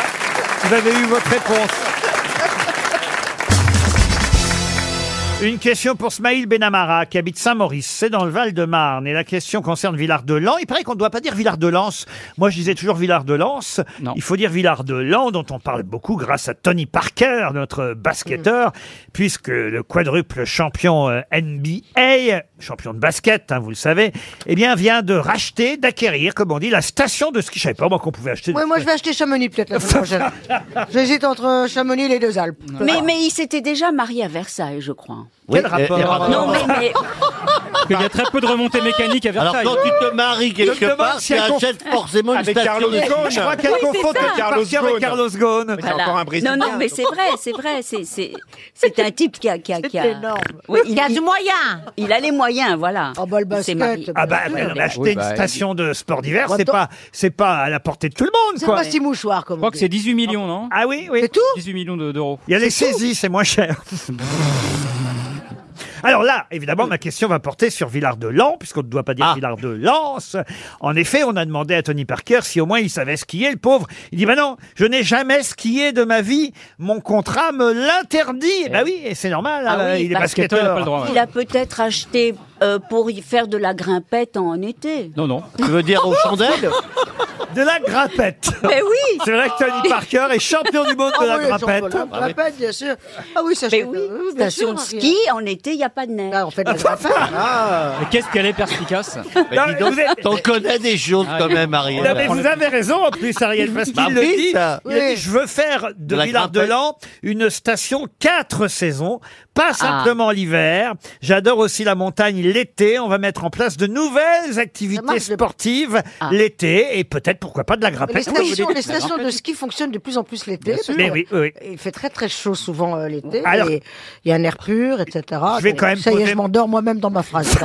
Speaker 1: vous avez eu votre réponse. Une question pour Smaïl Benamara, qui habite Saint-Maurice, c'est dans le Val-de-Marne, et la question concerne Villard-de-Lans. Il paraît qu'on ne doit pas dire Villard-de-Lans. Moi, je disais toujours Villard-de-Lans. Il faut dire Villard-de-Lans, dont on parle beaucoup grâce à Tony Parker, notre basketteur, puisque le quadruple champion euh, NBA, champion de basket, hein, vous le savez, eh bien, vient de racheter, d'acquérir, comme on dit, la station de ski. Je savais pas, moi, qu'on pouvait acheter.
Speaker 4: Ouais, moi, je vais acheter Chamonix peut-être la semaine prochaine. J'hésite entre Chamonix et les deux Alpes.
Speaker 13: Mais, mais il s'était déjà marié à Versailles, je crois.
Speaker 1: Quel rapport
Speaker 13: Non, mais, mais-
Speaker 23: Il y a très peu de remontées mécaniques à Versailles.
Speaker 19: Alors, quand tu te maries quelque
Speaker 23: Je me demande
Speaker 19: part,
Speaker 23: si
Speaker 19: tu
Speaker 23: elle conf-
Speaker 19: achètes forcément une
Speaker 23: Avec
Speaker 19: station
Speaker 23: Carlos
Speaker 19: de ski.
Speaker 23: Ghosn.
Speaker 19: Je crois qu'elle
Speaker 13: Oui, c'est
Speaker 19: confond
Speaker 13: ça.
Speaker 19: avec Carlos
Speaker 13: Partir avec
Speaker 19: Ghosn.
Speaker 13: Carlos
Speaker 1: Ghosn.
Speaker 19: Mais c'est encore un
Speaker 13: non,
Speaker 19: Brésilien.
Speaker 13: non, mais c'est vrai, c'est vrai, c'est c'est c'est un type qui a qui a qui a,
Speaker 4: C'est énorme.
Speaker 13: Oui, il a du moyen. Il a les moyens, voilà. Oh bah le basket.
Speaker 1: Ah bah, mais non, mais acheter
Speaker 23: Oui,
Speaker 1: une
Speaker 23: bah,
Speaker 1: station de sport d'hiver,
Speaker 4: Attends.
Speaker 1: c'est pas, c'est pas à la portée de tout le monde,
Speaker 4: C'est
Speaker 1: quoi.
Speaker 4: pas six mouchoirs comme
Speaker 23: Je crois que c'est 18 millions, non
Speaker 1: Ah oui, oui.
Speaker 4: C'est tout
Speaker 23: 18 millions de- d'euros.
Speaker 1: Il y a les saisies, c'est moins cher. Alors là, évidemment, ma question va porter sur Villard de Lans, puisqu'on ne doit pas dire Villard de Lens. En effet, on a demandé à Tony Parker si au moins il savait skier, le pauvre. Il dit, bah non, je n'ai jamais skié de ma vie. Mon contrat me l'interdit. Bah oui, et c'est normal,
Speaker 13: Ah
Speaker 1: hein,
Speaker 13: oui,
Speaker 1: il est
Speaker 13: bah-
Speaker 1: basketteur.
Speaker 13: Il a peut-être acheté euh, pour y faire de la grimpette en été.
Speaker 23: Non, non.
Speaker 19: Tu veux
Speaker 1: [laughs]
Speaker 19: dire aux chandelles
Speaker 1: De la grappette.
Speaker 13: Mais oui.
Speaker 1: C'est vrai que Tony Parker est champion
Speaker 4: Ah
Speaker 1: du
Speaker 18: Ah
Speaker 1: monde de la grappette.
Speaker 4: La grappette, bien sûr. Ah oui, ça
Speaker 13: Mais
Speaker 4: je-
Speaker 13: oui,
Speaker 4: euh, bien
Speaker 13: station
Speaker 4: sûr,
Speaker 13: de
Speaker 4: Ariel.
Speaker 13: ski, en été, il n'y a pas de neige.
Speaker 4: Ah, on fait de la grappette.
Speaker 11: Ah.
Speaker 23: Mais qu'est-ce qu'elle est
Speaker 19: [laughs]
Speaker 23: perspicace Ah,
Speaker 19: Mais dis donc,
Speaker 1: vous êtes-
Speaker 19: T'en connais des choses quand même, Ariel.
Speaker 1: Non, mais vous avez raison en plus, Ariel, parce
Speaker 19: Bah
Speaker 1: qu'il le
Speaker 19: oui,
Speaker 1: dit.
Speaker 19: ça.
Speaker 1: Il a dit
Speaker 19: Oui.
Speaker 1: Je veux faire de
Speaker 19: De la
Speaker 1: Villard de Lans une station quatre saisons, pas
Speaker 19: Ah.
Speaker 1: simplement l'hiver. J'adore aussi la montagne l'été. On va mettre en place de nouvelles activités
Speaker 4: marche, le-
Speaker 1: sportives l'été et peut-être, pourquoi pas, de la
Speaker 4: Les
Speaker 1: grappette.
Speaker 4: stations, les stations de ski fonctionnent de plus en plus l'été. parce
Speaker 1: Mais
Speaker 4: que
Speaker 1: oui, oui, oui.
Speaker 4: Il fait très très chaud souvent euh, l'été.
Speaker 1: Alors-
Speaker 4: et Il y a un air pur, etc.
Speaker 1: Je vais
Speaker 4: Donc,
Speaker 1: quand même
Speaker 4: ça y est,
Speaker 1: poser- bah,
Speaker 4: je m'endors moi-même dans ma
Speaker 1: [laughs]
Speaker 4: phrase.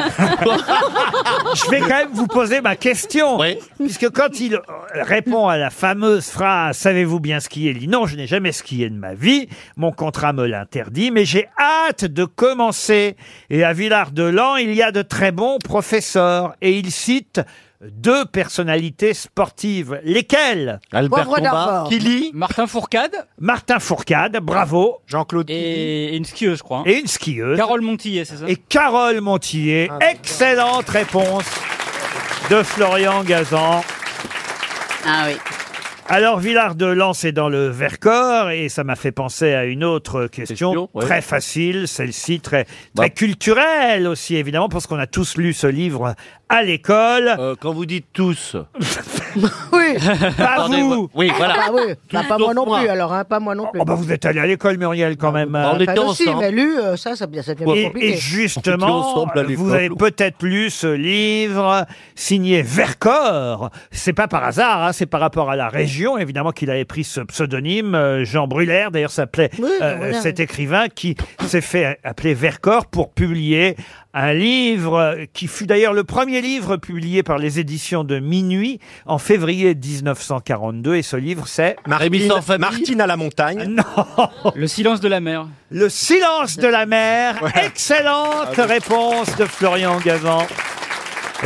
Speaker 1: Je vais quand même vous poser ma question. Puisque quand il euh, répond à la fameuse phrase Savez-vous bien skier Il dit Non, je n'ai jamais skié de ma vie. Mon contrat me l'interdit, mais j'ai hâte de commencer. Et à Villard-de-Lans, il y a de très bons professeurs. Et il cite deux personnalités sportives. Lesquelles
Speaker 19: Albert
Speaker 4: Poivre
Speaker 19: Combat.
Speaker 4: d'Arvor.
Speaker 19: Qui lit
Speaker 23: Martin Fourcade
Speaker 1: Martin Fourcade, bravo.
Speaker 19: Jean-Claude
Speaker 23: et et une skieuse, je crois. hein.
Speaker 1: Et une skieuse.
Speaker 23: Carole Montillet, c'est ça
Speaker 1: Et Carole Montillet. Excellente réponse de Florian Gazan.
Speaker 13: Ah oui.
Speaker 1: Alors, Villard de Lens est dans le Vercors et ça m'a fait penser à une autre question,
Speaker 23: Question, ouais. Bah.
Speaker 1: très facile, celle-ci très, très culturelle aussi, évidemment, parce qu'on a tous lu ce livre à l'école.
Speaker 19: Euh, quand vous dites
Speaker 1: [laughs]
Speaker 19: tous.
Speaker 23: [laughs]
Speaker 4: oui.
Speaker 1: Pas
Speaker 19: Attendez,
Speaker 1: vous
Speaker 19: Oui, voilà.
Speaker 4: Ah oui. Bah,
Speaker 19: Tous
Speaker 4: pas moi
Speaker 19: sauf
Speaker 4: non
Speaker 19: moi.
Speaker 4: plus, alors, hein, pas moi non plus.
Speaker 1: Oh, bah, vous êtes allé à l'école, Muriel, quand même.
Speaker 19: Bah, On était
Speaker 4: Enfin, si,
Speaker 19: ensemble.
Speaker 4: Bah, mais lu, euh, ça, ça, devient- ça devient
Speaker 1: Et,
Speaker 4: compliqué.
Speaker 1: et justement,
Speaker 19: ensemble à l'école.
Speaker 1: vous avez peut-être lu ce livre signé Vercors. C'est pas par hasard, hein, c'est par rapport à la région, évidemment, qu'il avait pris ce pseudonyme. euh, Jean Brulaire, d'ailleurs, s'appelait
Speaker 4: Oui,
Speaker 1: euh,
Speaker 4: Jean Brulaire,
Speaker 1: cet
Speaker 4: oui.
Speaker 1: écrivain qui s'est fait appeler Vercors pour publier un livre euh, qui fut d'ailleurs le premier livre publié par les éditions de Minuit en février 1942. Et ce livre, c'est
Speaker 19: Rémi sans famille.
Speaker 5: Martine à la montagne.
Speaker 1: Non
Speaker 23: Le silence de la mer.
Speaker 1: Le silence de la mer.
Speaker 5: Ah
Speaker 1: Excellente réponse de Florian Gazan.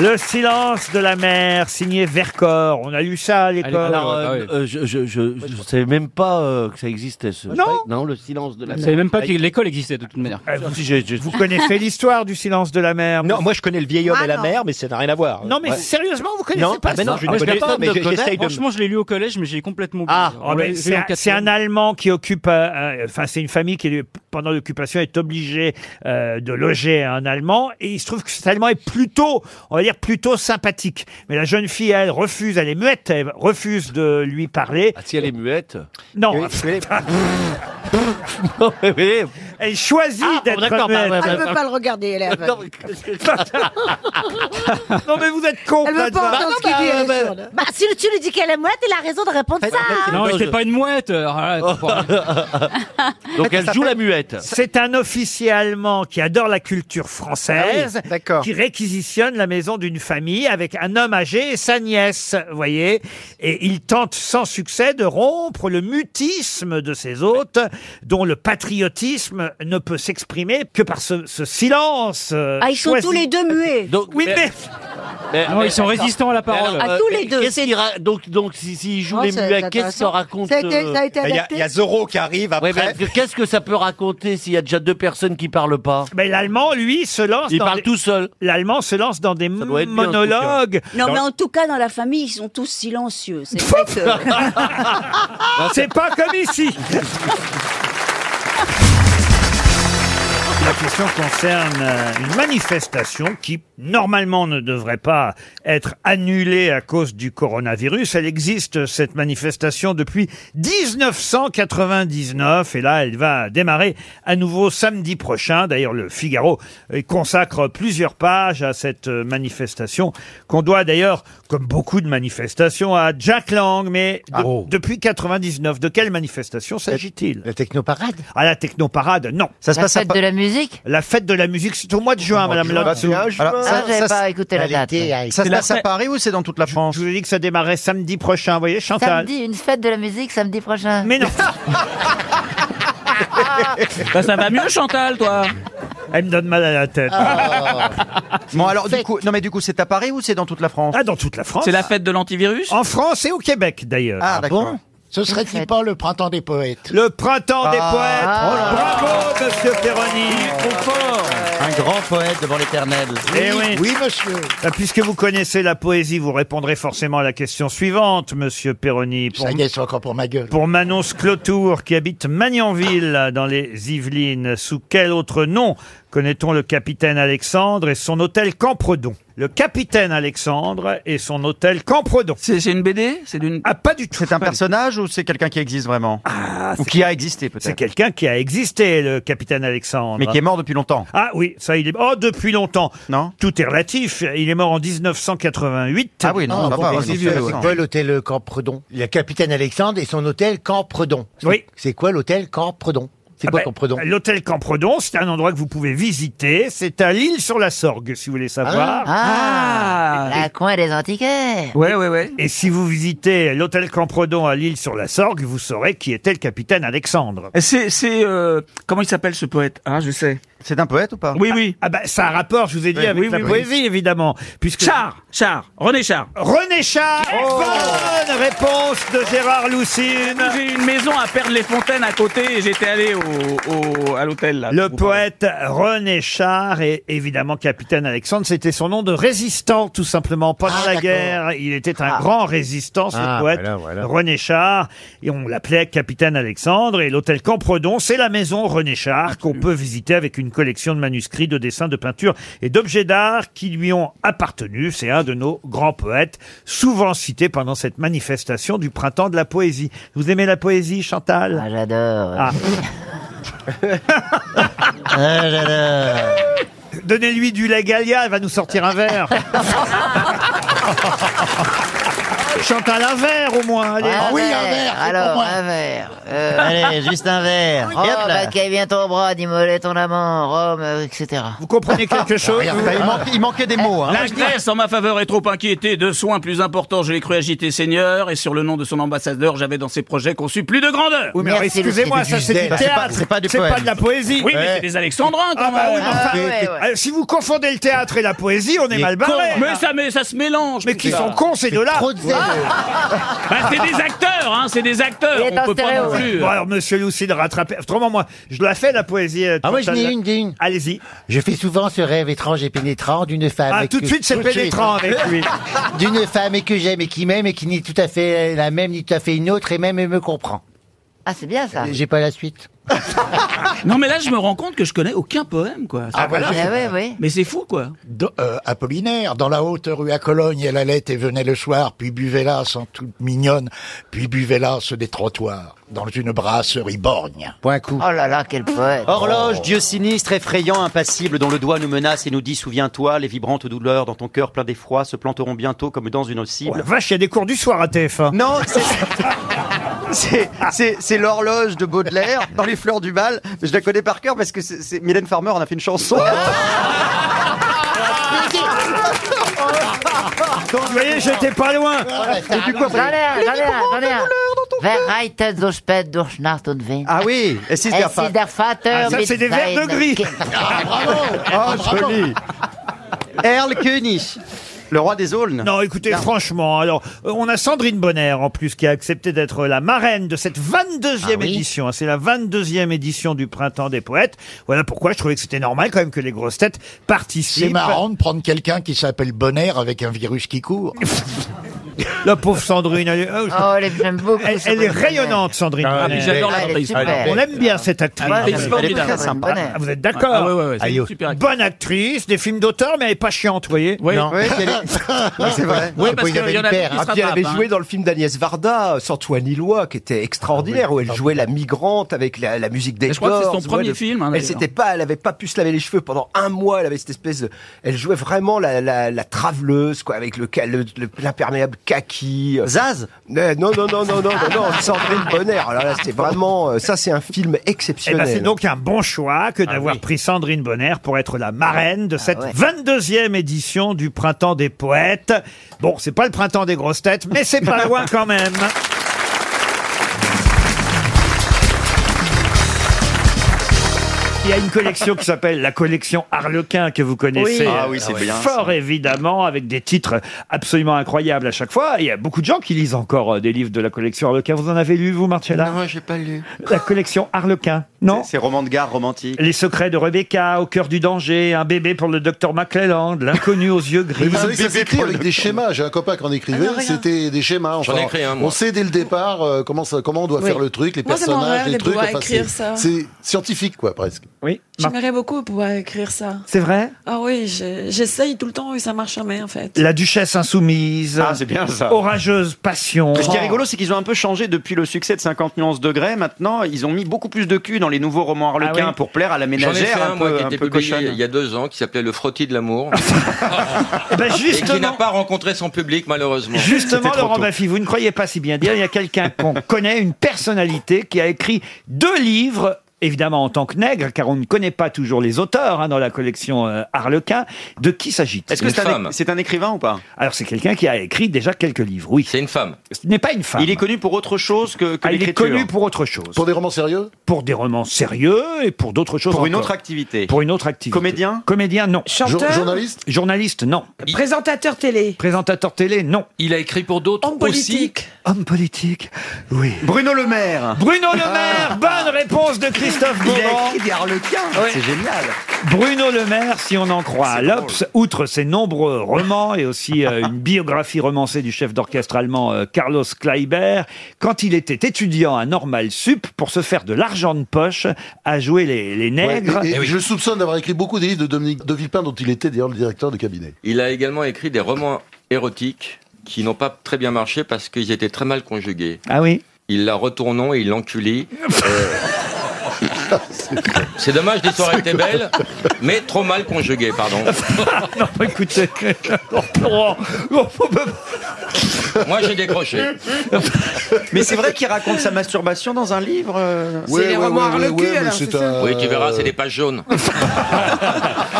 Speaker 1: Le silence de la mer, signé Vercors. On a lu ça à l'école.
Speaker 19: Alors, euh,
Speaker 5: Ah
Speaker 4: Ah
Speaker 19: euh, je, je, je, je, savais même pas euh, que ça existait. Ce...
Speaker 1: Non.
Speaker 19: Non, le silence de la
Speaker 23: Je savais même pas que l'école existait de toute manière.
Speaker 11: Ah,
Speaker 1: Euh,
Speaker 19: Si, j'ai- j'ai-
Speaker 1: Vous connaissez l'histoire du silence de la mer
Speaker 5: Non, moi je connais le vieil homme
Speaker 4: Ah,
Speaker 5: et la
Speaker 4: non.
Speaker 5: mer, mais ça n'a rien à
Speaker 26: Euh,
Speaker 5: voir.
Speaker 1: Non, mais
Speaker 5: Ouais.
Speaker 1: sérieusement, vous connaissez
Speaker 5: Non,
Speaker 1: pas
Speaker 5: ah, mais
Speaker 1: ça
Speaker 5: non,
Speaker 23: Ah,
Speaker 5: je ne
Speaker 23: je
Speaker 5: connais
Speaker 23: l'ai pas
Speaker 5: pas, mais
Speaker 23: de
Speaker 5: je- j'essaye de.
Speaker 23: Franchement, je l'ai lu au collège, mais j'ai complètement oublié.
Speaker 1: Ah,
Speaker 23: On l'a-
Speaker 1: mais
Speaker 23: je l'ai
Speaker 1: c'est
Speaker 23: en
Speaker 1: un- c'est un
Speaker 23: quatrième.
Speaker 1: Allemand qui occupe, euh, euh, enfin c'est une famille qui lui, pendant l'occupation est obligée euh, de loger un Allemand et il se trouve que cet Allemand est plutôt, on va dire plutôt sympathique. Mais la jeune fille, elle refuse, elle est muette, elle refuse de lui parler. [laughs]
Speaker 19: Ah, si elle est muette.
Speaker 1: Non,
Speaker 19: Oui, oui.
Speaker 1: Elle choisit d'être
Speaker 4: d'accord, bah,
Speaker 1: muette.
Speaker 4: ouais,
Speaker 18: Ah,
Speaker 4: Elle ouais, veut ouais. pas le regarder, elle est aveugle.
Speaker 1: Non, mais qu'est-ce que je- [laughs] Non, mais vous êtes con,
Speaker 4: Elle veut pas
Speaker 1: Plaza.
Speaker 4: entendre ce qu'il dit, elle est
Speaker 1: Bah,
Speaker 4: sourde.
Speaker 9: Bah, si tu lui dis qu'elle est muette, il a raison de répondre ça.
Speaker 23: Non, mais c'est pas une mouette.
Speaker 10: euh, hein,
Speaker 1: Donc
Speaker 19: elle joue la muette.
Speaker 1: C'est un officier allemand qui adore la culture française,
Speaker 19: Ah oui, d'accord.
Speaker 1: qui réquisitionne la maison d'une famille avec un homme âgé et sa nièce, voyez. Et il tente sans succès de rompre le mutisme de ses hôtes, dont le patriotisme ne peut s'exprimer que par ce, ce silence. euh,
Speaker 13: Ah, ils sont
Speaker 1: choisi.
Speaker 13: tous les deux muets.
Speaker 1: oui, mais...
Speaker 23: Non, ils sont résistants à la parole.
Speaker 13: À tous les deux.
Speaker 19: Qu'est-ce qu'il ra- Donc, donc s'il si, joue
Speaker 4: Non,
Speaker 19: les
Speaker 4: c'est-
Speaker 19: muets,
Speaker 4: c'est
Speaker 19: qu'est-ce qu'il
Speaker 4: Oh, intéressant.
Speaker 19: raconte
Speaker 4: Ça a été- ça a été
Speaker 19: euh,
Speaker 4: adapté
Speaker 22: Il y a Zorro qui arrive après.
Speaker 19: Ouais, mais que- qu'est-ce que ça peut raconter s'il y a déjà deux personnes qui parlent pas
Speaker 1: Mais l'allemand, lui, se lance.
Speaker 19: Il
Speaker 1: dans
Speaker 19: parle
Speaker 1: des-
Speaker 19: tout seul.
Speaker 1: L'allemand se lance dans des
Speaker 19: doit être bien, ce
Speaker 1: monologues.
Speaker 13: Non, mais en tout cas, dans la famille, ils sont tous silencieux. C'est vrai que-
Speaker 1: [laughs] C'est pas comme
Speaker 19: [laughs]
Speaker 1: ici. La question concerne euh, une manifestation qui, normalement, ne devrait pas être annulée à cause du coronavirus. Elle existe, cette manifestation, depuis 1999. Et là, elle va démarrer à nouveau samedi prochain. D'ailleurs, le Figaro euh, consacre plusieurs pages à cette euh, manifestation qu'on doit d'ailleurs, comme beaucoup de manifestations, à Jack Lang. Mais
Speaker 16: Ah,
Speaker 1: de-
Speaker 16: oh.
Speaker 1: depuis 99, de quelle manifestation s'agit-il La technoparade À la technoparade, non.
Speaker 16: Ça se La passe à fête Pa- de la musique
Speaker 1: La fête de la musique, c'est au mois de juin, madame
Speaker 16: juin.
Speaker 1: Lorenzo.
Speaker 16: Ah, juin. Alors, ça- Ah, j'avais ça- pas écouté la date.
Speaker 1: Ça se
Speaker 16: C'est la
Speaker 1: passe à
Speaker 16: fête-
Speaker 1: Paris ou c'est dans toute la France Je vous ai dit que ça démarrait samedi prochain, vous voyez, Chantal [laughs]
Speaker 16: Samedi, une fête de la musique samedi prochain. [laughs] Ah.
Speaker 1: Mais non
Speaker 16: ça va mieux,
Speaker 1: Chantal, toi Elle me donne mal à la tête.
Speaker 16: Ah.
Speaker 22: Bon, alors, du coup, non, mais du coup, c'est à Paris ou c'est dans toute la France
Speaker 1: Ah, dans toute la France.
Speaker 22: C'est la
Speaker 1: fête de l'antivirus En France et au Québec, d'ailleurs.
Speaker 22: Ah, d'accord.
Speaker 27: Ce serait il pas le printemps des poètes
Speaker 1: Le printemps des
Speaker 27: Ah.
Speaker 1: poètes
Speaker 27: Oh là là.
Speaker 1: Bravo, monsieur Perroni
Speaker 4: Oh
Speaker 22: Un grand poète devant l'éternel.
Speaker 1: Eh oui.
Speaker 27: monsieur.
Speaker 1: Ah, Puisque vous connaissez la poésie, vous répondrez forcément à la question suivante, monsieur Perroni. Pour,
Speaker 27: Ça y est, c'est encore pour ma gueule.
Speaker 1: pour Manonce Clotour, qui habite Magnanville, dans les Yvelines, sous quel autre nom connaît-on le capitaine Alexandre et son hôtel Campredon Le capitaine Alexandre et son hôtel Campredon. C'est une BD C'est d'une Ah, pas du tout. Ah,
Speaker 22: C'est un personnage ou c'est quelqu'un qui existe vraiment Ou qui a existé peut-être
Speaker 1: C'est quelqu'un qui a existé, le capitaine Alexandre.
Speaker 22: Mais qui est mort depuis longtemps.
Speaker 1: Ah oui, ça il est oh depuis longtemps. Non. Tout est relatif. Il est mort en 1988. Ah oui
Speaker 12: Ah, bon, c'est c'est quoi l'hôtel Campredon Il y a Capitaine Alexandre et son hôtel Campredon.
Speaker 1: Oui.
Speaker 12: C'est quoi l'hôtel Campredon C'est
Speaker 1: Ah
Speaker 12: quoi
Speaker 1: ben,
Speaker 12: Campredon
Speaker 1: L'hôtel Campredon, c'est un endroit que vous pouvez visiter. C'est à l'île sur la Sorgue, si vous
Speaker 22: Ah.
Speaker 1: voulez savoir.
Speaker 16: Ah, la coin des antiquaires.
Speaker 1: Ouais, ouais, ouais. Et si vous visitez l'hôtel Campredon à l'île sur la Sorgue, vous saurez qui était le capitaine Alexandre.
Speaker 22: C'est. euh, comment il s'appelle ce poète Ah, je sais. C'est un poète ou pas
Speaker 1: Oui, oui. Ah, bah, ça a rapport, je vous ai dit,
Speaker 22: Oui,
Speaker 1: avec
Speaker 22: oui,
Speaker 1: la
Speaker 22: oui, oui.
Speaker 1: poésie, évidemment. Puisque... Char, Char, René Char. René Char,
Speaker 22: Oh
Speaker 1: bonne réponse de Gérard Loussine.
Speaker 25: J'ai une maison à Perles-les-Fontaines à côté et j'étais allé au, au- à l'hôtel.
Speaker 22: Ah,
Speaker 25: là.
Speaker 1: Le poète René Char et évidemment capitaine Alexandre, c'était son nom de résistant tout simplement pendant
Speaker 9: Ah,
Speaker 1: la
Speaker 9: d'accord.
Speaker 1: guerre. Il était un grand résistant, ce
Speaker 9: Ah,
Speaker 1: poète
Speaker 9: voilà, voilà.
Speaker 1: René Char, et on l'appelait capitaine Alexandre. Et l'hôtel Campredon, c'est la maison René Char qu'on peut visiter avec une collection de manuscrits, de dessins, de peintures et d'objets d'art qui lui ont appartenu. C'est un de nos grands poètes, souvent cité pendant cette manifestation du printemps de la poésie. Vous aimez la poésie, Chantal
Speaker 16: Ah, j'adore.
Speaker 1: Ah.
Speaker 16: Ah, j'adore.
Speaker 1: Donnez-lui du Lagalia, elle va nous sortir
Speaker 16: [laughs]
Speaker 1: un verre. Chantal, un verre au moins. Allez.
Speaker 12: Ah
Speaker 16: Un verre, Alors, un verre. Euh, allez, juste un [laughs] verre.
Speaker 9: Oui.
Speaker 16: Oh,
Speaker 9: Hop Ah, là.
Speaker 16: Bacchai, viens ton bras, d'immoler ton amant, Rome, euh, etc.
Speaker 1: Vous comprenez quelque chose
Speaker 22: il, manquait, il manquait des mots. Hein.
Speaker 25: La Grèce, en ma faveur, est trop inquiétée. De soins plus importants, je l'ai cru agiter Seigneur. Et sur le nom de son ambassadeur, j'avais dans ses projets conçu plus de grandeur.
Speaker 1: Oui, mais alors, excusez-moi, ça c'est du
Speaker 25: Bah,
Speaker 1: théâtre,
Speaker 25: c'est pas,
Speaker 1: c'est pas de la poésie.
Speaker 25: Oui, mais c'est des Alexandrins quand
Speaker 1: Ah, bah
Speaker 25: même.
Speaker 1: oui, mais enfin, euh, Si vous confondez le théâtre et la poésie, on est
Speaker 25: Il est
Speaker 1: mal barré.
Speaker 25: con. Mais ça, mais ça se mélange.
Speaker 1: Bah Mais qui sont cons, ces deux-là. Ah.
Speaker 25: Bah, c'est des acteurs, hein, c'est des acteurs. On peut pas non plus.
Speaker 1: Bon, alors, monsieur Lucide, rattrapez. Autrement, moi, je la fais, la poésie. euh,
Speaker 12: Ah, moi, j'en ai
Speaker 1: Chantal.
Speaker 12: une, j'ai une.
Speaker 1: Allez-y.
Speaker 12: Je fais souvent ce rêve étrange et pénétrant d'une femme.
Speaker 1: Ah, tout de suite, c'est pénétrant avec lui.
Speaker 12: [laughs] D'une femme et que j'aime et qui m'aime et qui euh, n'est tout à fait la même, ni tout à fait une autre et même elle me comprend.
Speaker 16: Ah, c'est bien ça.
Speaker 12: J'ai pas la suite.
Speaker 34: non, mais là, je me rends compte que je connais aucun poème, quoi.
Speaker 12: Ah, voilà.
Speaker 16: bah
Speaker 12: Ah ouais,
Speaker 34: Mais c'est fou, quoi.
Speaker 12: Dans- euh, Apollinaire, dans la haute rue à Cologne, elle allait et venait le soir, puis buvait là, sans toute mignonne, puis buvait là, ceux des trottoirs, dans une brasserie borgne. Point coup.
Speaker 16: Oh là là, quel poète.
Speaker 12: Oh.
Speaker 11: Horloge, dieu sinistre, effrayant, impassible, dont le doigt nous menace et nous dit souviens-toi, les vibrantes douleurs dans ton cœur plein d'effroi se planteront bientôt comme dans une cible.
Speaker 1: Oh La vache, il y a des cours du soir à TF1.
Speaker 11: Non, [laughs]
Speaker 16: C'est- C'est c'est l'horloge de Baudelaire dans les fleurs du mal. Je la connais par cœur parce que c'est c'est- Mylène Farmer en a fait une chanson.
Speaker 1: Donc, vous voyez, j'étais pas
Speaker 12: Ah,
Speaker 1: loin.
Speaker 12: bah,
Speaker 16: Et du coup, après-
Speaker 11: Verreiten
Speaker 16: durch Bett, durch Nacht und Wind. Ah oui, et si
Speaker 11: der Vater-
Speaker 1: Ah, ça, c'est des vers de Ah, gris.
Speaker 11: Ah,
Speaker 12: Ah,
Speaker 16: Oh,
Speaker 11: [laughs]
Speaker 16: joli.
Speaker 11: Erl König, le roi des aulnes.
Speaker 1: Non, écoutez, franchement, alors, euh, on a Sandrine Bonner, en plus, qui a accepté d'être euh, la marraine de cette 22e
Speaker 11: Ah
Speaker 1: édition. hein. C'est la 22e édition du Printemps des Poètes. Voilà pourquoi je trouvais que c'était normal, quand même, que les grosses têtes participent.
Speaker 12: C'est marrant de prendre quelqu'un qui s'appelle Bonner avec un virus qui court.
Speaker 1: [laughs] La pauvre Sandrine, elle est,
Speaker 11: Ah
Speaker 12: Oh, elle est- j'aime beaucoup
Speaker 1: Ah, Elle, elle
Speaker 12: Sandrine
Speaker 1: est
Speaker 12: Bonner.
Speaker 1: rayonnante, Sandrine.
Speaker 12: Ah,
Speaker 1: Bonner.
Speaker 12: mais j'adore Ah, elle est l'actrice. super.
Speaker 1: On l'aime bien, cette actrice.
Speaker 12: Ah, elle est formidable. Elle est très sympa.
Speaker 1: Ah, Vous êtes d'accord
Speaker 12: Ah, ouais, ouais, ouais, c'est une
Speaker 1: super Bonne actrice, des films d'auteur, mais elle est pas chiante, vous voyez
Speaker 12: Non.
Speaker 35: [laughs]
Speaker 12: Oui,
Speaker 1: [laughs]
Speaker 12: elle
Speaker 1: Non, c'est vrai.
Speaker 12: Oui, parce qu'il y en a qui se
Speaker 1: Eh
Speaker 35: Ah, puis elle avait
Speaker 12: rattrapent,
Speaker 35: joué
Speaker 12: hein.
Speaker 35: dans le film d'Agnès Varda, euh, Santoine Lillois, qui était extraordinaire,
Speaker 12: Ah
Speaker 35: où elle jouait la migrante Oh, avec la, la musique des
Speaker 34: je crois que c'est son
Speaker 35: Doors,
Speaker 34: premier
Speaker 35: ouais, le-
Speaker 34: film, hein,
Speaker 35: elle
Speaker 34: d'ailleurs.
Speaker 35: s'était pas, elle avait pas pu se laver les cheveux pendant un mois. Elle avait cette espèce de, elle jouait vraiment la, la, la traveleuse, quoi, avec le ca- le- le- l'imperméable kaki.
Speaker 11: Zaz.
Speaker 35: Non, non, non, non, non, non, non, Sandrine Bonner. Alors là, c'est vraiment, euh, ça, c'est un film
Speaker 1: Eh ben,
Speaker 35: exceptionnel.
Speaker 1: c'est donc un bon choix
Speaker 12: Ah
Speaker 1: que d'avoir pris Sandrine Bonner pour être la marraine de cette 22e édition du Printemps des Poètes. Bon, c'est pas le printemps des grosses têtes, mais c'est [laughs] pas loin quand même. Il y a une collection qui s'appelle la collection Harlequin que vous connaissez.
Speaker 11: Oui. Ah oui, c'est
Speaker 1: euh,
Speaker 11: bien,
Speaker 1: Fort évidemment, avec des titres absolument incroyables à chaque fois. Et Il y a beaucoup de gens qui lisent encore euh, des livres de la collection Harlequin. Vous en avez lu, vous, Marcella
Speaker 11: Non, j'ai pas lu.
Speaker 1: La collection Harlequin, non
Speaker 11: C'est roman de gare romantique.
Speaker 1: les secrets de Rebecca, Au cœur du danger, Un bébé pour le docteur McClelland, L'inconnu aux yeux gris.
Speaker 26: Mais vous savez que ça s'écrit avec des schémas. J'ai un copain qui en écrivait.
Speaker 1: Ah non, rien.
Speaker 26: C'était des schémas.
Speaker 1: J'en
Speaker 26: Enfin,
Speaker 1: ai écrit un, moi.
Speaker 26: on sait dès le départ euh, comment, ça- comment on doit
Speaker 25: Oui.
Speaker 26: faire le truc, les
Speaker 25: Moi, ça
Speaker 26: personnages,
Speaker 25: m'ennuie,
Speaker 26: les
Speaker 25: de
Speaker 26: trucs.
Speaker 25: devoir
Speaker 26: enfin,
Speaker 25: écrire
Speaker 26: c'est-
Speaker 25: ça.
Speaker 26: c'est scientifique, quoi, presque.
Speaker 1: Oui.
Speaker 25: J'aimerais beaucoup pouvoir écrire ça.
Speaker 1: C'est vrai
Speaker 25: Ah oui, j'ai- j'essaye tout le temps et ça marche jamais en fait.
Speaker 1: La duchesse insoumise.
Speaker 11: Ah, c'est bien, ça.
Speaker 1: Orageuse passion.
Speaker 11: Mais ce qui est rigolo, c'est qu'ils ont un peu changé depuis le succès de 50 nuances degrés. Maintenant, ils ont mis beaucoup plus de cul dans les nouveaux romans harlequins
Speaker 1: Ah oui.
Speaker 11: pour plaire à la
Speaker 1: J'en ai fait
Speaker 11: ménagère
Speaker 1: un,
Speaker 11: un,
Speaker 1: moi,
Speaker 11: peu,
Speaker 1: qui
Speaker 11: un
Speaker 1: était
Speaker 11: peu
Speaker 1: publié
Speaker 11: cochonne.
Speaker 1: il
Speaker 6: y a deux ans, qui s'appelait Le Frottis de
Speaker 1: [laughs]
Speaker 6: l'amour.
Speaker 1: ben
Speaker 6: Et qui n'a pas rencontré son public, malheureusement.
Speaker 1: Justement, Laurent Baffy, vous ne croyez pas si bien dire. Il y a quelqu'un
Speaker 6: [laughs]
Speaker 1: qu'on connaît, une personnalité qui a écrit deux livres. Évidemment, en tant que nègre, car on ne connaît pas toujours les auteurs hein, dans la collection euh, Harlequin, de qui s'agit-il
Speaker 11: Est-ce que c'est un, c'est un écrivain ou pas
Speaker 1: Alors, c'est quelqu'un qui a écrit déjà quelques livres, oui.
Speaker 6: C'est une femme.
Speaker 1: Ce n'est pas une femme.
Speaker 11: Il est connu pour autre chose que, que
Speaker 1: Ah, il est
Speaker 11: l'écriture.
Speaker 1: connu pour autre chose.
Speaker 26: Pour des romans sérieux
Speaker 1: Pour des romans sérieux et pour d'autres choses.
Speaker 11: Pour une
Speaker 1: encore.
Speaker 11: autre activité.
Speaker 1: Pour une autre activité. Comédien Comédien, non.
Speaker 25: Chanteur Jour- journaliste
Speaker 1: Journaliste, non.
Speaker 25: Présentateur télé.
Speaker 1: Présentateur télé, non.
Speaker 6: Il a écrit pour d'autres
Speaker 25: Homme politique.
Speaker 1: Homme politique, oui.
Speaker 11: Bruno Le Maire. Ah.
Speaker 1: Bruno Le Maire, bonne réponse de Christophe
Speaker 11: Il a
Speaker 1: Beaugrand.
Speaker 11: écrit des harlequins. C'est génial.
Speaker 1: Bruno Le Maire, si on en croit Lops, outre ses nombreux romans et aussi euh, une biographie romancée du chef d'orchestre allemand euh, Carlos Kleiber, quand il était étudiant à Normal Sup, pour se faire de l'argent de poche, a joué les, les nègres. Eh
Speaker 26: Ouais, et- et Je le soupçonne d'avoir écrit beaucoup des livres de Dominique de Villepin, dont il était d'ailleurs le directeur de cabinet.
Speaker 6: Il a également écrit des romans érotiques qui n'ont pas très bien marché parce qu'ils étaient très mal conjugués.
Speaker 1: Ah oui
Speaker 6: Il la retournons et il l'enculit. Euh, C'est dommage, l'histoire était belle, mais trop mal conjuguée, pardon.
Speaker 1: [laughs] non, mais écoutez, Laurent, on peut-
Speaker 6: Moi, j'ai décroché.
Speaker 11: Mais c'est vrai qu'il raconte sa masturbation dans un livre. euh,
Speaker 6: C'est Ouais, les ouais, romans ouais, ouais, harlequins, ouais, mais alors,
Speaker 26: c'est un-
Speaker 6: Oui, tu verras, c'est des pages jaunes.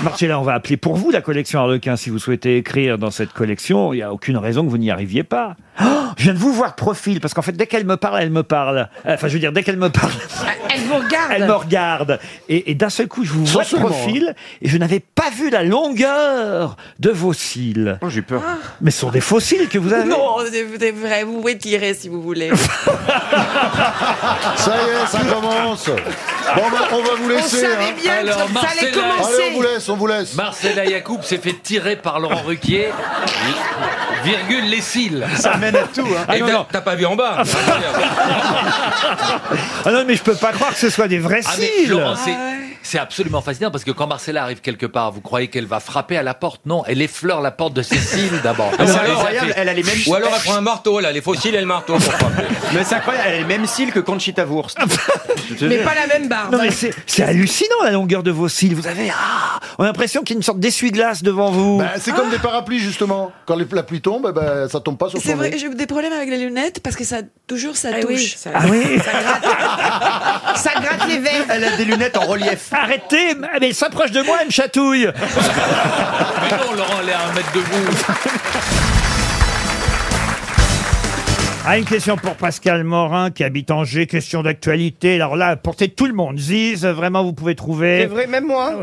Speaker 1: Marcella, on va appeler pour vous la collection Harlequin si vous souhaitez écrire dans cette collection. Il n'y a aucune raison que vous n'y arriviez pas. Oh, je viens de vous voir profil parce qu'en fait, dès qu'elle me parle, elle me parle. Enfin, je veux dire, dès qu'elle me parle.
Speaker 25: Elle vous regarde.
Speaker 1: Elle me regarde. Et, et d'un seul coup, je vous vois de
Speaker 25: Sensuellement,
Speaker 1: profil et je n'avais pas vu la longueur de vos cils.
Speaker 11: j'ai peur.
Speaker 36: Ah.
Speaker 1: Mais ce sont des faux cils que vous avez.
Speaker 25: Non, c'est c'est vrai, vous pouvez tirer si vous
Speaker 12: [laughs]
Speaker 25: voulez.
Speaker 26: Ça y est, ça commence. Bon, bah, on va vous laisser. hein. Allez, on vous laisse, on vous laisse.
Speaker 10: Marcella Yacoub s'est fait tirer par Laurent Ruquier.
Speaker 6: virgule les cils.
Speaker 1: Ça mène à tout, hein. Ah,
Speaker 6: Et
Speaker 1: non,
Speaker 6: t'as-
Speaker 1: non.
Speaker 6: t'as pas vu en
Speaker 1: [laughs]
Speaker 6: bas.
Speaker 1: Ah non, mais je peux pas croire que ce soit des vrais
Speaker 10: Ah, mais
Speaker 1: cils.
Speaker 10: Laurent, c'est- C'est absolument fascinant parce que quand Marcella arrive quelque part, vous croyez qu'elle va frapper à la porte Non, elle effleure la porte de Cécile d'abord.
Speaker 6: Ah, c'est
Speaker 10: Ça les
Speaker 6: incroyable,
Speaker 10: fait-
Speaker 6: elle a les mêmes- Ou alors elle prend un marteau, là, les fossiles et le marteau. pour frapper.
Speaker 37: Mais c'est incroyable, elle est même cils que Conchita Wurst.
Speaker 36: Mais pas la même barbe.
Speaker 1: Non, mais c'est c'est hallucinant la longueur de vos cils. Vous avez. Ah On a l'impression qu'il y a une sorte d'essuie-glace devant vous.
Speaker 26: Bah, c'est
Speaker 11: Ah.
Speaker 26: comme des parapluies justement. Quand les- la pluie tombe, eh ben, ça tombe pas sur
Speaker 36: Ah, C'est
Speaker 26: ton
Speaker 36: vrai,
Speaker 26: nez.
Speaker 36: j'ai des problèmes avec les lunettes parce que ça, toujours,
Speaker 8: Ah
Speaker 36: ça touche. ça,
Speaker 1: Ah
Speaker 36: ça gratte les verres.
Speaker 1: Elle a des lunettes en relief. [laughs] Arrêtez m- ah, Mais elle s'approche de moi, elle me chatouille
Speaker 10: Mais non, Laurent, elle est à un mètre de vous.
Speaker 1: Ah, une question pour Pascal Morin qui habite Angers, question d'actualité. Alors là, portez tout le monde. Ziz, vraiment, vous pouvez trouver.
Speaker 8: même moi.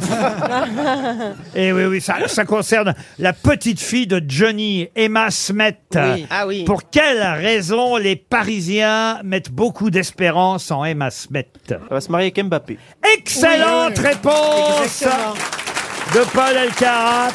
Speaker 1: [laughs] Et Eh oui, oui, ça, ça concerne la petite fille de Johnny, Emma Smet.
Speaker 8: Oui. Ah oui.
Speaker 1: Pour quelle raison les Parisiens mettent beaucoup d'espérance en Emma Smet Elle va se marier avec Mbappé. Excellente
Speaker 8: Oui, oui.
Speaker 1: réponse
Speaker 8: Exactement.
Speaker 1: de Paul Elkarat.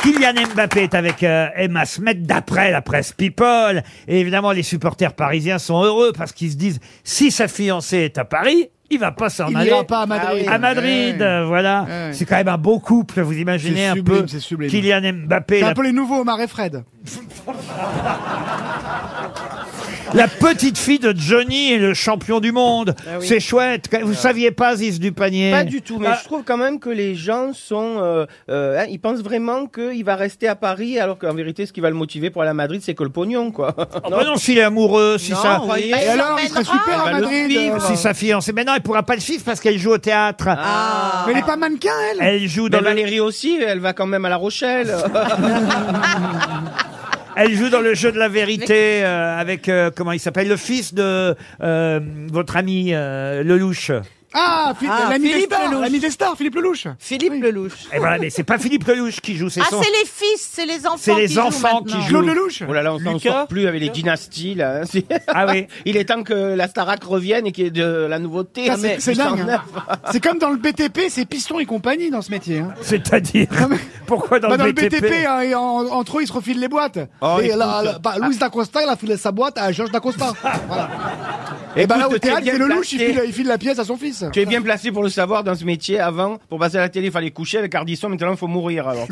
Speaker 1: Kylian Mbappé est avec euh, Emma Smet d'après la presse People. Et évidemment, les supporters parisiens sont heureux parce qu'ils se disent si sa fiancée est à Paris, il va pas s'en
Speaker 11: Il
Speaker 1: aller.
Speaker 11: n'ira pas à Madrid. Ah
Speaker 1: À Madrid,
Speaker 11: Ouais.
Speaker 1: euh, voilà.
Speaker 11: Ouais.
Speaker 1: C'est quand même un beau couple, vous imaginez
Speaker 11: C'est
Speaker 1: un
Speaker 11: sublime,
Speaker 1: peu.
Speaker 11: c'est sublime.
Speaker 1: Kylian Mbappé,
Speaker 11: C'est un
Speaker 1: la,
Speaker 11: peu les nouveaux Omar et Fred.
Speaker 1: la petite fille de Johnny est le champion du monde.
Speaker 11: Ah oui.
Speaker 1: C'est chouette. Vous saviez pas Ziz du panier Ah.
Speaker 8: Pas du tout, mais
Speaker 1: Bah-
Speaker 8: je trouve quand même que les gens sont, euh, euh, hein, ils pensent vraiment qu'il va rester à Paris, alors qu'en vérité, ce qui va le motiver pour aller à Madrid, c'est que le pognon,
Speaker 1: [laughs]
Speaker 8: quoi.
Speaker 1: Ah bah non, non, s'il est amoureux, si
Speaker 8: Non,
Speaker 1: ça.
Speaker 8: oui. Et Elle alors, il serait l'emmènera. super à
Speaker 1: Elle va le
Speaker 11: Madrid,
Speaker 1: suivre,
Speaker 11: alors.
Speaker 1: Si sa fiancée. Mais non, il pourra pas le suivre parce qu'elle joue au théâtre.
Speaker 36: Ah.
Speaker 11: Mais elle est pas mannequin, elle
Speaker 1: Elle joue dans
Speaker 8: Mais
Speaker 1: le-
Speaker 8: Valérie aussi, elle va quand même à La Rochelle.
Speaker 1: [laughs]
Speaker 11: [laughs]
Speaker 1: Elle joue dans le jeu de la vérité euh, avec, euh, comment il s'appelle, le fils de euh, votre ami euh, Lelouch.
Speaker 11: Ah, Phil-
Speaker 1: Ah,
Speaker 11: l'ami des
Speaker 1: Philippe
Speaker 11: stars,
Speaker 1: Lelouch.
Speaker 11: l'ami des stars, Philippe Lelouch.
Speaker 8: Philippe Lelouch.
Speaker 1: Et voilà, Eh ben, mais c'est pas Philippe Lelouch qui joue, c'est
Speaker 11: Ah,
Speaker 1: son-
Speaker 11: c'est
Speaker 8: les fils, c'est les enfants.
Speaker 1: C'est les qui jouent enfants qui maintenant. jouent. Claude Lelouch
Speaker 8: Oh là là, on s'en
Speaker 1: Lucas
Speaker 8: sort plus avec les dynasties là. C'est-
Speaker 1: [laughs] Ah oui.
Speaker 8: Il est temps que la Starac revienne et qu'il y ait de la nouveauté. Ah,
Speaker 11: Ça, Ah, c'est-
Speaker 8: Mais
Speaker 11: C'est dingue.
Speaker 8: 809.
Speaker 11: hein. C'est comme dans le BTP, c'est piston et compagnie dans ce métier. hein.
Speaker 1: C'est-à-dire [laughs] Pourquoi dans
Speaker 11: Bah,
Speaker 1: le BTP,
Speaker 11: hein, et en- entre eux, ils se refilent les boîtes.
Speaker 1: Oh,
Speaker 11: et
Speaker 1: écoute.
Speaker 11: là, là, bah, Luis Dacosta, il a filé sa boîte à
Speaker 1: [laughs]
Speaker 11: Georges Dacosta. voilà. Et bah
Speaker 8: Écoute,
Speaker 11: là, au
Speaker 8: t'es
Speaker 11: théâtre,
Speaker 8: bien
Speaker 11: c'est Lelouch, il
Speaker 8: placé.
Speaker 11: file, il file la pièce à son fils.
Speaker 8: Tu es bien placé pour le savoir dans ce métier. Avant, pour passer à la télé, il fallait coucher avec Ardisson. Maintenant, il faut mourir. Alors.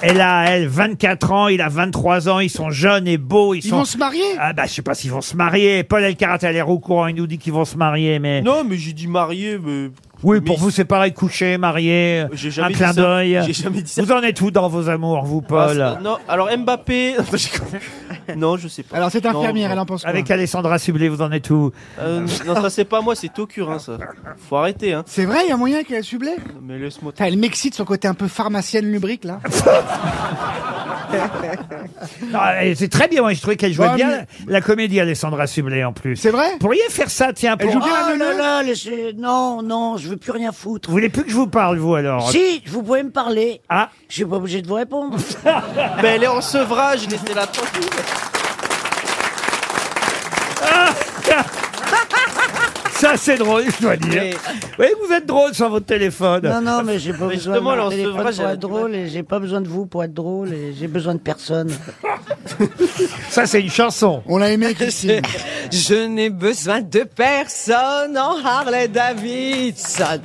Speaker 1: Elle a, elle, 24 ans, il a 23 ans, ils sont jeunes et beaux. Ils,
Speaker 11: Ils
Speaker 1: sont...
Speaker 11: vont se marier
Speaker 1: Ah bah, je sais pas s'ils vont se marier. Paul Elkarat a l'air au courant, il nous dit qu'ils vont se marier, mais...
Speaker 3: Non, mais j'ai dit marié, mais.
Speaker 1: Oui, pour vous, c'est pareil, couché, marié,
Speaker 3: Euh, J'ai jamais
Speaker 1: un
Speaker 3: dit
Speaker 1: clin
Speaker 3: ça.
Speaker 1: d'œil.
Speaker 3: J'ai jamais dit ça.
Speaker 1: Vous en êtes où dans vos amours, vous, Paul
Speaker 3: Ah, c'est- non, alors [laughs] Mbappé. non, je sais pas.
Speaker 11: Alors, cette
Speaker 3: Non,
Speaker 11: infirmière,
Speaker 3: non.
Speaker 11: elle en pense quoi
Speaker 1: Avec Alessandra Sublet, vous en êtes où
Speaker 3: Euh, non, ça c'est pas moi, c'est Tokurin ça. Faut arrêter, hein.
Speaker 11: C'est vrai, il y a moyen qu'elle sublé
Speaker 3: Mais laisse-moi.
Speaker 11: Putain, Elle m'excite son côté un peu pharmacienne lubrique, là.
Speaker 1: Non, elle était très bien, moi je trouvais qu'elle jouait
Speaker 11: Ouais,
Speaker 1: bien
Speaker 11: mais-
Speaker 1: la, la comédie Alessandra Sublet en plus. C'est vrai Pourriez faire ça, tiens, pour... Ah,
Speaker 16: Oh là là, laissez- Non, non, je veux plus rien foutre.
Speaker 1: Vous voulez plus que je vous parle, vous alors
Speaker 16: Si, vous pouvez me parler.
Speaker 1: Ah
Speaker 16: Je suis pas obligé de vous
Speaker 1: [laughs]
Speaker 16: répondre.
Speaker 3: Mais elle est en sevrage, laissez-la tranquille.
Speaker 1: Ah, [laughs] Ça c'est drôle, je dois dire.
Speaker 16: Mais-
Speaker 1: Vous voyez que vous êtes drôle sans votre téléphone.
Speaker 16: Non, non, mais j'ai pas
Speaker 1: Mais
Speaker 16: besoin
Speaker 1: justement,
Speaker 16: de
Speaker 1: là, on
Speaker 16: mon
Speaker 1: se
Speaker 16: téléphone
Speaker 1: verra,
Speaker 16: pour
Speaker 1: j'ai-
Speaker 16: être drôle et j'ai pas besoin de vous pour être drôle et j'ai besoin de personne.
Speaker 1: Ça c'est une chanson.
Speaker 11: On l'a aimé, Christine.
Speaker 4: [laughs] Je n'ai besoin de personne en Harley Davidson.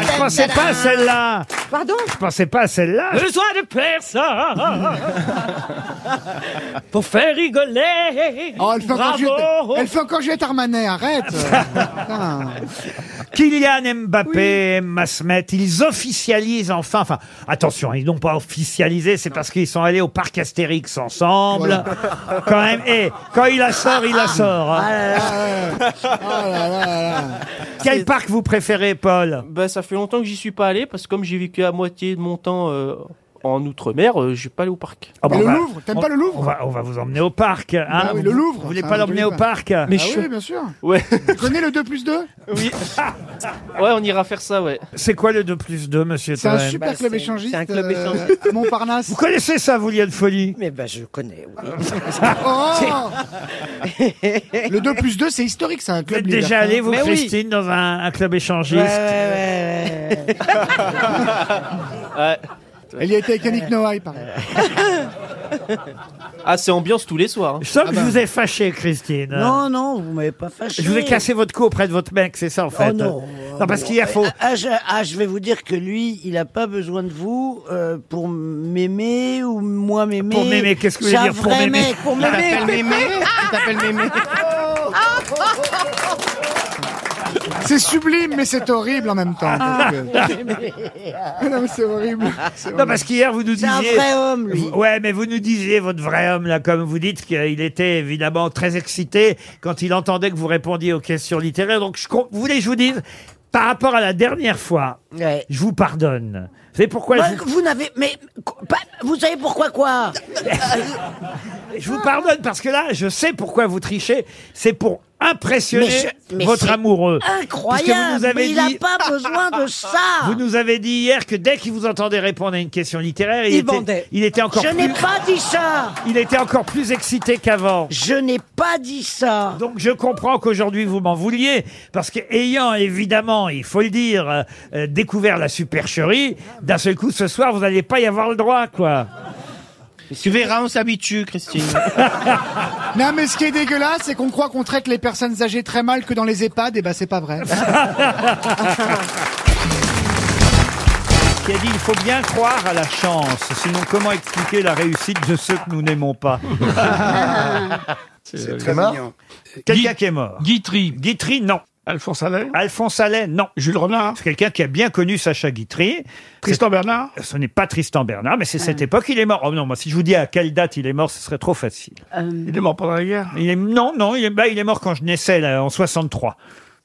Speaker 1: je pensais pas à celle-là.
Speaker 4: Pardon
Speaker 1: Je pensais pas à celle-là.
Speaker 4: Besoin de personne pour faire rigoler.
Speaker 11: Oh, elle fait encore
Speaker 4: Bravo.
Speaker 11: Juliette- Elle fait encore Juliette Armanet, arrête
Speaker 1: [laughs]
Speaker 11: Putain.
Speaker 1: Ah. Kylian Mbappé, Emma Smet, ils officialisent enfin, enfin, attention, ils n'ont pas officialisé, c'est parce qu'ils sont allés au parc Astérix ensemble. quand même, et quand il la sort, il la sort. hein.
Speaker 21: Ah
Speaker 1: Oh Quel parc vous préférez, Paul
Speaker 3: Bah, ça fait longtemps que j'y suis pas allé parce que comme j'ai vécu à moitié de mon temps euh,
Speaker 1: en Outre-mer, je vais pas aller au parc.
Speaker 21: Mais le Louvre, t'aimes pas le Louvre
Speaker 1: on va, on va vous emmener au parc. hein.
Speaker 21: Ah oui, le Louvre.
Speaker 1: Vous voulez
Speaker 21: ça,
Speaker 1: pas
Speaker 21: je
Speaker 1: l'emmener
Speaker 21: l'ai
Speaker 1: au parc
Speaker 21: Mais ah oui, bien sûr.
Speaker 1: Ouais.
Speaker 21: Tu connais le 2 plus 2
Speaker 1: Oui. ouais, on ira faire ça, ouais. C'est quoi le 2 plus 2, monsieur
Speaker 21: C'est un
Speaker 1: Toen
Speaker 21: super club échangiste.
Speaker 1: bah, c'est un club
Speaker 21: euh,
Speaker 1: échangiste.
Speaker 21: à Montparnasse.
Speaker 1: Vous connaissez ça, vous, Liane Folie
Speaker 20: Mais ben, je connais, oui.
Speaker 21: Oh le 2 plus 2, c'est historique, c'est un
Speaker 1: Vous
Speaker 21: club.
Speaker 1: êtes déjà allé, vous, Christine, dans un, un club échangiste [laughs]
Speaker 21: Elle y a été avec
Speaker 1: Euh,
Speaker 21: Yannick Noah, il paraît.
Speaker 1: Ah, c'est ambiance tous les soirs. hein. Ah bah. Je sens que je vous ai fâché, Christine.
Speaker 20: Non, non, vous m'avez pas fâché.
Speaker 1: Je vous ai cassé votre cou auprès de votre mec, c'est ça, en fait
Speaker 20: Oh non.
Speaker 1: Non, parce qu'il y a faux.
Speaker 20: Ah, Ah, je, ah, je vais vous dire que lui, il n'a pas besoin de vous euh, pour m'aimer ou moi m'aimer.
Speaker 1: Pour m'aimer, qu'est-ce que vous
Speaker 20: C'est
Speaker 1: voulez
Speaker 20: un
Speaker 1: dire pour
Speaker 20: vrai
Speaker 1: m'aimer
Speaker 20: mec, pour
Speaker 1: Il
Speaker 20: m'aimer.
Speaker 1: t'appelle mémé
Speaker 21: Il t'appelle mémé. C'est sublime, mais c'est horrible en même temps. parce
Speaker 20: [laughs]
Speaker 1: Ah.
Speaker 21: que- [laughs] non, mais c'est horrible. c'est
Speaker 1: Non,
Speaker 21: horrible.
Speaker 1: parce qu'hier, vous nous disiez. Vous- Ouais, mais vous nous disiez, votre vrai homme, là, comme vous dites, qu'il était évidemment très excité quand il entendait que vous répondiez aux questions littéraires. Donc, je com- vous voulez que je vous dise, par rapport à la dernière fois, je vous pardonne. Vous savez pourquoi
Speaker 20: Moi,
Speaker 1: je vous...
Speaker 20: Bah, Vous n'avez. Mais. qu- pas- vous savez pourquoi
Speaker 1: [laughs]
Speaker 20: quoi
Speaker 1: Je vous pardonne parce que là, je sais pourquoi vous trichez. C'est pour impressionner
Speaker 20: Mais je- mais
Speaker 1: votre
Speaker 20: c'est
Speaker 1: amoureux.
Speaker 20: Incroyable
Speaker 1: Puisque vous nous avez
Speaker 20: mais Il n'a
Speaker 1: dit-
Speaker 20: pas besoin de ça
Speaker 2: [laughs]
Speaker 1: Vous nous avez dit hier que dès qu'il vous entendait répondre à une question littéraire, il,
Speaker 20: Il
Speaker 1: était,
Speaker 20: bandait.
Speaker 1: il était encore
Speaker 20: Je
Speaker 1: plus...
Speaker 20: n'ai pas dit ça
Speaker 1: Il était encore plus excité qu'avant.
Speaker 20: Je n'ai pas dit ça.
Speaker 1: Donc je comprends qu'aujourd'hui vous m'en vouliez, parce que ayant évidemment, il faut le dire, euh, euh, découvert la supercherie, d'un seul coup ce soir vous n'allez pas y avoir le droit, quoi.
Speaker 11: Tu verras, on
Speaker 1: [laughs]
Speaker 11: s'habitue, Christine.
Speaker 21: Non, mais ce qui est dégueulasse, c'est qu'on croit qu'on traite les personnes âgées très mal que dans les EHPAD, et ben c'est pas
Speaker 1: [laughs]
Speaker 21: vrai.
Speaker 1: Qui a dit il faut bien croire à la chance, sinon comment expliquer la réussite de ceux que nous n'aimons [laughs] pas
Speaker 2: C'est très mignon.
Speaker 20: [laughs]
Speaker 1: Quelqu'un qui est mort. Guitry. Guitry, non. Alphonse Allais Alphonse Allais, non. Jules Renard C'est quelqu'un qui a bien connu Sacha Guitry. Tristan Bernard Ce n'est pas Tristan Bernard, mais c'est cette époque, il est mort. Oh non, moi, si je vous dis à quelle date il est mort, ce serait trop facile. Il est mort pendant la guerre il est... Non, non, il est... bah, il est mort quand je naissais, là, en 63.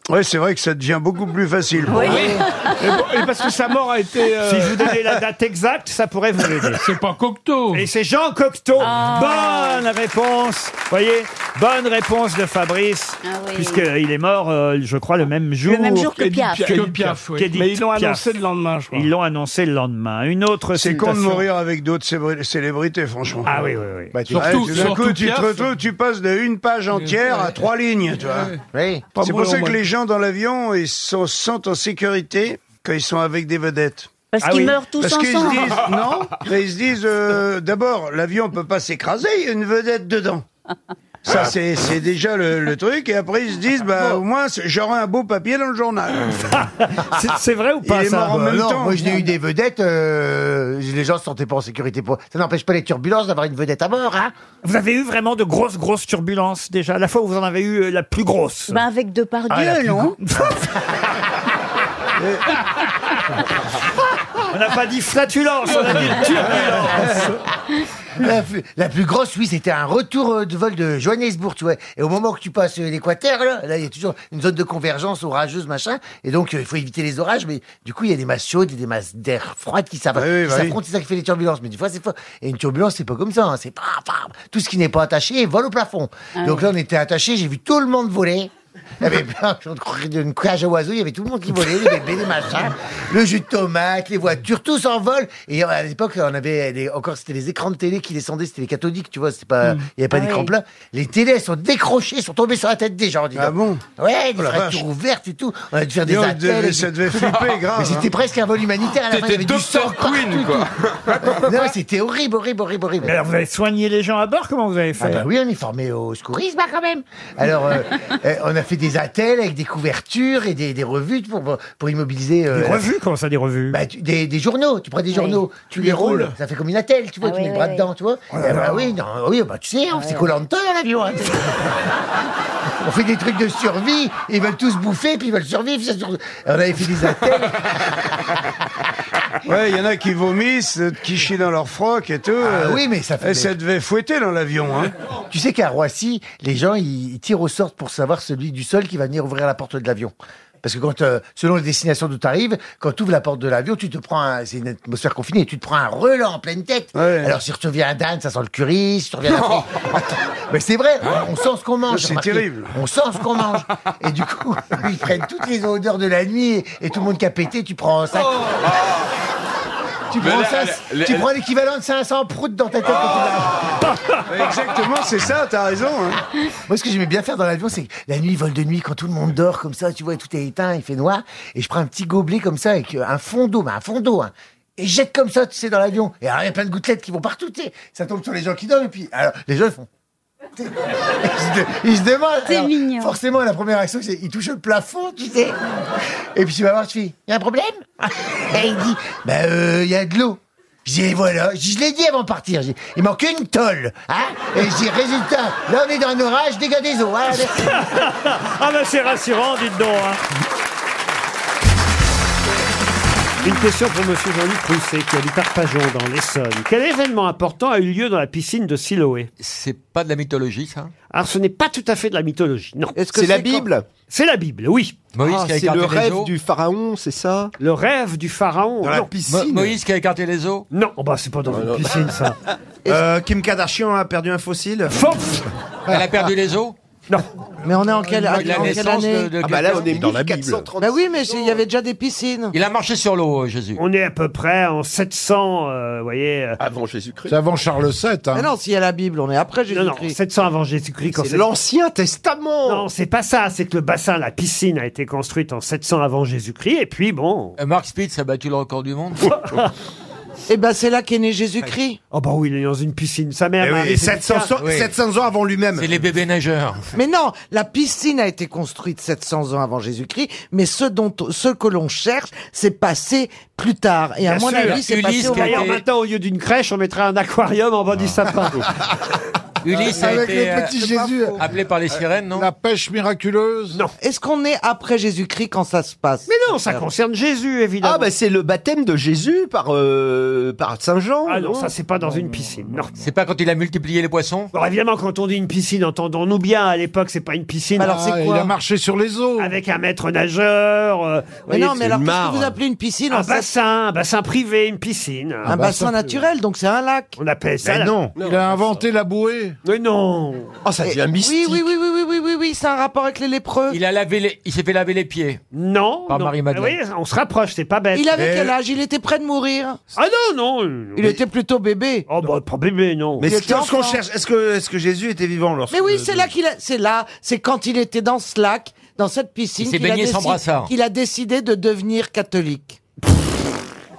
Speaker 2: Ouais, c'est vrai que ça devient beaucoup plus facile. pour moi.
Speaker 1: Et, parce que sa mort a été. euh, Si je vous donnais la date exacte, ça pourrait vous
Speaker 3: [laughs]
Speaker 1: aider. C'est pas Cocteau. Et c'est Jean Cocteau.
Speaker 3: Ah.
Speaker 1: Bonne réponse. Voyez, bonne réponse de Fabrice, puisqu'il est mort, euh, je crois, le même jour.
Speaker 3: Ah Le même jour que Edith Piaf. Piaf.
Speaker 1: Qu'Edith
Speaker 3: Que Piaf, oui.
Speaker 1: Qu'Edith
Speaker 3: Mais ils l'ont
Speaker 1: Piaf.
Speaker 3: annoncé le lendemain, je crois.
Speaker 1: Ils l'ont annoncé le lendemain. Une autre
Speaker 2: C'est con de
Speaker 1: citation.
Speaker 2: mourir avec d'autres célébr- célébrités, franchement.
Speaker 1: Ah oui, oui, oui.
Speaker 2: Bah, tu-
Speaker 1: Surtout-
Speaker 2: ouais, tout d'un
Speaker 1: surtout
Speaker 2: coup, tu te
Speaker 1: Piaf.
Speaker 2: retrouves, tu passes de une page entière à trois lignes, tu vois.
Speaker 1: Oui.
Speaker 2: C'est pour ça que les gens dans l'avion, ils se sentent en sécurité quand ils sont avec des vedettes.
Speaker 9: Parce Ah qu'ils oui. meurent tous
Speaker 2: Parce qu'ils se
Speaker 9: ensemble. [laughs]
Speaker 2: disent, non, mais ils se disent, euh, d'abord, l'avion peut pas s'écraser, il y a une vedette dedans. Ça, c'est c'est déjà le, le truc. Et après, ils se disent, bah, au moins, c'est- j'aurai un beau papier dans le journal.
Speaker 1: C'est- C'est vrai ou pas
Speaker 2: Il est
Speaker 1: ça
Speaker 2: mort en
Speaker 12: Bah
Speaker 2: même
Speaker 12: non,
Speaker 2: temps.
Speaker 12: moi j'ai eu [laughs] des vedettes, euh, les gens se sentaient pas en sécurité. Pour... Ça n'empêche pas les turbulences d'avoir une vedette à bord, hein
Speaker 1: Vous avez eu vraiment de grosses, grosses turbulences déjà. La fois où vous en avez eu euh, la plus grosse.
Speaker 9: Bah avec
Speaker 1: Ah, la
Speaker 9: Depardieu,
Speaker 1: plus
Speaker 9: non
Speaker 3: [laughs]
Speaker 1: On n'a pas dit flatulence, on a dit turbulence.
Speaker 12: La, plus- la plus grosse, oui, c'était un retour euh, de vol de Johannesburg, tu vois. Et au moment que tu passes euh, l'équateur, là, là, il y a toujours une zone de convergence orageuse, machin. Et donc, euh, il faut éviter les orages. Mais du coup, il y a des masses chaudes et des masses d'air froide qui s'av-
Speaker 2: oui,
Speaker 12: qui
Speaker 2: bah oui.
Speaker 12: s'affrontent. C'est ça qui fait les turbulences. Mais des fois, c'est fort. Et une turbulence, c'est pas comme ça. hein. C'est pas, tout ce qui n'est pas attaché vole au plafond.
Speaker 10: Ah
Speaker 12: donc
Speaker 10: oui.
Speaker 12: là, on était attaché. J'ai vu tout le monde voler. Il y avait plein de gens qui- une cage à oiseaux, il y avait tout le monde qui volait, les bébés, les machins, le jus de tomate, les voitures, tout s'envole Et à l'époque, on avait les- encore, c'était les écrans de télé qui descendaient, c'était les cathodiques, tu vois, c'était
Speaker 2: Hmm.
Speaker 12: pas, il n'y avait pas
Speaker 10: Ah
Speaker 12: d'écran
Speaker 10: oui.
Speaker 12: plein. Les télés, elles sont décrochées, elles sont tombées sur la tête des gens, dis Ah bon? Ouais, des
Speaker 2: Oh la
Speaker 12: fractures
Speaker 2: vache.
Speaker 12: ouvertes et tout. On a dû faire des
Speaker 2: Dis donc,
Speaker 12: attelles.
Speaker 2: devait-
Speaker 12: et
Speaker 2: ça
Speaker 12: tout.
Speaker 2: devait
Speaker 12: [laughs]
Speaker 2: flipper, grave,
Speaker 12: Mais c'était
Speaker 2: hein.
Speaker 12: presque un vol humanitaire à la fin. il y avait du sang partout.
Speaker 2: quoi.
Speaker 12: Non, mais c'était horrible, horrible, horrible, horrible.
Speaker 1: Mais alors, vous avez soigné les gens à bord Comment vous avez fait
Speaker 12: Ah bah oui, on est formé au secourisme, hein, quand même.
Speaker 2: [laughs]
Speaker 12: Alors,
Speaker 1: [laughs]
Speaker 12: euh, euh, on a fait des attelles avec des couvertures et des, des revues pour, pour- pour immobiliser. euh,
Speaker 1: Des revues Comment ça, des revues
Speaker 12: bah, tu- des, des journaux, tu prends des journaux, tu les roules, Ah ça fait comme une attelle, tu vois, tu mets le bras dedans, tu vois.
Speaker 1: Oh
Speaker 12: Et bah oui, non, oui, bah tu sais, on s'est collanté dans [laughs] l'avion. hein. on fait des trucs de survie, ils veulent tous bouffer, puis ils veulent survivre. ça sur- Et on avait fait des attelles.
Speaker 2: [laughs] Ouais, il y en a qui vomissent, d'autres qui chient dans leur froc et tout.
Speaker 12: Ah
Speaker 2: Euh,
Speaker 12: oui, mais ça fait-
Speaker 2: Et ça devait fouetter dans l'avion, hein.
Speaker 12: [laughs] tu sais qu'à Roissy, les gens, ils ils tirent au sort pour savoir celui du sol qui va venir ouvrir la porte de l'avion. Parce que quand, euh, selon les destinations d'où tu arrives, quand tu ouvres la porte de l'avion, tu te prends, un- c'est une atmosphère confinée, et tu te prends un relais en pleine tête. Alors si tu reviens à Dan, ça sent le curry, si tu reviens à
Speaker 2: [laughs]
Speaker 12: la France- Mais c'est vrai,
Speaker 2: Hein
Speaker 12: on- on sent ce qu'on mange.
Speaker 38: C'est
Speaker 12: remarquez.
Speaker 38: terrible.
Speaker 12: On sent ce qu'on mange. Et du coup, [laughs] ils prennent toutes les odeurs de la nuit et, et tout le monde qui a pété, tu prends ça.
Speaker 2: Oh
Speaker 12: Tu
Speaker 38: Mais
Speaker 12: prends,
Speaker 38: là,
Speaker 12: ça-
Speaker 38: là, là,
Speaker 12: tu
Speaker 38: là-
Speaker 12: prends l'équivalent de 500 proutes dans ta tête. quand tu l'as.
Speaker 38: Ah. [laughs] Exactement, c'est ça, t'as raison. hein.
Speaker 12: Moi, ce que j'aimais bien faire dans l'avion, c'est que la nuit, vol de nuit, quand tout le monde dort comme ça, tu vois, tout est éteint, il fait noir, et je prends un petit gobelet comme ça avec euh, un fond d'eau, mais un fond d'eau, hein, et je jette comme ça, tu sais, dans l'avion. Et alors, il y a plein de gouttelettes qui vont partout, tu sais. Ça tombe sur les gens qui dorment, et puis, alors, les gens, ils font. ils, se de- ils se demandent. alors, Forcément, la première action, c'est ils touchent le plafond, tu sais. Et puis, tu vas voir, tu fais, il y a un problème Et il dit, ben, euh, il y a de l'eau. Je dis, et voilà, je dis, je l'ai dit avant de partir, je dis, il manque une tôle, hein Et je dis, résultat, là on est dans un orage, dégâts des eaux, hein
Speaker 1: Ah ben c'est rassurant, dites donc. hein. Une question pour Monsieur Jean-Luc Rousset, qui habite Arpajon dans l'Essonne. Quel événement important a eu lieu dans la piscine de Siloé C'est pas de la mythologie, ça Alors, ce n'est pas tout à fait de la mythologie, non.
Speaker 8: que C'est la c'est quand- Bible
Speaker 1: C'est la Bible, oui.
Speaker 8: Moïse Ah, qui a c'est écarté le les rêve eaux du pharaon, c'est ça
Speaker 1: Le rêve du pharaon.
Speaker 8: Dans la
Speaker 1: non.
Speaker 8: piscine. Mo- Moïse
Speaker 1: qui a écarté les eaux Non, oh bah c'est pas dans une piscine,
Speaker 4: [laughs]
Speaker 1: ça.
Speaker 4: Ah, Euh, Kim Kardashian a perdu un fossile.
Speaker 6: Elle a perdu les os
Speaker 1: Non.
Speaker 4: Mais on est en quelle,
Speaker 6: Euh, La
Speaker 4: en quelle
Speaker 6: naissance
Speaker 4: année
Speaker 6: de- de Ah bah là, quelqu'un. on est Dans la Bible. 1430.
Speaker 4: Bah oui, mais c'est- il y avait déjà des piscines.
Speaker 6: Il a marché sur l'eau, euh, Jésus.
Speaker 1: On est à peu près en 700, euh, vous voyez. Avant Jésus-Christ.
Speaker 2: C'est avant Charles VII. hein.
Speaker 4: Mais non, s'il y a la Bible, on est après
Speaker 1: Non, non,
Speaker 4: Jésus-Christ.
Speaker 1: 700 avant Jésus-Christ. quand
Speaker 4: C'est l'Ancien
Speaker 1: Testament Non, c'est pas ça. C'est que le bassin, la piscine a été construite en 700 avant Jésus-Christ. Et puis, bon...
Speaker 6: Mark Euh, Spitz a battu le record du
Speaker 1: [laughs]
Speaker 6: monde.
Speaker 4: Eh ben, c'est là qu'est né Jésus-Christ.
Speaker 1: Oh bah oui, il est dans une piscine, sa mère.
Speaker 4: Eh oui,
Speaker 1: Marie,
Speaker 4: et
Speaker 1: c'était
Speaker 4: 700
Speaker 1: ça.
Speaker 4: oui. 700
Speaker 6: ans avant lui-même. C'est les bébés nageurs.
Speaker 4: Mais non, la piscine a été construite 700 ans avant Jésus-Christ, mais ce dont, ce que l'on cherche, c'est passé plus tard. Et à
Speaker 1: Bien
Speaker 4: mon
Speaker 1: sûr.
Speaker 4: avis, c'est passé au
Speaker 1: D'ailleurs,
Speaker 4: moment-
Speaker 1: maintenant, au lieu d'une crèche, on mettra un aquarium en bas
Speaker 4: [laughs]
Speaker 1: du sapin.
Speaker 6: [laughs]
Speaker 8: Ah,
Speaker 6: Ulysse a
Speaker 2: Avec
Speaker 6: été
Speaker 2: le
Speaker 6: euh,
Speaker 2: petit Jésus.
Speaker 11: Ah,
Speaker 6: appelé par les
Speaker 8: Euh,
Speaker 6: sirènes, non
Speaker 2: La pêche miraculeuse.
Speaker 1: Non.
Speaker 4: Est-ce qu'on est après Jésus-Christ quand ça se passe
Speaker 1: Mais non, ça concerne Jésus, évidemment.
Speaker 8: Ah, bah c'est le baptême de Jésus par, euh, par Saint Jean.
Speaker 1: Ah non, ça c'est pas dans une piscine. Non.
Speaker 6: C'est pas quand il a multiplié les poissons
Speaker 1: Alors évidemment, quand on dit une piscine, entendons-nous bien. À l'époque, c'est pas une piscine.
Speaker 4: Alors, c'est Ah, quoi il a
Speaker 1: marché sur les eaux. Avec un maître nageur. euh,
Speaker 4: Mais
Speaker 1: voyez,
Speaker 4: non, mais
Speaker 1: c'est
Speaker 4: alors,
Speaker 1: une
Speaker 4: qu'est-ce que
Speaker 1: mare.
Speaker 4: vous appelez une piscine
Speaker 1: Un
Speaker 4: en sept-
Speaker 1: bassin, un bassin privé, une piscine.
Speaker 4: Un bassin naturel, donc c'est un lac.
Speaker 1: bah, On appelle ça. la-
Speaker 2: il a inventé la bouée.
Speaker 1: Mais non.
Speaker 8: Ah, ça
Speaker 4: Et- Oui, oui, oui, oui, oui, oui, oui, oui, c'est un rapport avec les lépreux.
Speaker 6: Il a lavé les... il s'est fait laver les pieds.
Speaker 1: Non.
Speaker 6: Par
Speaker 1: non.
Speaker 6: Marie-Madeleine.
Speaker 1: Vous voyez, on se rapproche, c'est pas bête.
Speaker 4: Il avait quel âge Il était près de mourir.
Speaker 1: Ah non, non.
Speaker 4: Il était plutôt bébé.
Speaker 1: Oh bah pas bébé, non.
Speaker 4: Mais Il était
Speaker 11: Qu'est-ce qu'on
Speaker 4: enfant.
Speaker 11: cherche Est-ce que, est que Jésus était vivant lorsque
Speaker 4: Mais oui, c'est là qu'il a, c'est là, c'est quand il était dans ce lac, dans cette
Speaker 6: Il
Speaker 4: piscine,
Speaker 6: s'est
Speaker 4: qu'il a,
Speaker 6: baigné sans
Speaker 4: décid-
Speaker 6: brassard.
Speaker 4: qu'il a décidé de devenir catholique.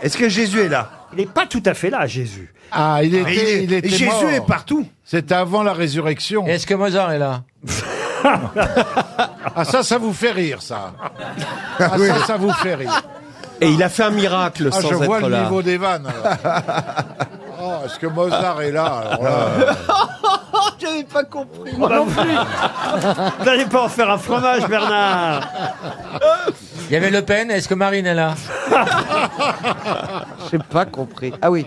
Speaker 1: Est-ce que Jésus est là Il n'est pas tout à fait là, Jésus.
Speaker 2: Ah, il
Speaker 1: Ah, il
Speaker 2: était,
Speaker 1: est-
Speaker 2: il était
Speaker 1: Jésus
Speaker 2: mort.
Speaker 1: est
Speaker 2: partout. C'était avant la résurrection.
Speaker 6: Est-ce que Mozart est là
Speaker 2: [laughs] Ah ça, ça vous fait rire, ça. Ah,
Speaker 11: Oui.
Speaker 2: ça, ça vous fait rire.
Speaker 11: Et il a fait un miracle
Speaker 2: Ah,
Speaker 11: sans
Speaker 2: je
Speaker 11: être
Speaker 2: vois le
Speaker 11: là.
Speaker 2: niveau des vannes. alors. Oh, est-ce que Mozart est là, alors
Speaker 11: Ah.
Speaker 2: là
Speaker 8: J'avais pas compris.
Speaker 1: Moi
Speaker 6: [laughs]
Speaker 1: non plus. Vous n'allez pas en faire un fromage, Bernard.
Speaker 6: Il y avait Le Pen, est-ce que Marine est là
Speaker 4: [laughs] J'ai pas compris. Ah oui.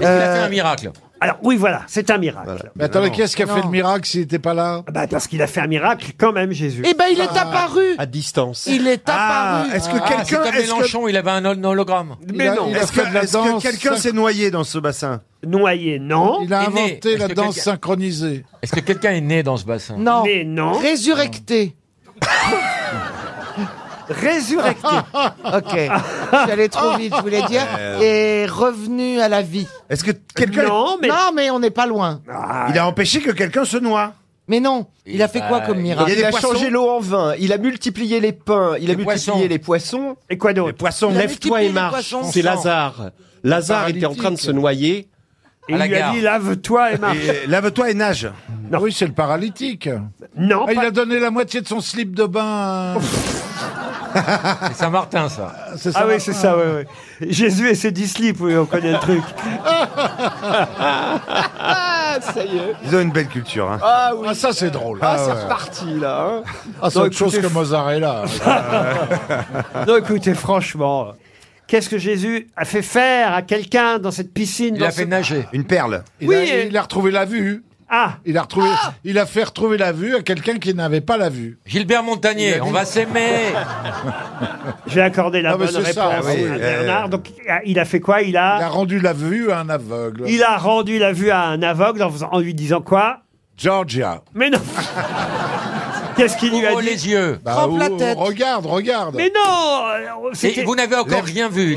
Speaker 6: Est-ce qu'il a fait un miracle
Speaker 1: Alors oui, voilà, c'est un miracle.
Speaker 2: Mais attends, mais qui est-ce qui a fait le miracle s'il n'était pas là
Speaker 1: Ah bah, Parce qu'il a fait un miracle quand même, Jésus.
Speaker 4: Eh ben, il est apparu.
Speaker 2: À distance.
Speaker 4: Il est apparu.
Speaker 11: est-ce que
Speaker 6: Ah,
Speaker 11: quelqu'un-
Speaker 6: c'est comme
Speaker 11: est-ce que-
Speaker 6: Mélenchon, il avait un hol- hologramme.
Speaker 1: Mais non.
Speaker 11: Est-ce que, est-ce que quelqu'un s'est noyé dans ce bassin
Speaker 1: Noyé, non.
Speaker 2: Il a
Speaker 6: Il est né.
Speaker 2: inventé
Speaker 6: Est-ce
Speaker 2: la
Speaker 6: que
Speaker 2: danse
Speaker 6: quelqu'un-
Speaker 2: synchronisée.
Speaker 6: Est-ce que quelqu'un est né dans ce bassin
Speaker 4: Non.
Speaker 1: Mais non. [laughs]
Speaker 4: Résurrecté.
Speaker 1: Résurrecté.
Speaker 4: ok. Je suis allé trop vite, je voulais dire.
Speaker 11: Euh.
Speaker 4: Et revenu à la vie.
Speaker 11: Est-ce que quelqu'un.
Speaker 4: Non, mais on n'est pas loin.
Speaker 1: Ah.
Speaker 11: Il a empêché que quelqu'un se noie.
Speaker 4: Mais non. Il a fait
Speaker 11: bah,
Speaker 4: quoi comme miracle
Speaker 8: Il a changé l'eau en vin, il a multiplié les pains, il a multiplié les poissons.
Speaker 1: Et quoi d'autre
Speaker 11: Les poissons, lève-toi et marche. C'est Lazare. Lazare était en train de se noyer.
Speaker 1: Et il lui a dit, lave-toi et marche.
Speaker 11: [laughs] Et Lave-toi et nage.
Speaker 2: Oui, c'est le paralytique.
Speaker 1: Non.
Speaker 2: Ah, Il a donné la moitié de son slip de bain.
Speaker 6: C'est Saint-Martin, ça.
Speaker 2: C'est
Speaker 1: Ah
Speaker 2: ça,
Speaker 1: oui,
Speaker 2: maintenant.
Speaker 1: c'est ça, ouais, ouais. Jésus et ses dix slips, oui, on connaît
Speaker 8: [laughs]
Speaker 1: le truc.
Speaker 8: Ah, ça y est.
Speaker 11: Ils ont une belle culture. Hein.
Speaker 8: Ah oui.
Speaker 2: ça c'est drôle.
Speaker 8: Ah, c'est
Speaker 2: ouais.
Speaker 8: reparti là. hein.
Speaker 2: Ah, c'est
Speaker 8: Non,
Speaker 2: autre chose
Speaker 8: écoutez,
Speaker 2: que
Speaker 11: [laughs] Ah,
Speaker 2: Mozzarella.
Speaker 20: [laughs]
Speaker 1: [laughs] Euh, Non, écoutez, franchement, qu'est-ce que Jésus a fait faire à quelqu'un dans cette piscine
Speaker 6: Il
Speaker 1: dans
Speaker 6: a
Speaker 1: ce-
Speaker 2: Ah.
Speaker 6: fait nager.
Speaker 11: Une perle.
Speaker 2: Il,
Speaker 1: Oui,
Speaker 2: a,
Speaker 1: et-
Speaker 2: il a retrouvé la vue.
Speaker 1: Ah
Speaker 2: Il a retrouvé, il a fait retrouver la vue à quelqu'un qui n'avait pas la vue.
Speaker 6: Gilbert Montagnier, on va s'aimer.
Speaker 1: J'ai accordé la
Speaker 2: Non, Ah, mais
Speaker 1: bonne
Speaker 2: c'est
Speaker 1: réponse Ah.
Speaker 2: ça,
Speaker 1: à
Speaker 2: oui, euh,
Speaker 1: Bernard. Donc, il a fait quoi Il a...
Speaker 2: Il a rendu la vue à un aveugle.
Speaker 1: Il a rendu la vue à un aveugle en, faisant- en lui disant quoi
Speaker 2: Georgia. [laughs]
Speaker 1: Mais non Qu'est-ce qu'il lui a dit
Speaker 6: Oh, les yeux.
Speaker 2: Bah, ou- Regarde, regarde.
Speaker 1: Mais non
Speaker 6: Et vous n'avez encore rien vu. lui.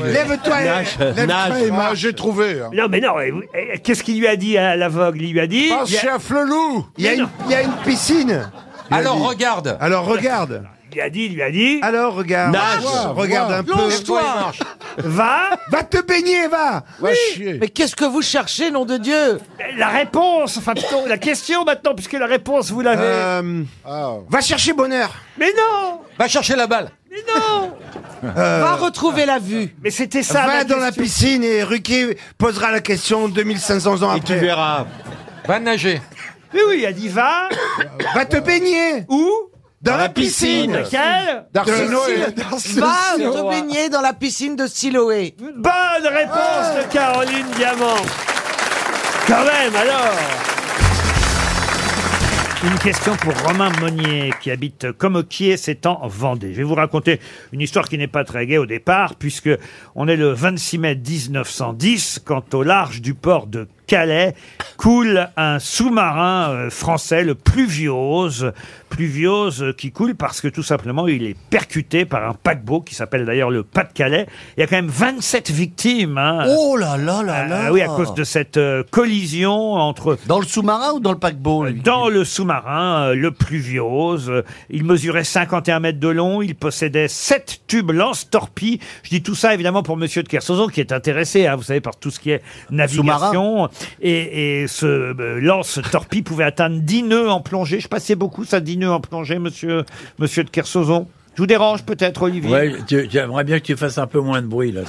Speaker 2: Moi, j'ai trouvé. hein.
Speaker 1: Ah, Non, mais non, et vous- et qu'est-ce qu'il lui a dit à l'aveugle Il lui a dit.
Speaker 2: Pense
Speaker 1: Il y a-
Speaker 2: chef le loup.
Speaker 1: Il y a une-
Speaker 2: il y a une piscine.
Speaker 6: Alors regarde.
Speaker 2: Alors regarde.
Speaker 1: Il lui a dit, il lui a dit.
Speaker 2: Alors regarde.
Speaker 1: Nage.
Speaker 2: Vois, vois. Plonge-toi.
Speaker 1: Va.
Speaker 2: Va te baigner, va.
Speaker 1: Oui.
Speaker 4: Mais qu'est-ce que vous cherchez, nom de Dieu
Speaker 1: La réponse, enfin plutôt la question maintenant, puisque la réponse vous l'avez.
Speaker 2: Euh, Va chercher bonheur.
Speaker 1: Mais non
Speaker 6: Va chercher la balle.
Speaker 1: Mais non
Speaker 4: Va retrouver la vue.
Speaker 1: Euh, Mais c'était ça.
Speaker 2: va
Speaker 1: ma
Speaker 2: dans la
Speaker 1: question.
Speaker 2: piscine et Ruquier posera la question 2500 ans
Speaker 39: Tu
Speaker 2: après.
Speaker 39: verras.
Speaker 6: Va nager.
Speaker 1: Mais oui, il a dit va.
Speaker 2: [coughs] Va te baigner.
Speaker 1: Où
Speaker 2: Dans, la
Speaker 1: piscine.
Speaker 2: piscine.
Speaker 1: Laquelle
Speaker 2: D'Arsenoé.
Speaker 4: Va te baigner dans la piscine de Siloé.
Speaker 1: Bonne réponse de Caroline Diamant. Quand même, alors. Une question pour Romain Monnier, qui habite Comoquier, c'est en Vendée. Je vais vous raconter une histoire qui n'est pas très gaie au départ, puisque on est le 26 mai 1910, quand au large du port de Calais coule un sous-marin euh, français, le Pluviose. Pluviose euh, qui coule parce que tout simplement il est percuté par un paquebot qui s'appelle d'ailleurs le Pas-de-Calais. Il y a quand même 27 victimes. hein.
Speaker 3: Oh là là là
Speaker 1: Euh,
Speaker 3: là.
Speaker 1: oui, à cause de cette euh, collision entre...
Speaker 3: Dans le sous-marin ou dans le paquebot lui
Speaker 1: Euh, Dans le sous-marin, euh, le pluviose, euh, il mesurait 51 mètres de long, il possédait 7 tubes lance-torpilles. Je dis tout ça évidemment pour monsieur de Kersozo qui est intéressé, hein, vous savez, par tout ce qui est navigation. Et, et ce euh, lance-torpille pouvait atteindre 10 nœuds en plongée. Je passais beaucoup ça, 10 nœuds en plongée, monsieur, monsieur de Kersauzon. Je vous dérange peut-être, Olivier
Speaker 11: Ouais, tu- j'aimerais bien que tu fasses un peu moins de bruit là.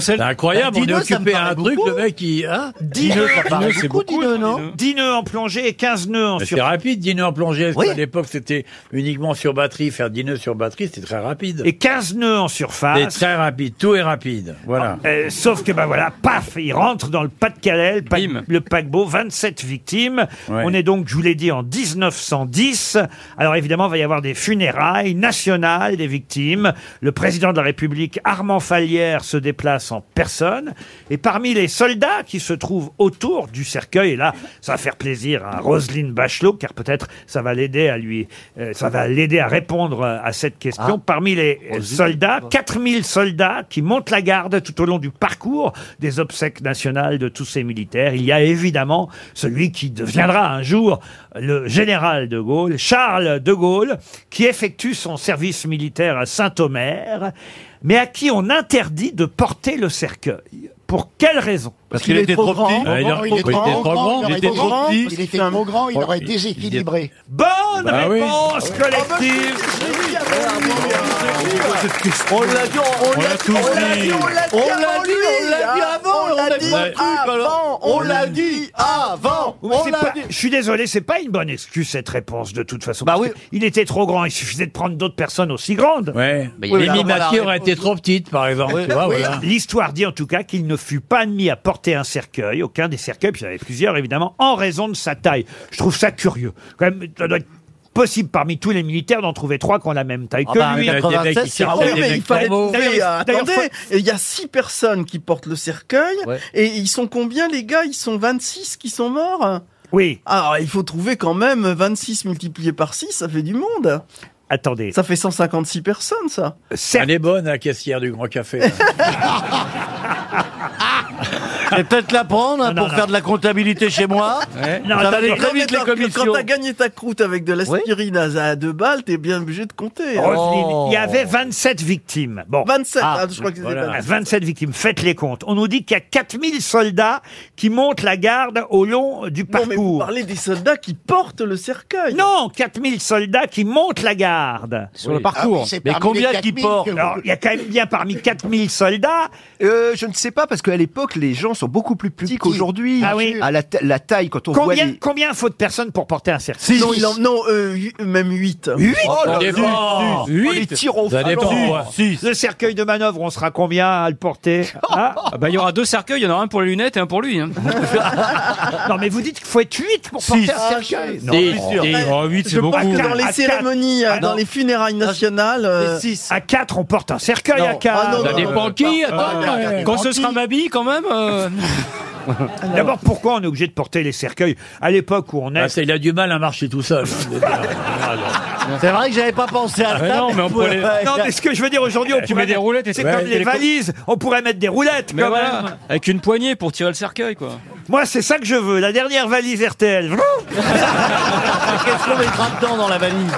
Speaker 11: C'est incroyable,
Speaker 1: Bah,
Speaker 11: on est
Speaker 1: dis-le, ça me
Speaker 11: occupé à un
Speaker 1: paraît
Speaker 11: truc,
Speaker 1: beaucoup.
Speaker 11: le mec il. Hein
Speaker 1: Dis-le, ça paraît
Speaker 11: c'est
Speaker 1: beaucoup, dis-le, non
Speaker 11: dis-le.
Speaker 1: 10 nœuds en plongée et 15 nœuds en
Speaker 11: Mais
Speaker 1: sur...
Speaker 11: C'est rapide, 10 nœuds en plongée. parce
Speaker 1: Oui.
Speaker 11: qu'à l'époque, c'était uniquement sur batterie. Faire 10 nœuds sur batterie, c'était très rapide.
Speaker 1: Et 15 nœuds en surface.
Speaker 11: C'est très rapide, tout est rapide. Voilà.
Speaker 1: Euh, sauf que, ben voilà, paf, il rentre dans le Pas-de-Calais, le, pa- le paquebot, 27 victimes. On est donc, je vous l'ai dit, en 1910. Alors évidemment, il va y avoir des funérailles nationales des victimes. Le président de la République, Armand Falière, se déplace en personne. Et parmi les soldats qui se trouvent autour du cercueil, et là, ça va faire plaisir à Roselyne Bachelot, car peut-être ça va l'aider à lui, euh, ça va l'aider à répondre euh, à cette question. Parmi les euh, soldats, 4000 soldats qui montent la garde tout au long du parcours des obsèques nationales de tous ces militaires. Il y a évidemment celui qui deviendra un jour le général de Gaulle, Charles de Gaulle, qui effectue son service militaire à Saint-Omer, mais à qui on interdit de porter le cercueil. Pour quelle raison
Speaker 11: Parce qu'il était trop petit.
Speaker 2: Euh, il
Speaker 11: il était trop grand, il était trop petit.
Speaker 2: Il était trop grand, il aurait
Speaker 11: Il-
Speaker 2: déséquilibré.
Speaker 1: Bonne
Speaker 11: Bah oui.
Speaker 1: réponse collective
Speaker 3: On l'a dit, on on l'a dit, on l'a dit, on l'a dit,
Speaker 11: On
Speaker 3: avant
Speaker 11: l'a dit,
Speaker 3: lui.
Speaker 11: on l'a dit
Speaker 3: avant, on l'a dit
Speaker 11: dit
Speaker 3: avant, on l'a dit avant,
Speaker 1: Oui,
Speaker 3: on
Speaker 1: c'est
Speaker 3: l'a
Speaker 1: pas-
Speaker 3: dit. [laughs]
Speaker 1: Je suis désolé, c'est pas une bonne excuse cette réponse de toute façon. Bah oui. Il était trop grand, il suffisait de prendre d'autres personnes aussi grandes.
Speaker 11: Ouais.
Speaker 1: Mais
Speaker 11: Mimi Mathieu aurait été trop petite, par exemple. tu vois, voilà.
Speaker 1: L'histoire dit en tout cas qu'il ne fut pas admis à porter un cercueil, aucun des cercueils, puis il y en avait plusieurs évidemment, en raison de sa taille. Je trouve ça curieux. Quand même, ça doit être possible parmi tous les militaires d'en trouver trois qui ont la même taille
Speaker 3: Ah
Speaker 1: que
Speaker 3: bah,
Speaker 1: lui.
Speaker 3: 96, c'est
Speaker 1: Ah
Speaker 3: oui,
Speaker 1: oui,
Speaker 3: mais il fallait trouver.
Speaker 1: D'ailleurs, d'ailleurs,
Speaker 3: Attendez, et il y a six personnes qui portent le cercueil. Et ils sont combien, les gars Ils sont 26 qui sont morts
Speaker 1: Oui.
Speaker 3: Alors, il faut trouver quand même 26 multiplié par 6, ça fait du monde.
Speaker 1: Attendez.
Speaker 3: Ça fait 156 personnes, ça.
Speaker 11: Elle est bonne, la caissière du Grand Café.
Speaker 40: Je vais peut-être la prendre hein,
Speaker 3: Non,
Speaker 40: pour
Speaker 3: non,
Speaker 40: faire
Speaker 3: non.
Speaker 40: de la comptabilité chez moi.
Speaker 1: Non,
Speaker 40: ça va
Speaker 1: attendez,
Speaker 40: aller très
Speaker 3: Non, mais
Speaker 40: vite les
Speaker 3: quand- Quand
Speaker 40: commissions.
Speaker 3: t'as gagné ta croûte avec de l'aspirine à, à deux balles, t'es bien obligé de compter. hein.
Speaker 1: Roselyne, il y
Speaker 11: Oh.
Speaker 1: avait 27 victimes. Bon.
Speaker 3: 27, ah, je crois que c'était
Speaker 1: voilà.
Speaker 3: 27.
Speaker 1: 27 victimes, faites les comptes. On nous dit qu'il y a 4000 soldats qui montent la garde au long du parcours. Non, mais vous parlez
Speaker 3: des soldats qui portent le cercueil.
Speaker 1: Non, 4000 soldats qui montent la garde.
Speaker 3: Sur le Oui. parcours. Ah oui, c'est
Speaker 1: mais
Speaker 3: parmi
Speaker 1: combien
Speaker 3: les
Speaker 1: qui
Speaker 3: 4000
Speaker 1: portent
Speaker 3: que vous-
Speaker 1: Alors, Il y a quand même bien parmi 4000 soldats.
Speaker 11: Euh,
Speaker 41: je ne sais pas parce qu'à l'époque les gens sont
Speaker 5: sont beaucoup plus petits qu'aujourd'hui.
Speaker 1: Ah oui.
Speaker 5: À la, ta- la taille, quand on voit
Speaker 1: Combien,
Speaker 5: les...
Speaker 1: combien faut de personnes pour porter un cercle
Speaker 5: Six. Non, il en-
Speaker 1: non
Speaker 3: euh,
Speaker 1: même 8. 8
Speaker 5: Oh là Ça là. dépend. Huit.
Speaker 1: les tire au
Speaker 5: Ça
Speaker 1: flanc.
Speaker 5: dépend,
Speaker 1: Huit.
Speaker 5: ouais.
Speaker 1: Le cercueil de manœuvre, on sera combien à le
Speaker 3: [laughs]
Speaker 1: porter Hein
Speaker 26: Ah bah, il y aura deux cercueils, il y en aura un pour les lunettes et un pour lui.
Speaker 1: [laughs]
Speaker 26: hein.
Speaker 1: Non mais vous dites qu'il faut être 8 pour porter un cercueil.
Speaker 26: Non, Six. c'est sûr. Six. Oh, huit, c'est
Speaker 10: Je pense
Speaker 26: beaucoup.
Speaker 10: que dans les
Speaker 1: À quatre.
Speaker 10: cérémonies,
Speaker 1: Ah,
Speaker 10: euh, dans
Speaker 1: non.
Speaker 10: les funérailles nationales. euh,
Speaker 1: À 4, on porte un cercueil
Speaker 10: Non.
Speaker 1: à 4.
Speaker 10: Ah, non, non, Ça non, dépend non, non. qui, attends,
Speaker 26: euh, quand ce sera ma bille quand même. euh.
Speaker 1: [laughs] D'abord, pourquoi on est obligé de porter les cercueils à l'époque où on est
Speaker 13: Il a du mal à marcher tout seul.
Speaker 1: C'est vrai que j'avais pas pensé
Speaker 13: à Ah, ça, mais non, mais mais on on pourrait- pourrait-
Speaker 1: Non, mais ce que je veux dire aujourd'hui, on
Speaker 26: Eh, Tu
Speaker 1: pourrait
Speaker 26: mets des
Speaker 1: mettre-
Speaker 26: roulettes et
Speaker 1: C'est
Speaker 26: tout.
Speaker 1: comme
Speaker 26: Ouais,
Speaker 1: les
Speaker 26: les co-
Speaker 1: valises. On pourrait mettre des roulettes
Speaker 26: Mais
Speaker 1: quand
Speaker 26: voilà,
Speaker 1: même.
Speaker 26: avec une poignée pour tirer le cercueil quoi.
Speaker 1: Moi, c'est ça que je veux. La dernière valise RTL. Vroom
Speaker 26: Qu'est-ce qu'on mettra dedans dans la valise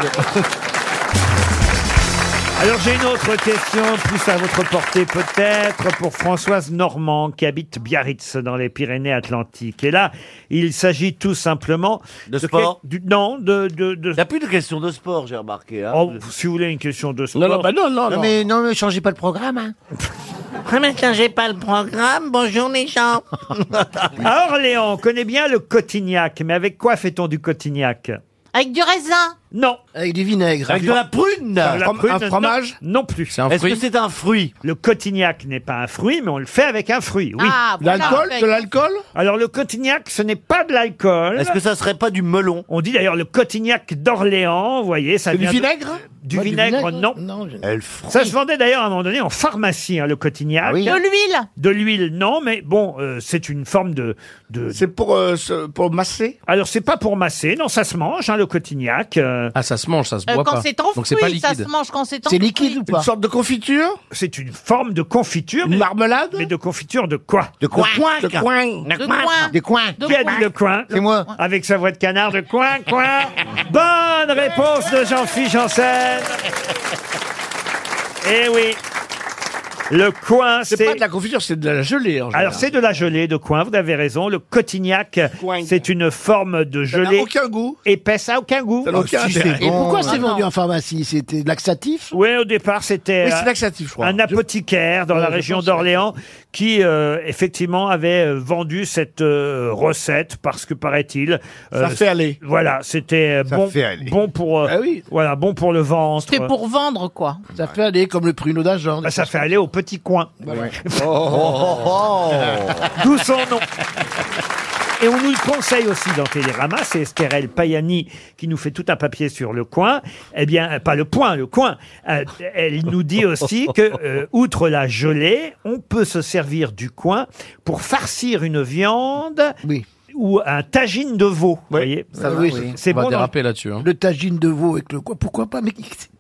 Speaker 1: Alors j'ai une autre question, plus à votre portée peut-être, pour Françoise Normand qui habite Biarritz dans les Pyrénées-Atlantiques. Et là, il s'agit tout simplement de
Speaker 19: sport
Speaker 1: quel- du- Non, de de. de...
Speaker 19: Il n'y a plus de question de sport, j'ai remarqué. hein.
Speaker 1: Oh, si vous voulez une question de sport.
Speaker 12: mais bah non, mais changez pas le programme.
Speaker 1: [laughs]
Speaker 12: Hein.
Speaker 1: Ah,
Speaker 20: Vraiment, quand j'ai pas le programme, bonjour les gens.
Speaker 1: [laughs] À Orléans, on connaît bien le cotignac, mais avec quoi fait-on du cotignac
Speaker 20: Avec du raisin
Speaker 1: Non.
Speaker 20: Avec du vinaigre.
Speaker 1: Avec de la prune
Speaker 20: Un fro- un
Speaker 1: non.
Speaker 20: fromage
Speaker 1: non, plus.
Speaker 20: un Est-ce fruit que
Speaker 1: c'est un fruit Le cotignac n'est pas un fruit, mais on le fait avec un fruit, oui.
Speaker 20: Ah, voilà. L'alcool De
Speaker 1: l'alcool Alors le cotignac, ce n'est pas de l'alcool.
Speaker 19: Est-ce que ça serait pas du melon
Speaker 1: On dit d'ailleurs le cotignac d'Orléans, vous voyez, ça
Speaker 19: C'est du
Speaker 1: vient de-
Speaker 19: vinaigre
Speaker 1: Du
Speaker 19: Ouais, du
Speaker 1: vinaigre,
Speaker 19: vinaigre,
Speaker 1: non. ça se vendait d'ailleurs à un moment donné en pharmacie, hein, le
Speaker 11: Ah
Speaker 1: cotignac.
Speaker 20: De l'huile
Speaker 1: De l'huile, non, mais bon, euh, c'est une forme de. de... C'est
Speaker 10: pour, euh, ce- pour masser
Speaker 1: Alors, c'est pas pour masser, non, ça se mange, hein, le cotignac.
Speaker 4: Ah, ça se mange, ça se
Speaker 1: Euh,
Speaker 4: boit
Speaker 1: quand
Speaker 4: pas.
Speaker 1: c'est en
Speaker 4: Donc c'est pas
Speaker 1: fruit, ça
Speaker 4: liquide.
Speaker 1: se
Speaker 20: mange quand c'est en
Speaker 1: liquide ou pas Une sorte de confiture C'est une forme de confiture. Une marmelade Mais de confiture de quoi De
Speaker 20: coin. De coin. De coin.
Speaker 1: De coin.
Speaker 20: De
Speaker 1: Qui a
Speaker 20: coin.
Speaker 1: dit de coin C'est moi. Avec sa voix de canard, de coin,
Speaker 20: [laughs]
Speaker 1: coin. Bonne réponse de Jean-Philippe Janssen. Eh oui. Le coin, c'est...
Speaker 4: pas de la confiture, c'est de la gelée. En
Speaker 1: Alors, c'est de la gelée de coin, vous avez raison. Le cotignac, c'est une forme de gelée. aucun goût. Épaisse, ça a aucun goût.
Speaker 4: n'a aucun intérêt.
Speaker 22: Et pourquoi Ah, c'est hein.
Speaker 1: vendu
Speaker 22: vendu en pharmacie C'était laxatif
Speaker 1: Oui, au départ, c'était
Speaker 22: Oui, c'est
Speaker 1: euh,
Speaker 22: laxatif, je crois.
Speaker 1: un apothicaire dans
Speaker 22: Ouais,
Speaker 1: la
Speaker 22: je
Speaker 1: région
Speaker 22: pense,
Speaker 1: d'Orléans qui, euh, effectivement, avait euh, vendu cette euh, recette parce que, paraît-il...
Speaker 22: Ça fait aller.
Speaker 1: Voilà, c'était euh,
Speaker 22: Ça
Speaker 1: bon,
Speaker 22: fait aller. Ah
Speaker 1: bon, pour, euh, voilà, bon pour le ventre.
Speaker 22: C'était
Speaker 1: [laughs]
Speaker 22: pour
Speaker 1: vendre, quoi.
Speaker 22: Ça fait aller comme le pruneau d'agent.
Speaker 1: Bah, ça fait aller au petit coin.
Speaker 4: oh,
Speaker 22: oh.
Speaker 11: [laughs]
Speaker 1: D'où son nom. Et on nous le conseille aussi dans Télérama, c'est Estherelle Payani qui nous fait tout un papier sur le coin. Eh bien, euh, pas le point, le coin. Euh, elle nous dit aussi que, euh, outre la gelée, on peut se servir du coin pour farcir une viande ou un tagine de veau. Vous voyez
Speaker 22: ça va, oui.
Speaker 1: C'est
Speaker 4: On va
Speaker 1: bon. dans-
Speaker 4: déraper là-dessus. hein.
Speaker 22: Le tagine de veau avec le quoi Pourquoi pas Mais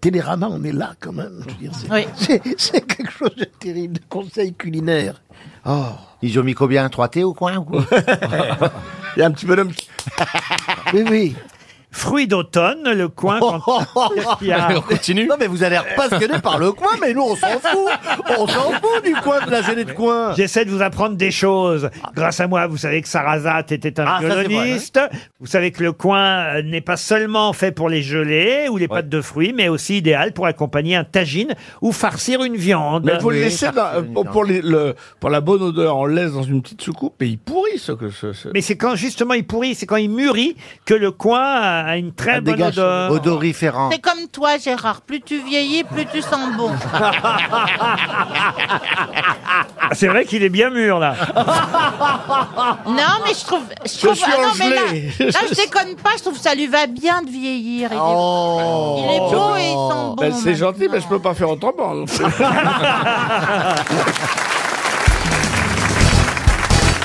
Speaker 22: Télérama, on est là quand même. Je veux dire, c'est- C'est c'est quelque chose de terrible, de conseil culinaire.
Speaker 12: Oh. Ils ont mis combien 3 T au coin ou quoi
Speaker 22: Il y a un petit bonhomme. qui- oui, oui.
Speaker 1: Fruit d'automne, le coin. Quand... Qu'est-ce qu'il y a
Speaker 19: continue. Non, mais vous allez repassionner par le coin, mais nous, on s'en fout. On s'en fout du coin, de la gelée de coin.
Speaker 1: J'essaie de vous apprendre des choses. Grâce à moi, vous savez que Sarrazat était un
Speaker 19: Ah, ça, c'est vrai,
Speaker 1: violoniste. Vous savez que le coin euh, n'est pas seulement fait pour les gelées ou les pâtes de fruits, mais aussi idéal pour accompagner un tagine ou farcir une viande.
Speaker 4: Mais faut le laisser dans-
Speaker 19: euh,
Speaker 4: pour, pour les- [laughs] le- pour la bonne odeur, on le laisse dans une petite soucoupe et il pourrit ce que ce. ce-
Speaker 1: Mais c'est quand justement il pourrit, c'est quand il mûrit que le coin a a une très bonne odeur.
Speaker 12: Odoriférant.
Speaker 20: C'est comme toi, Gérard. Plus tu vieillis, plus tu sens
Speaker 1: [laughs]
Speaker 20: bon.
Speaker 1: Ah, C'est vrai qu'il est bien mûr là.
Speaker 20: non, mais je trouve. Je, trouve- ah
Speaker 1: suis
Speaker 20: non, mais là,
Speaker 1: engelé.
Speaker 20: là, je déconne pas. Je trouve que ça lui va bien de
Speaker 12: Oh.
Speaker 20: vieillir. Il est- il est, beau et il sent bon.
Speaker 4: Oh. Ben, c'est
Speaker 20: maintenant.
Speaker 4: gentil, mais je peux pas faire autrement. non plus.
Speaker 1: [laughs]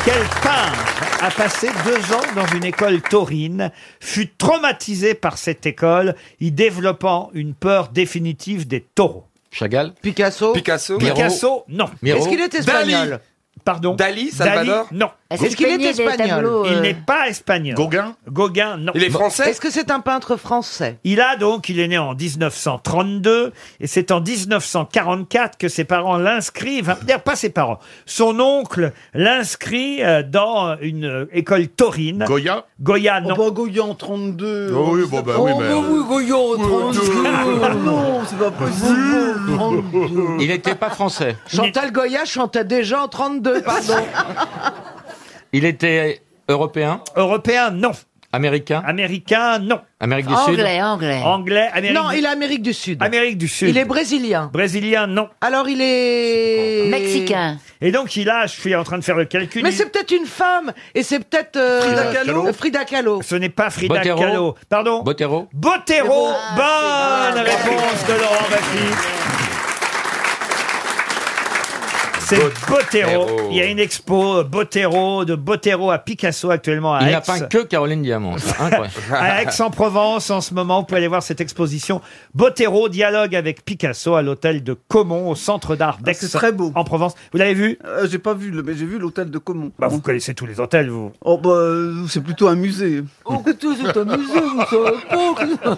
Speaker 1: Quel peintre a passé deux ans dans une école taurine, fut traumatisé par cette école, y développant une peur définitive des taureaux Chagall Picasso Picasso
Speaker 6: Miro
Speaker 1: Picasso, non.
Speaker 6: Miro Est-ce qu'il est espagnol
Speaker 1: Dali Pardon
Speaker 6: Dali, Salvador
Speaker 1: Dali, non.
Speaker 6: Est-ce Est-ce qu'il qu'il est peignait des espagnol tableaux,
Speaker 1: Il
Speaker 6: euh,
Speaker 1: n'est pas espagnol. Gauguin Gauguin, non.
Speaker 6: Il est français
Speaker 1: Est-ce que c'est un peintre français Il a donc, il est né en 1932, et c'est en 1944 que ses parents l'inscrivent, enfin, pas ses parents, son oncle l'inscrit euh, dans une euh, école taurine. Goya Goya, non.
Speaker 10: Oh, bah, Goya en 32.
Speaker 1: Oh oui, bon, bah oui, mais-
Speaker 10: Goya en 32. [laughs] non, c'est pas possible.
Speaker 6: Il n'était pas français.
Speaker 1: Chantal [laughs]
Speaker 10: Goya chantait déjà en 32, pardon.
Speaker 6: Il était européen
Speaker 1: Européen, non.
Speaker 6: Américain
Speaker 1: Américain, non.
Speaker 6: Amérique du Sud
Speaker 16: Anglais, anglais.
Speaker 1: Anglais, Amérique
Speaker 16: Non,
Speaker 1: du-
Speaker 16: il est Amérique du Sud.
Speaker 1: Amérique du Sud.
Speaker 16: Il est brésilien.
Speaker 1: Brésilien, non.
Speaker 16: Alors il est mexicain.
Speaker 1: Et donc il a, je suis en train de faire le calcul.
Speaker 16: Mais
Speaker 1: il-
Speaker 16: c'est peut-être une femme et c'est peut-être euh,
Speaker 1: Frida Kahlo
Speaker 16: Frida Kahlo.
Speaker 1: Ce n'est pas Frida
Speaker 6: Botero
Speaker 1: Kahlo. Pardon
Speaker 6: Botero
Speaker 1: Botero, [laughs] bonne réponse de Laurent Baffy. C'est Botero.
Speaker 6: Botero.
Speaker 1: Il y a une expo euh, Botero, de Botero à Picasso actuellement à
Speaker 6: Il
Speaker 1: Aix.
Speaker 6: n'a peint que Caroline Diamant. ça, Incroyable.
Speaker 1: à Aix-en-Provence en ce moment. Vous pouvez aller voir cette exposition Botero, dialogue avec Picasso à l'hôtel de Caumont, au centre d'art d'Aix.
Speaker 3: Ah, c'est très beau. Euh,
Speaker 1: En Provence. Vous l'avez vu
Speaker 3: j'ai pas vu, le- mais j'ai vu l'hôtel de Comont.
Speaker 1: Bah, vous connaissez tous les hôtels, vous.
Speaker 3: Oh bah, euh, c'est plutôt un musée.
Speaker 16: Oh, que tout est un musée, vous savez pas.
Speaker 1: [laughs]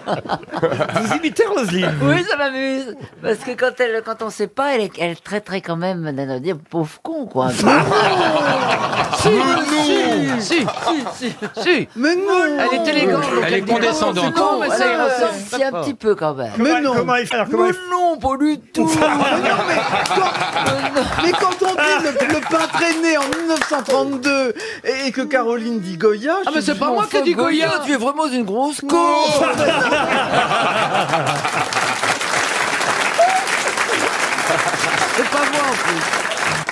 Speaker 1: Vous imitez Roselyne. vous.
Speaker 16: Oui, ça m'amuse. Parce que quand, elle, quand on sait pas, elle, est- elle traiterait quand même d'un dire pauvre con, quoi.
Speaker 3: Si, non.
Speaker 16: si, si, si, si.
Speaker 3: Mais non
Speaker 16: Elle est élégante. donc
Speaker 6: Elle est
Speaker 16: dit, oh,
Speaker 6: condescendante.
Speaker 16: c'est con, mais ça
Speaker 3: Elle
Speaker 16: y ressemble
Speaker 3: ressemble
Speaker 16: si un petit peu quand même.
Speaker 1: Comment- Mais non. comment il fait- alors, comment
Speaker 16: Oh, Mais
Speaker 1: il
Speaker 16: non, pas du
Speaker 3: [laughs]
Speaker 16: tout. mais non, mais
Speaker 3: Mais quand on dit le, le peintre est né en 1932 et, et que Caroline dit Goya...
Speaker 16: Ah, mais c'est pas moi qui ai dit Goya, tu es vraiment une grosse con.
Speaker 3: [laughs]
Speaker 16: C'est pas moi en plus.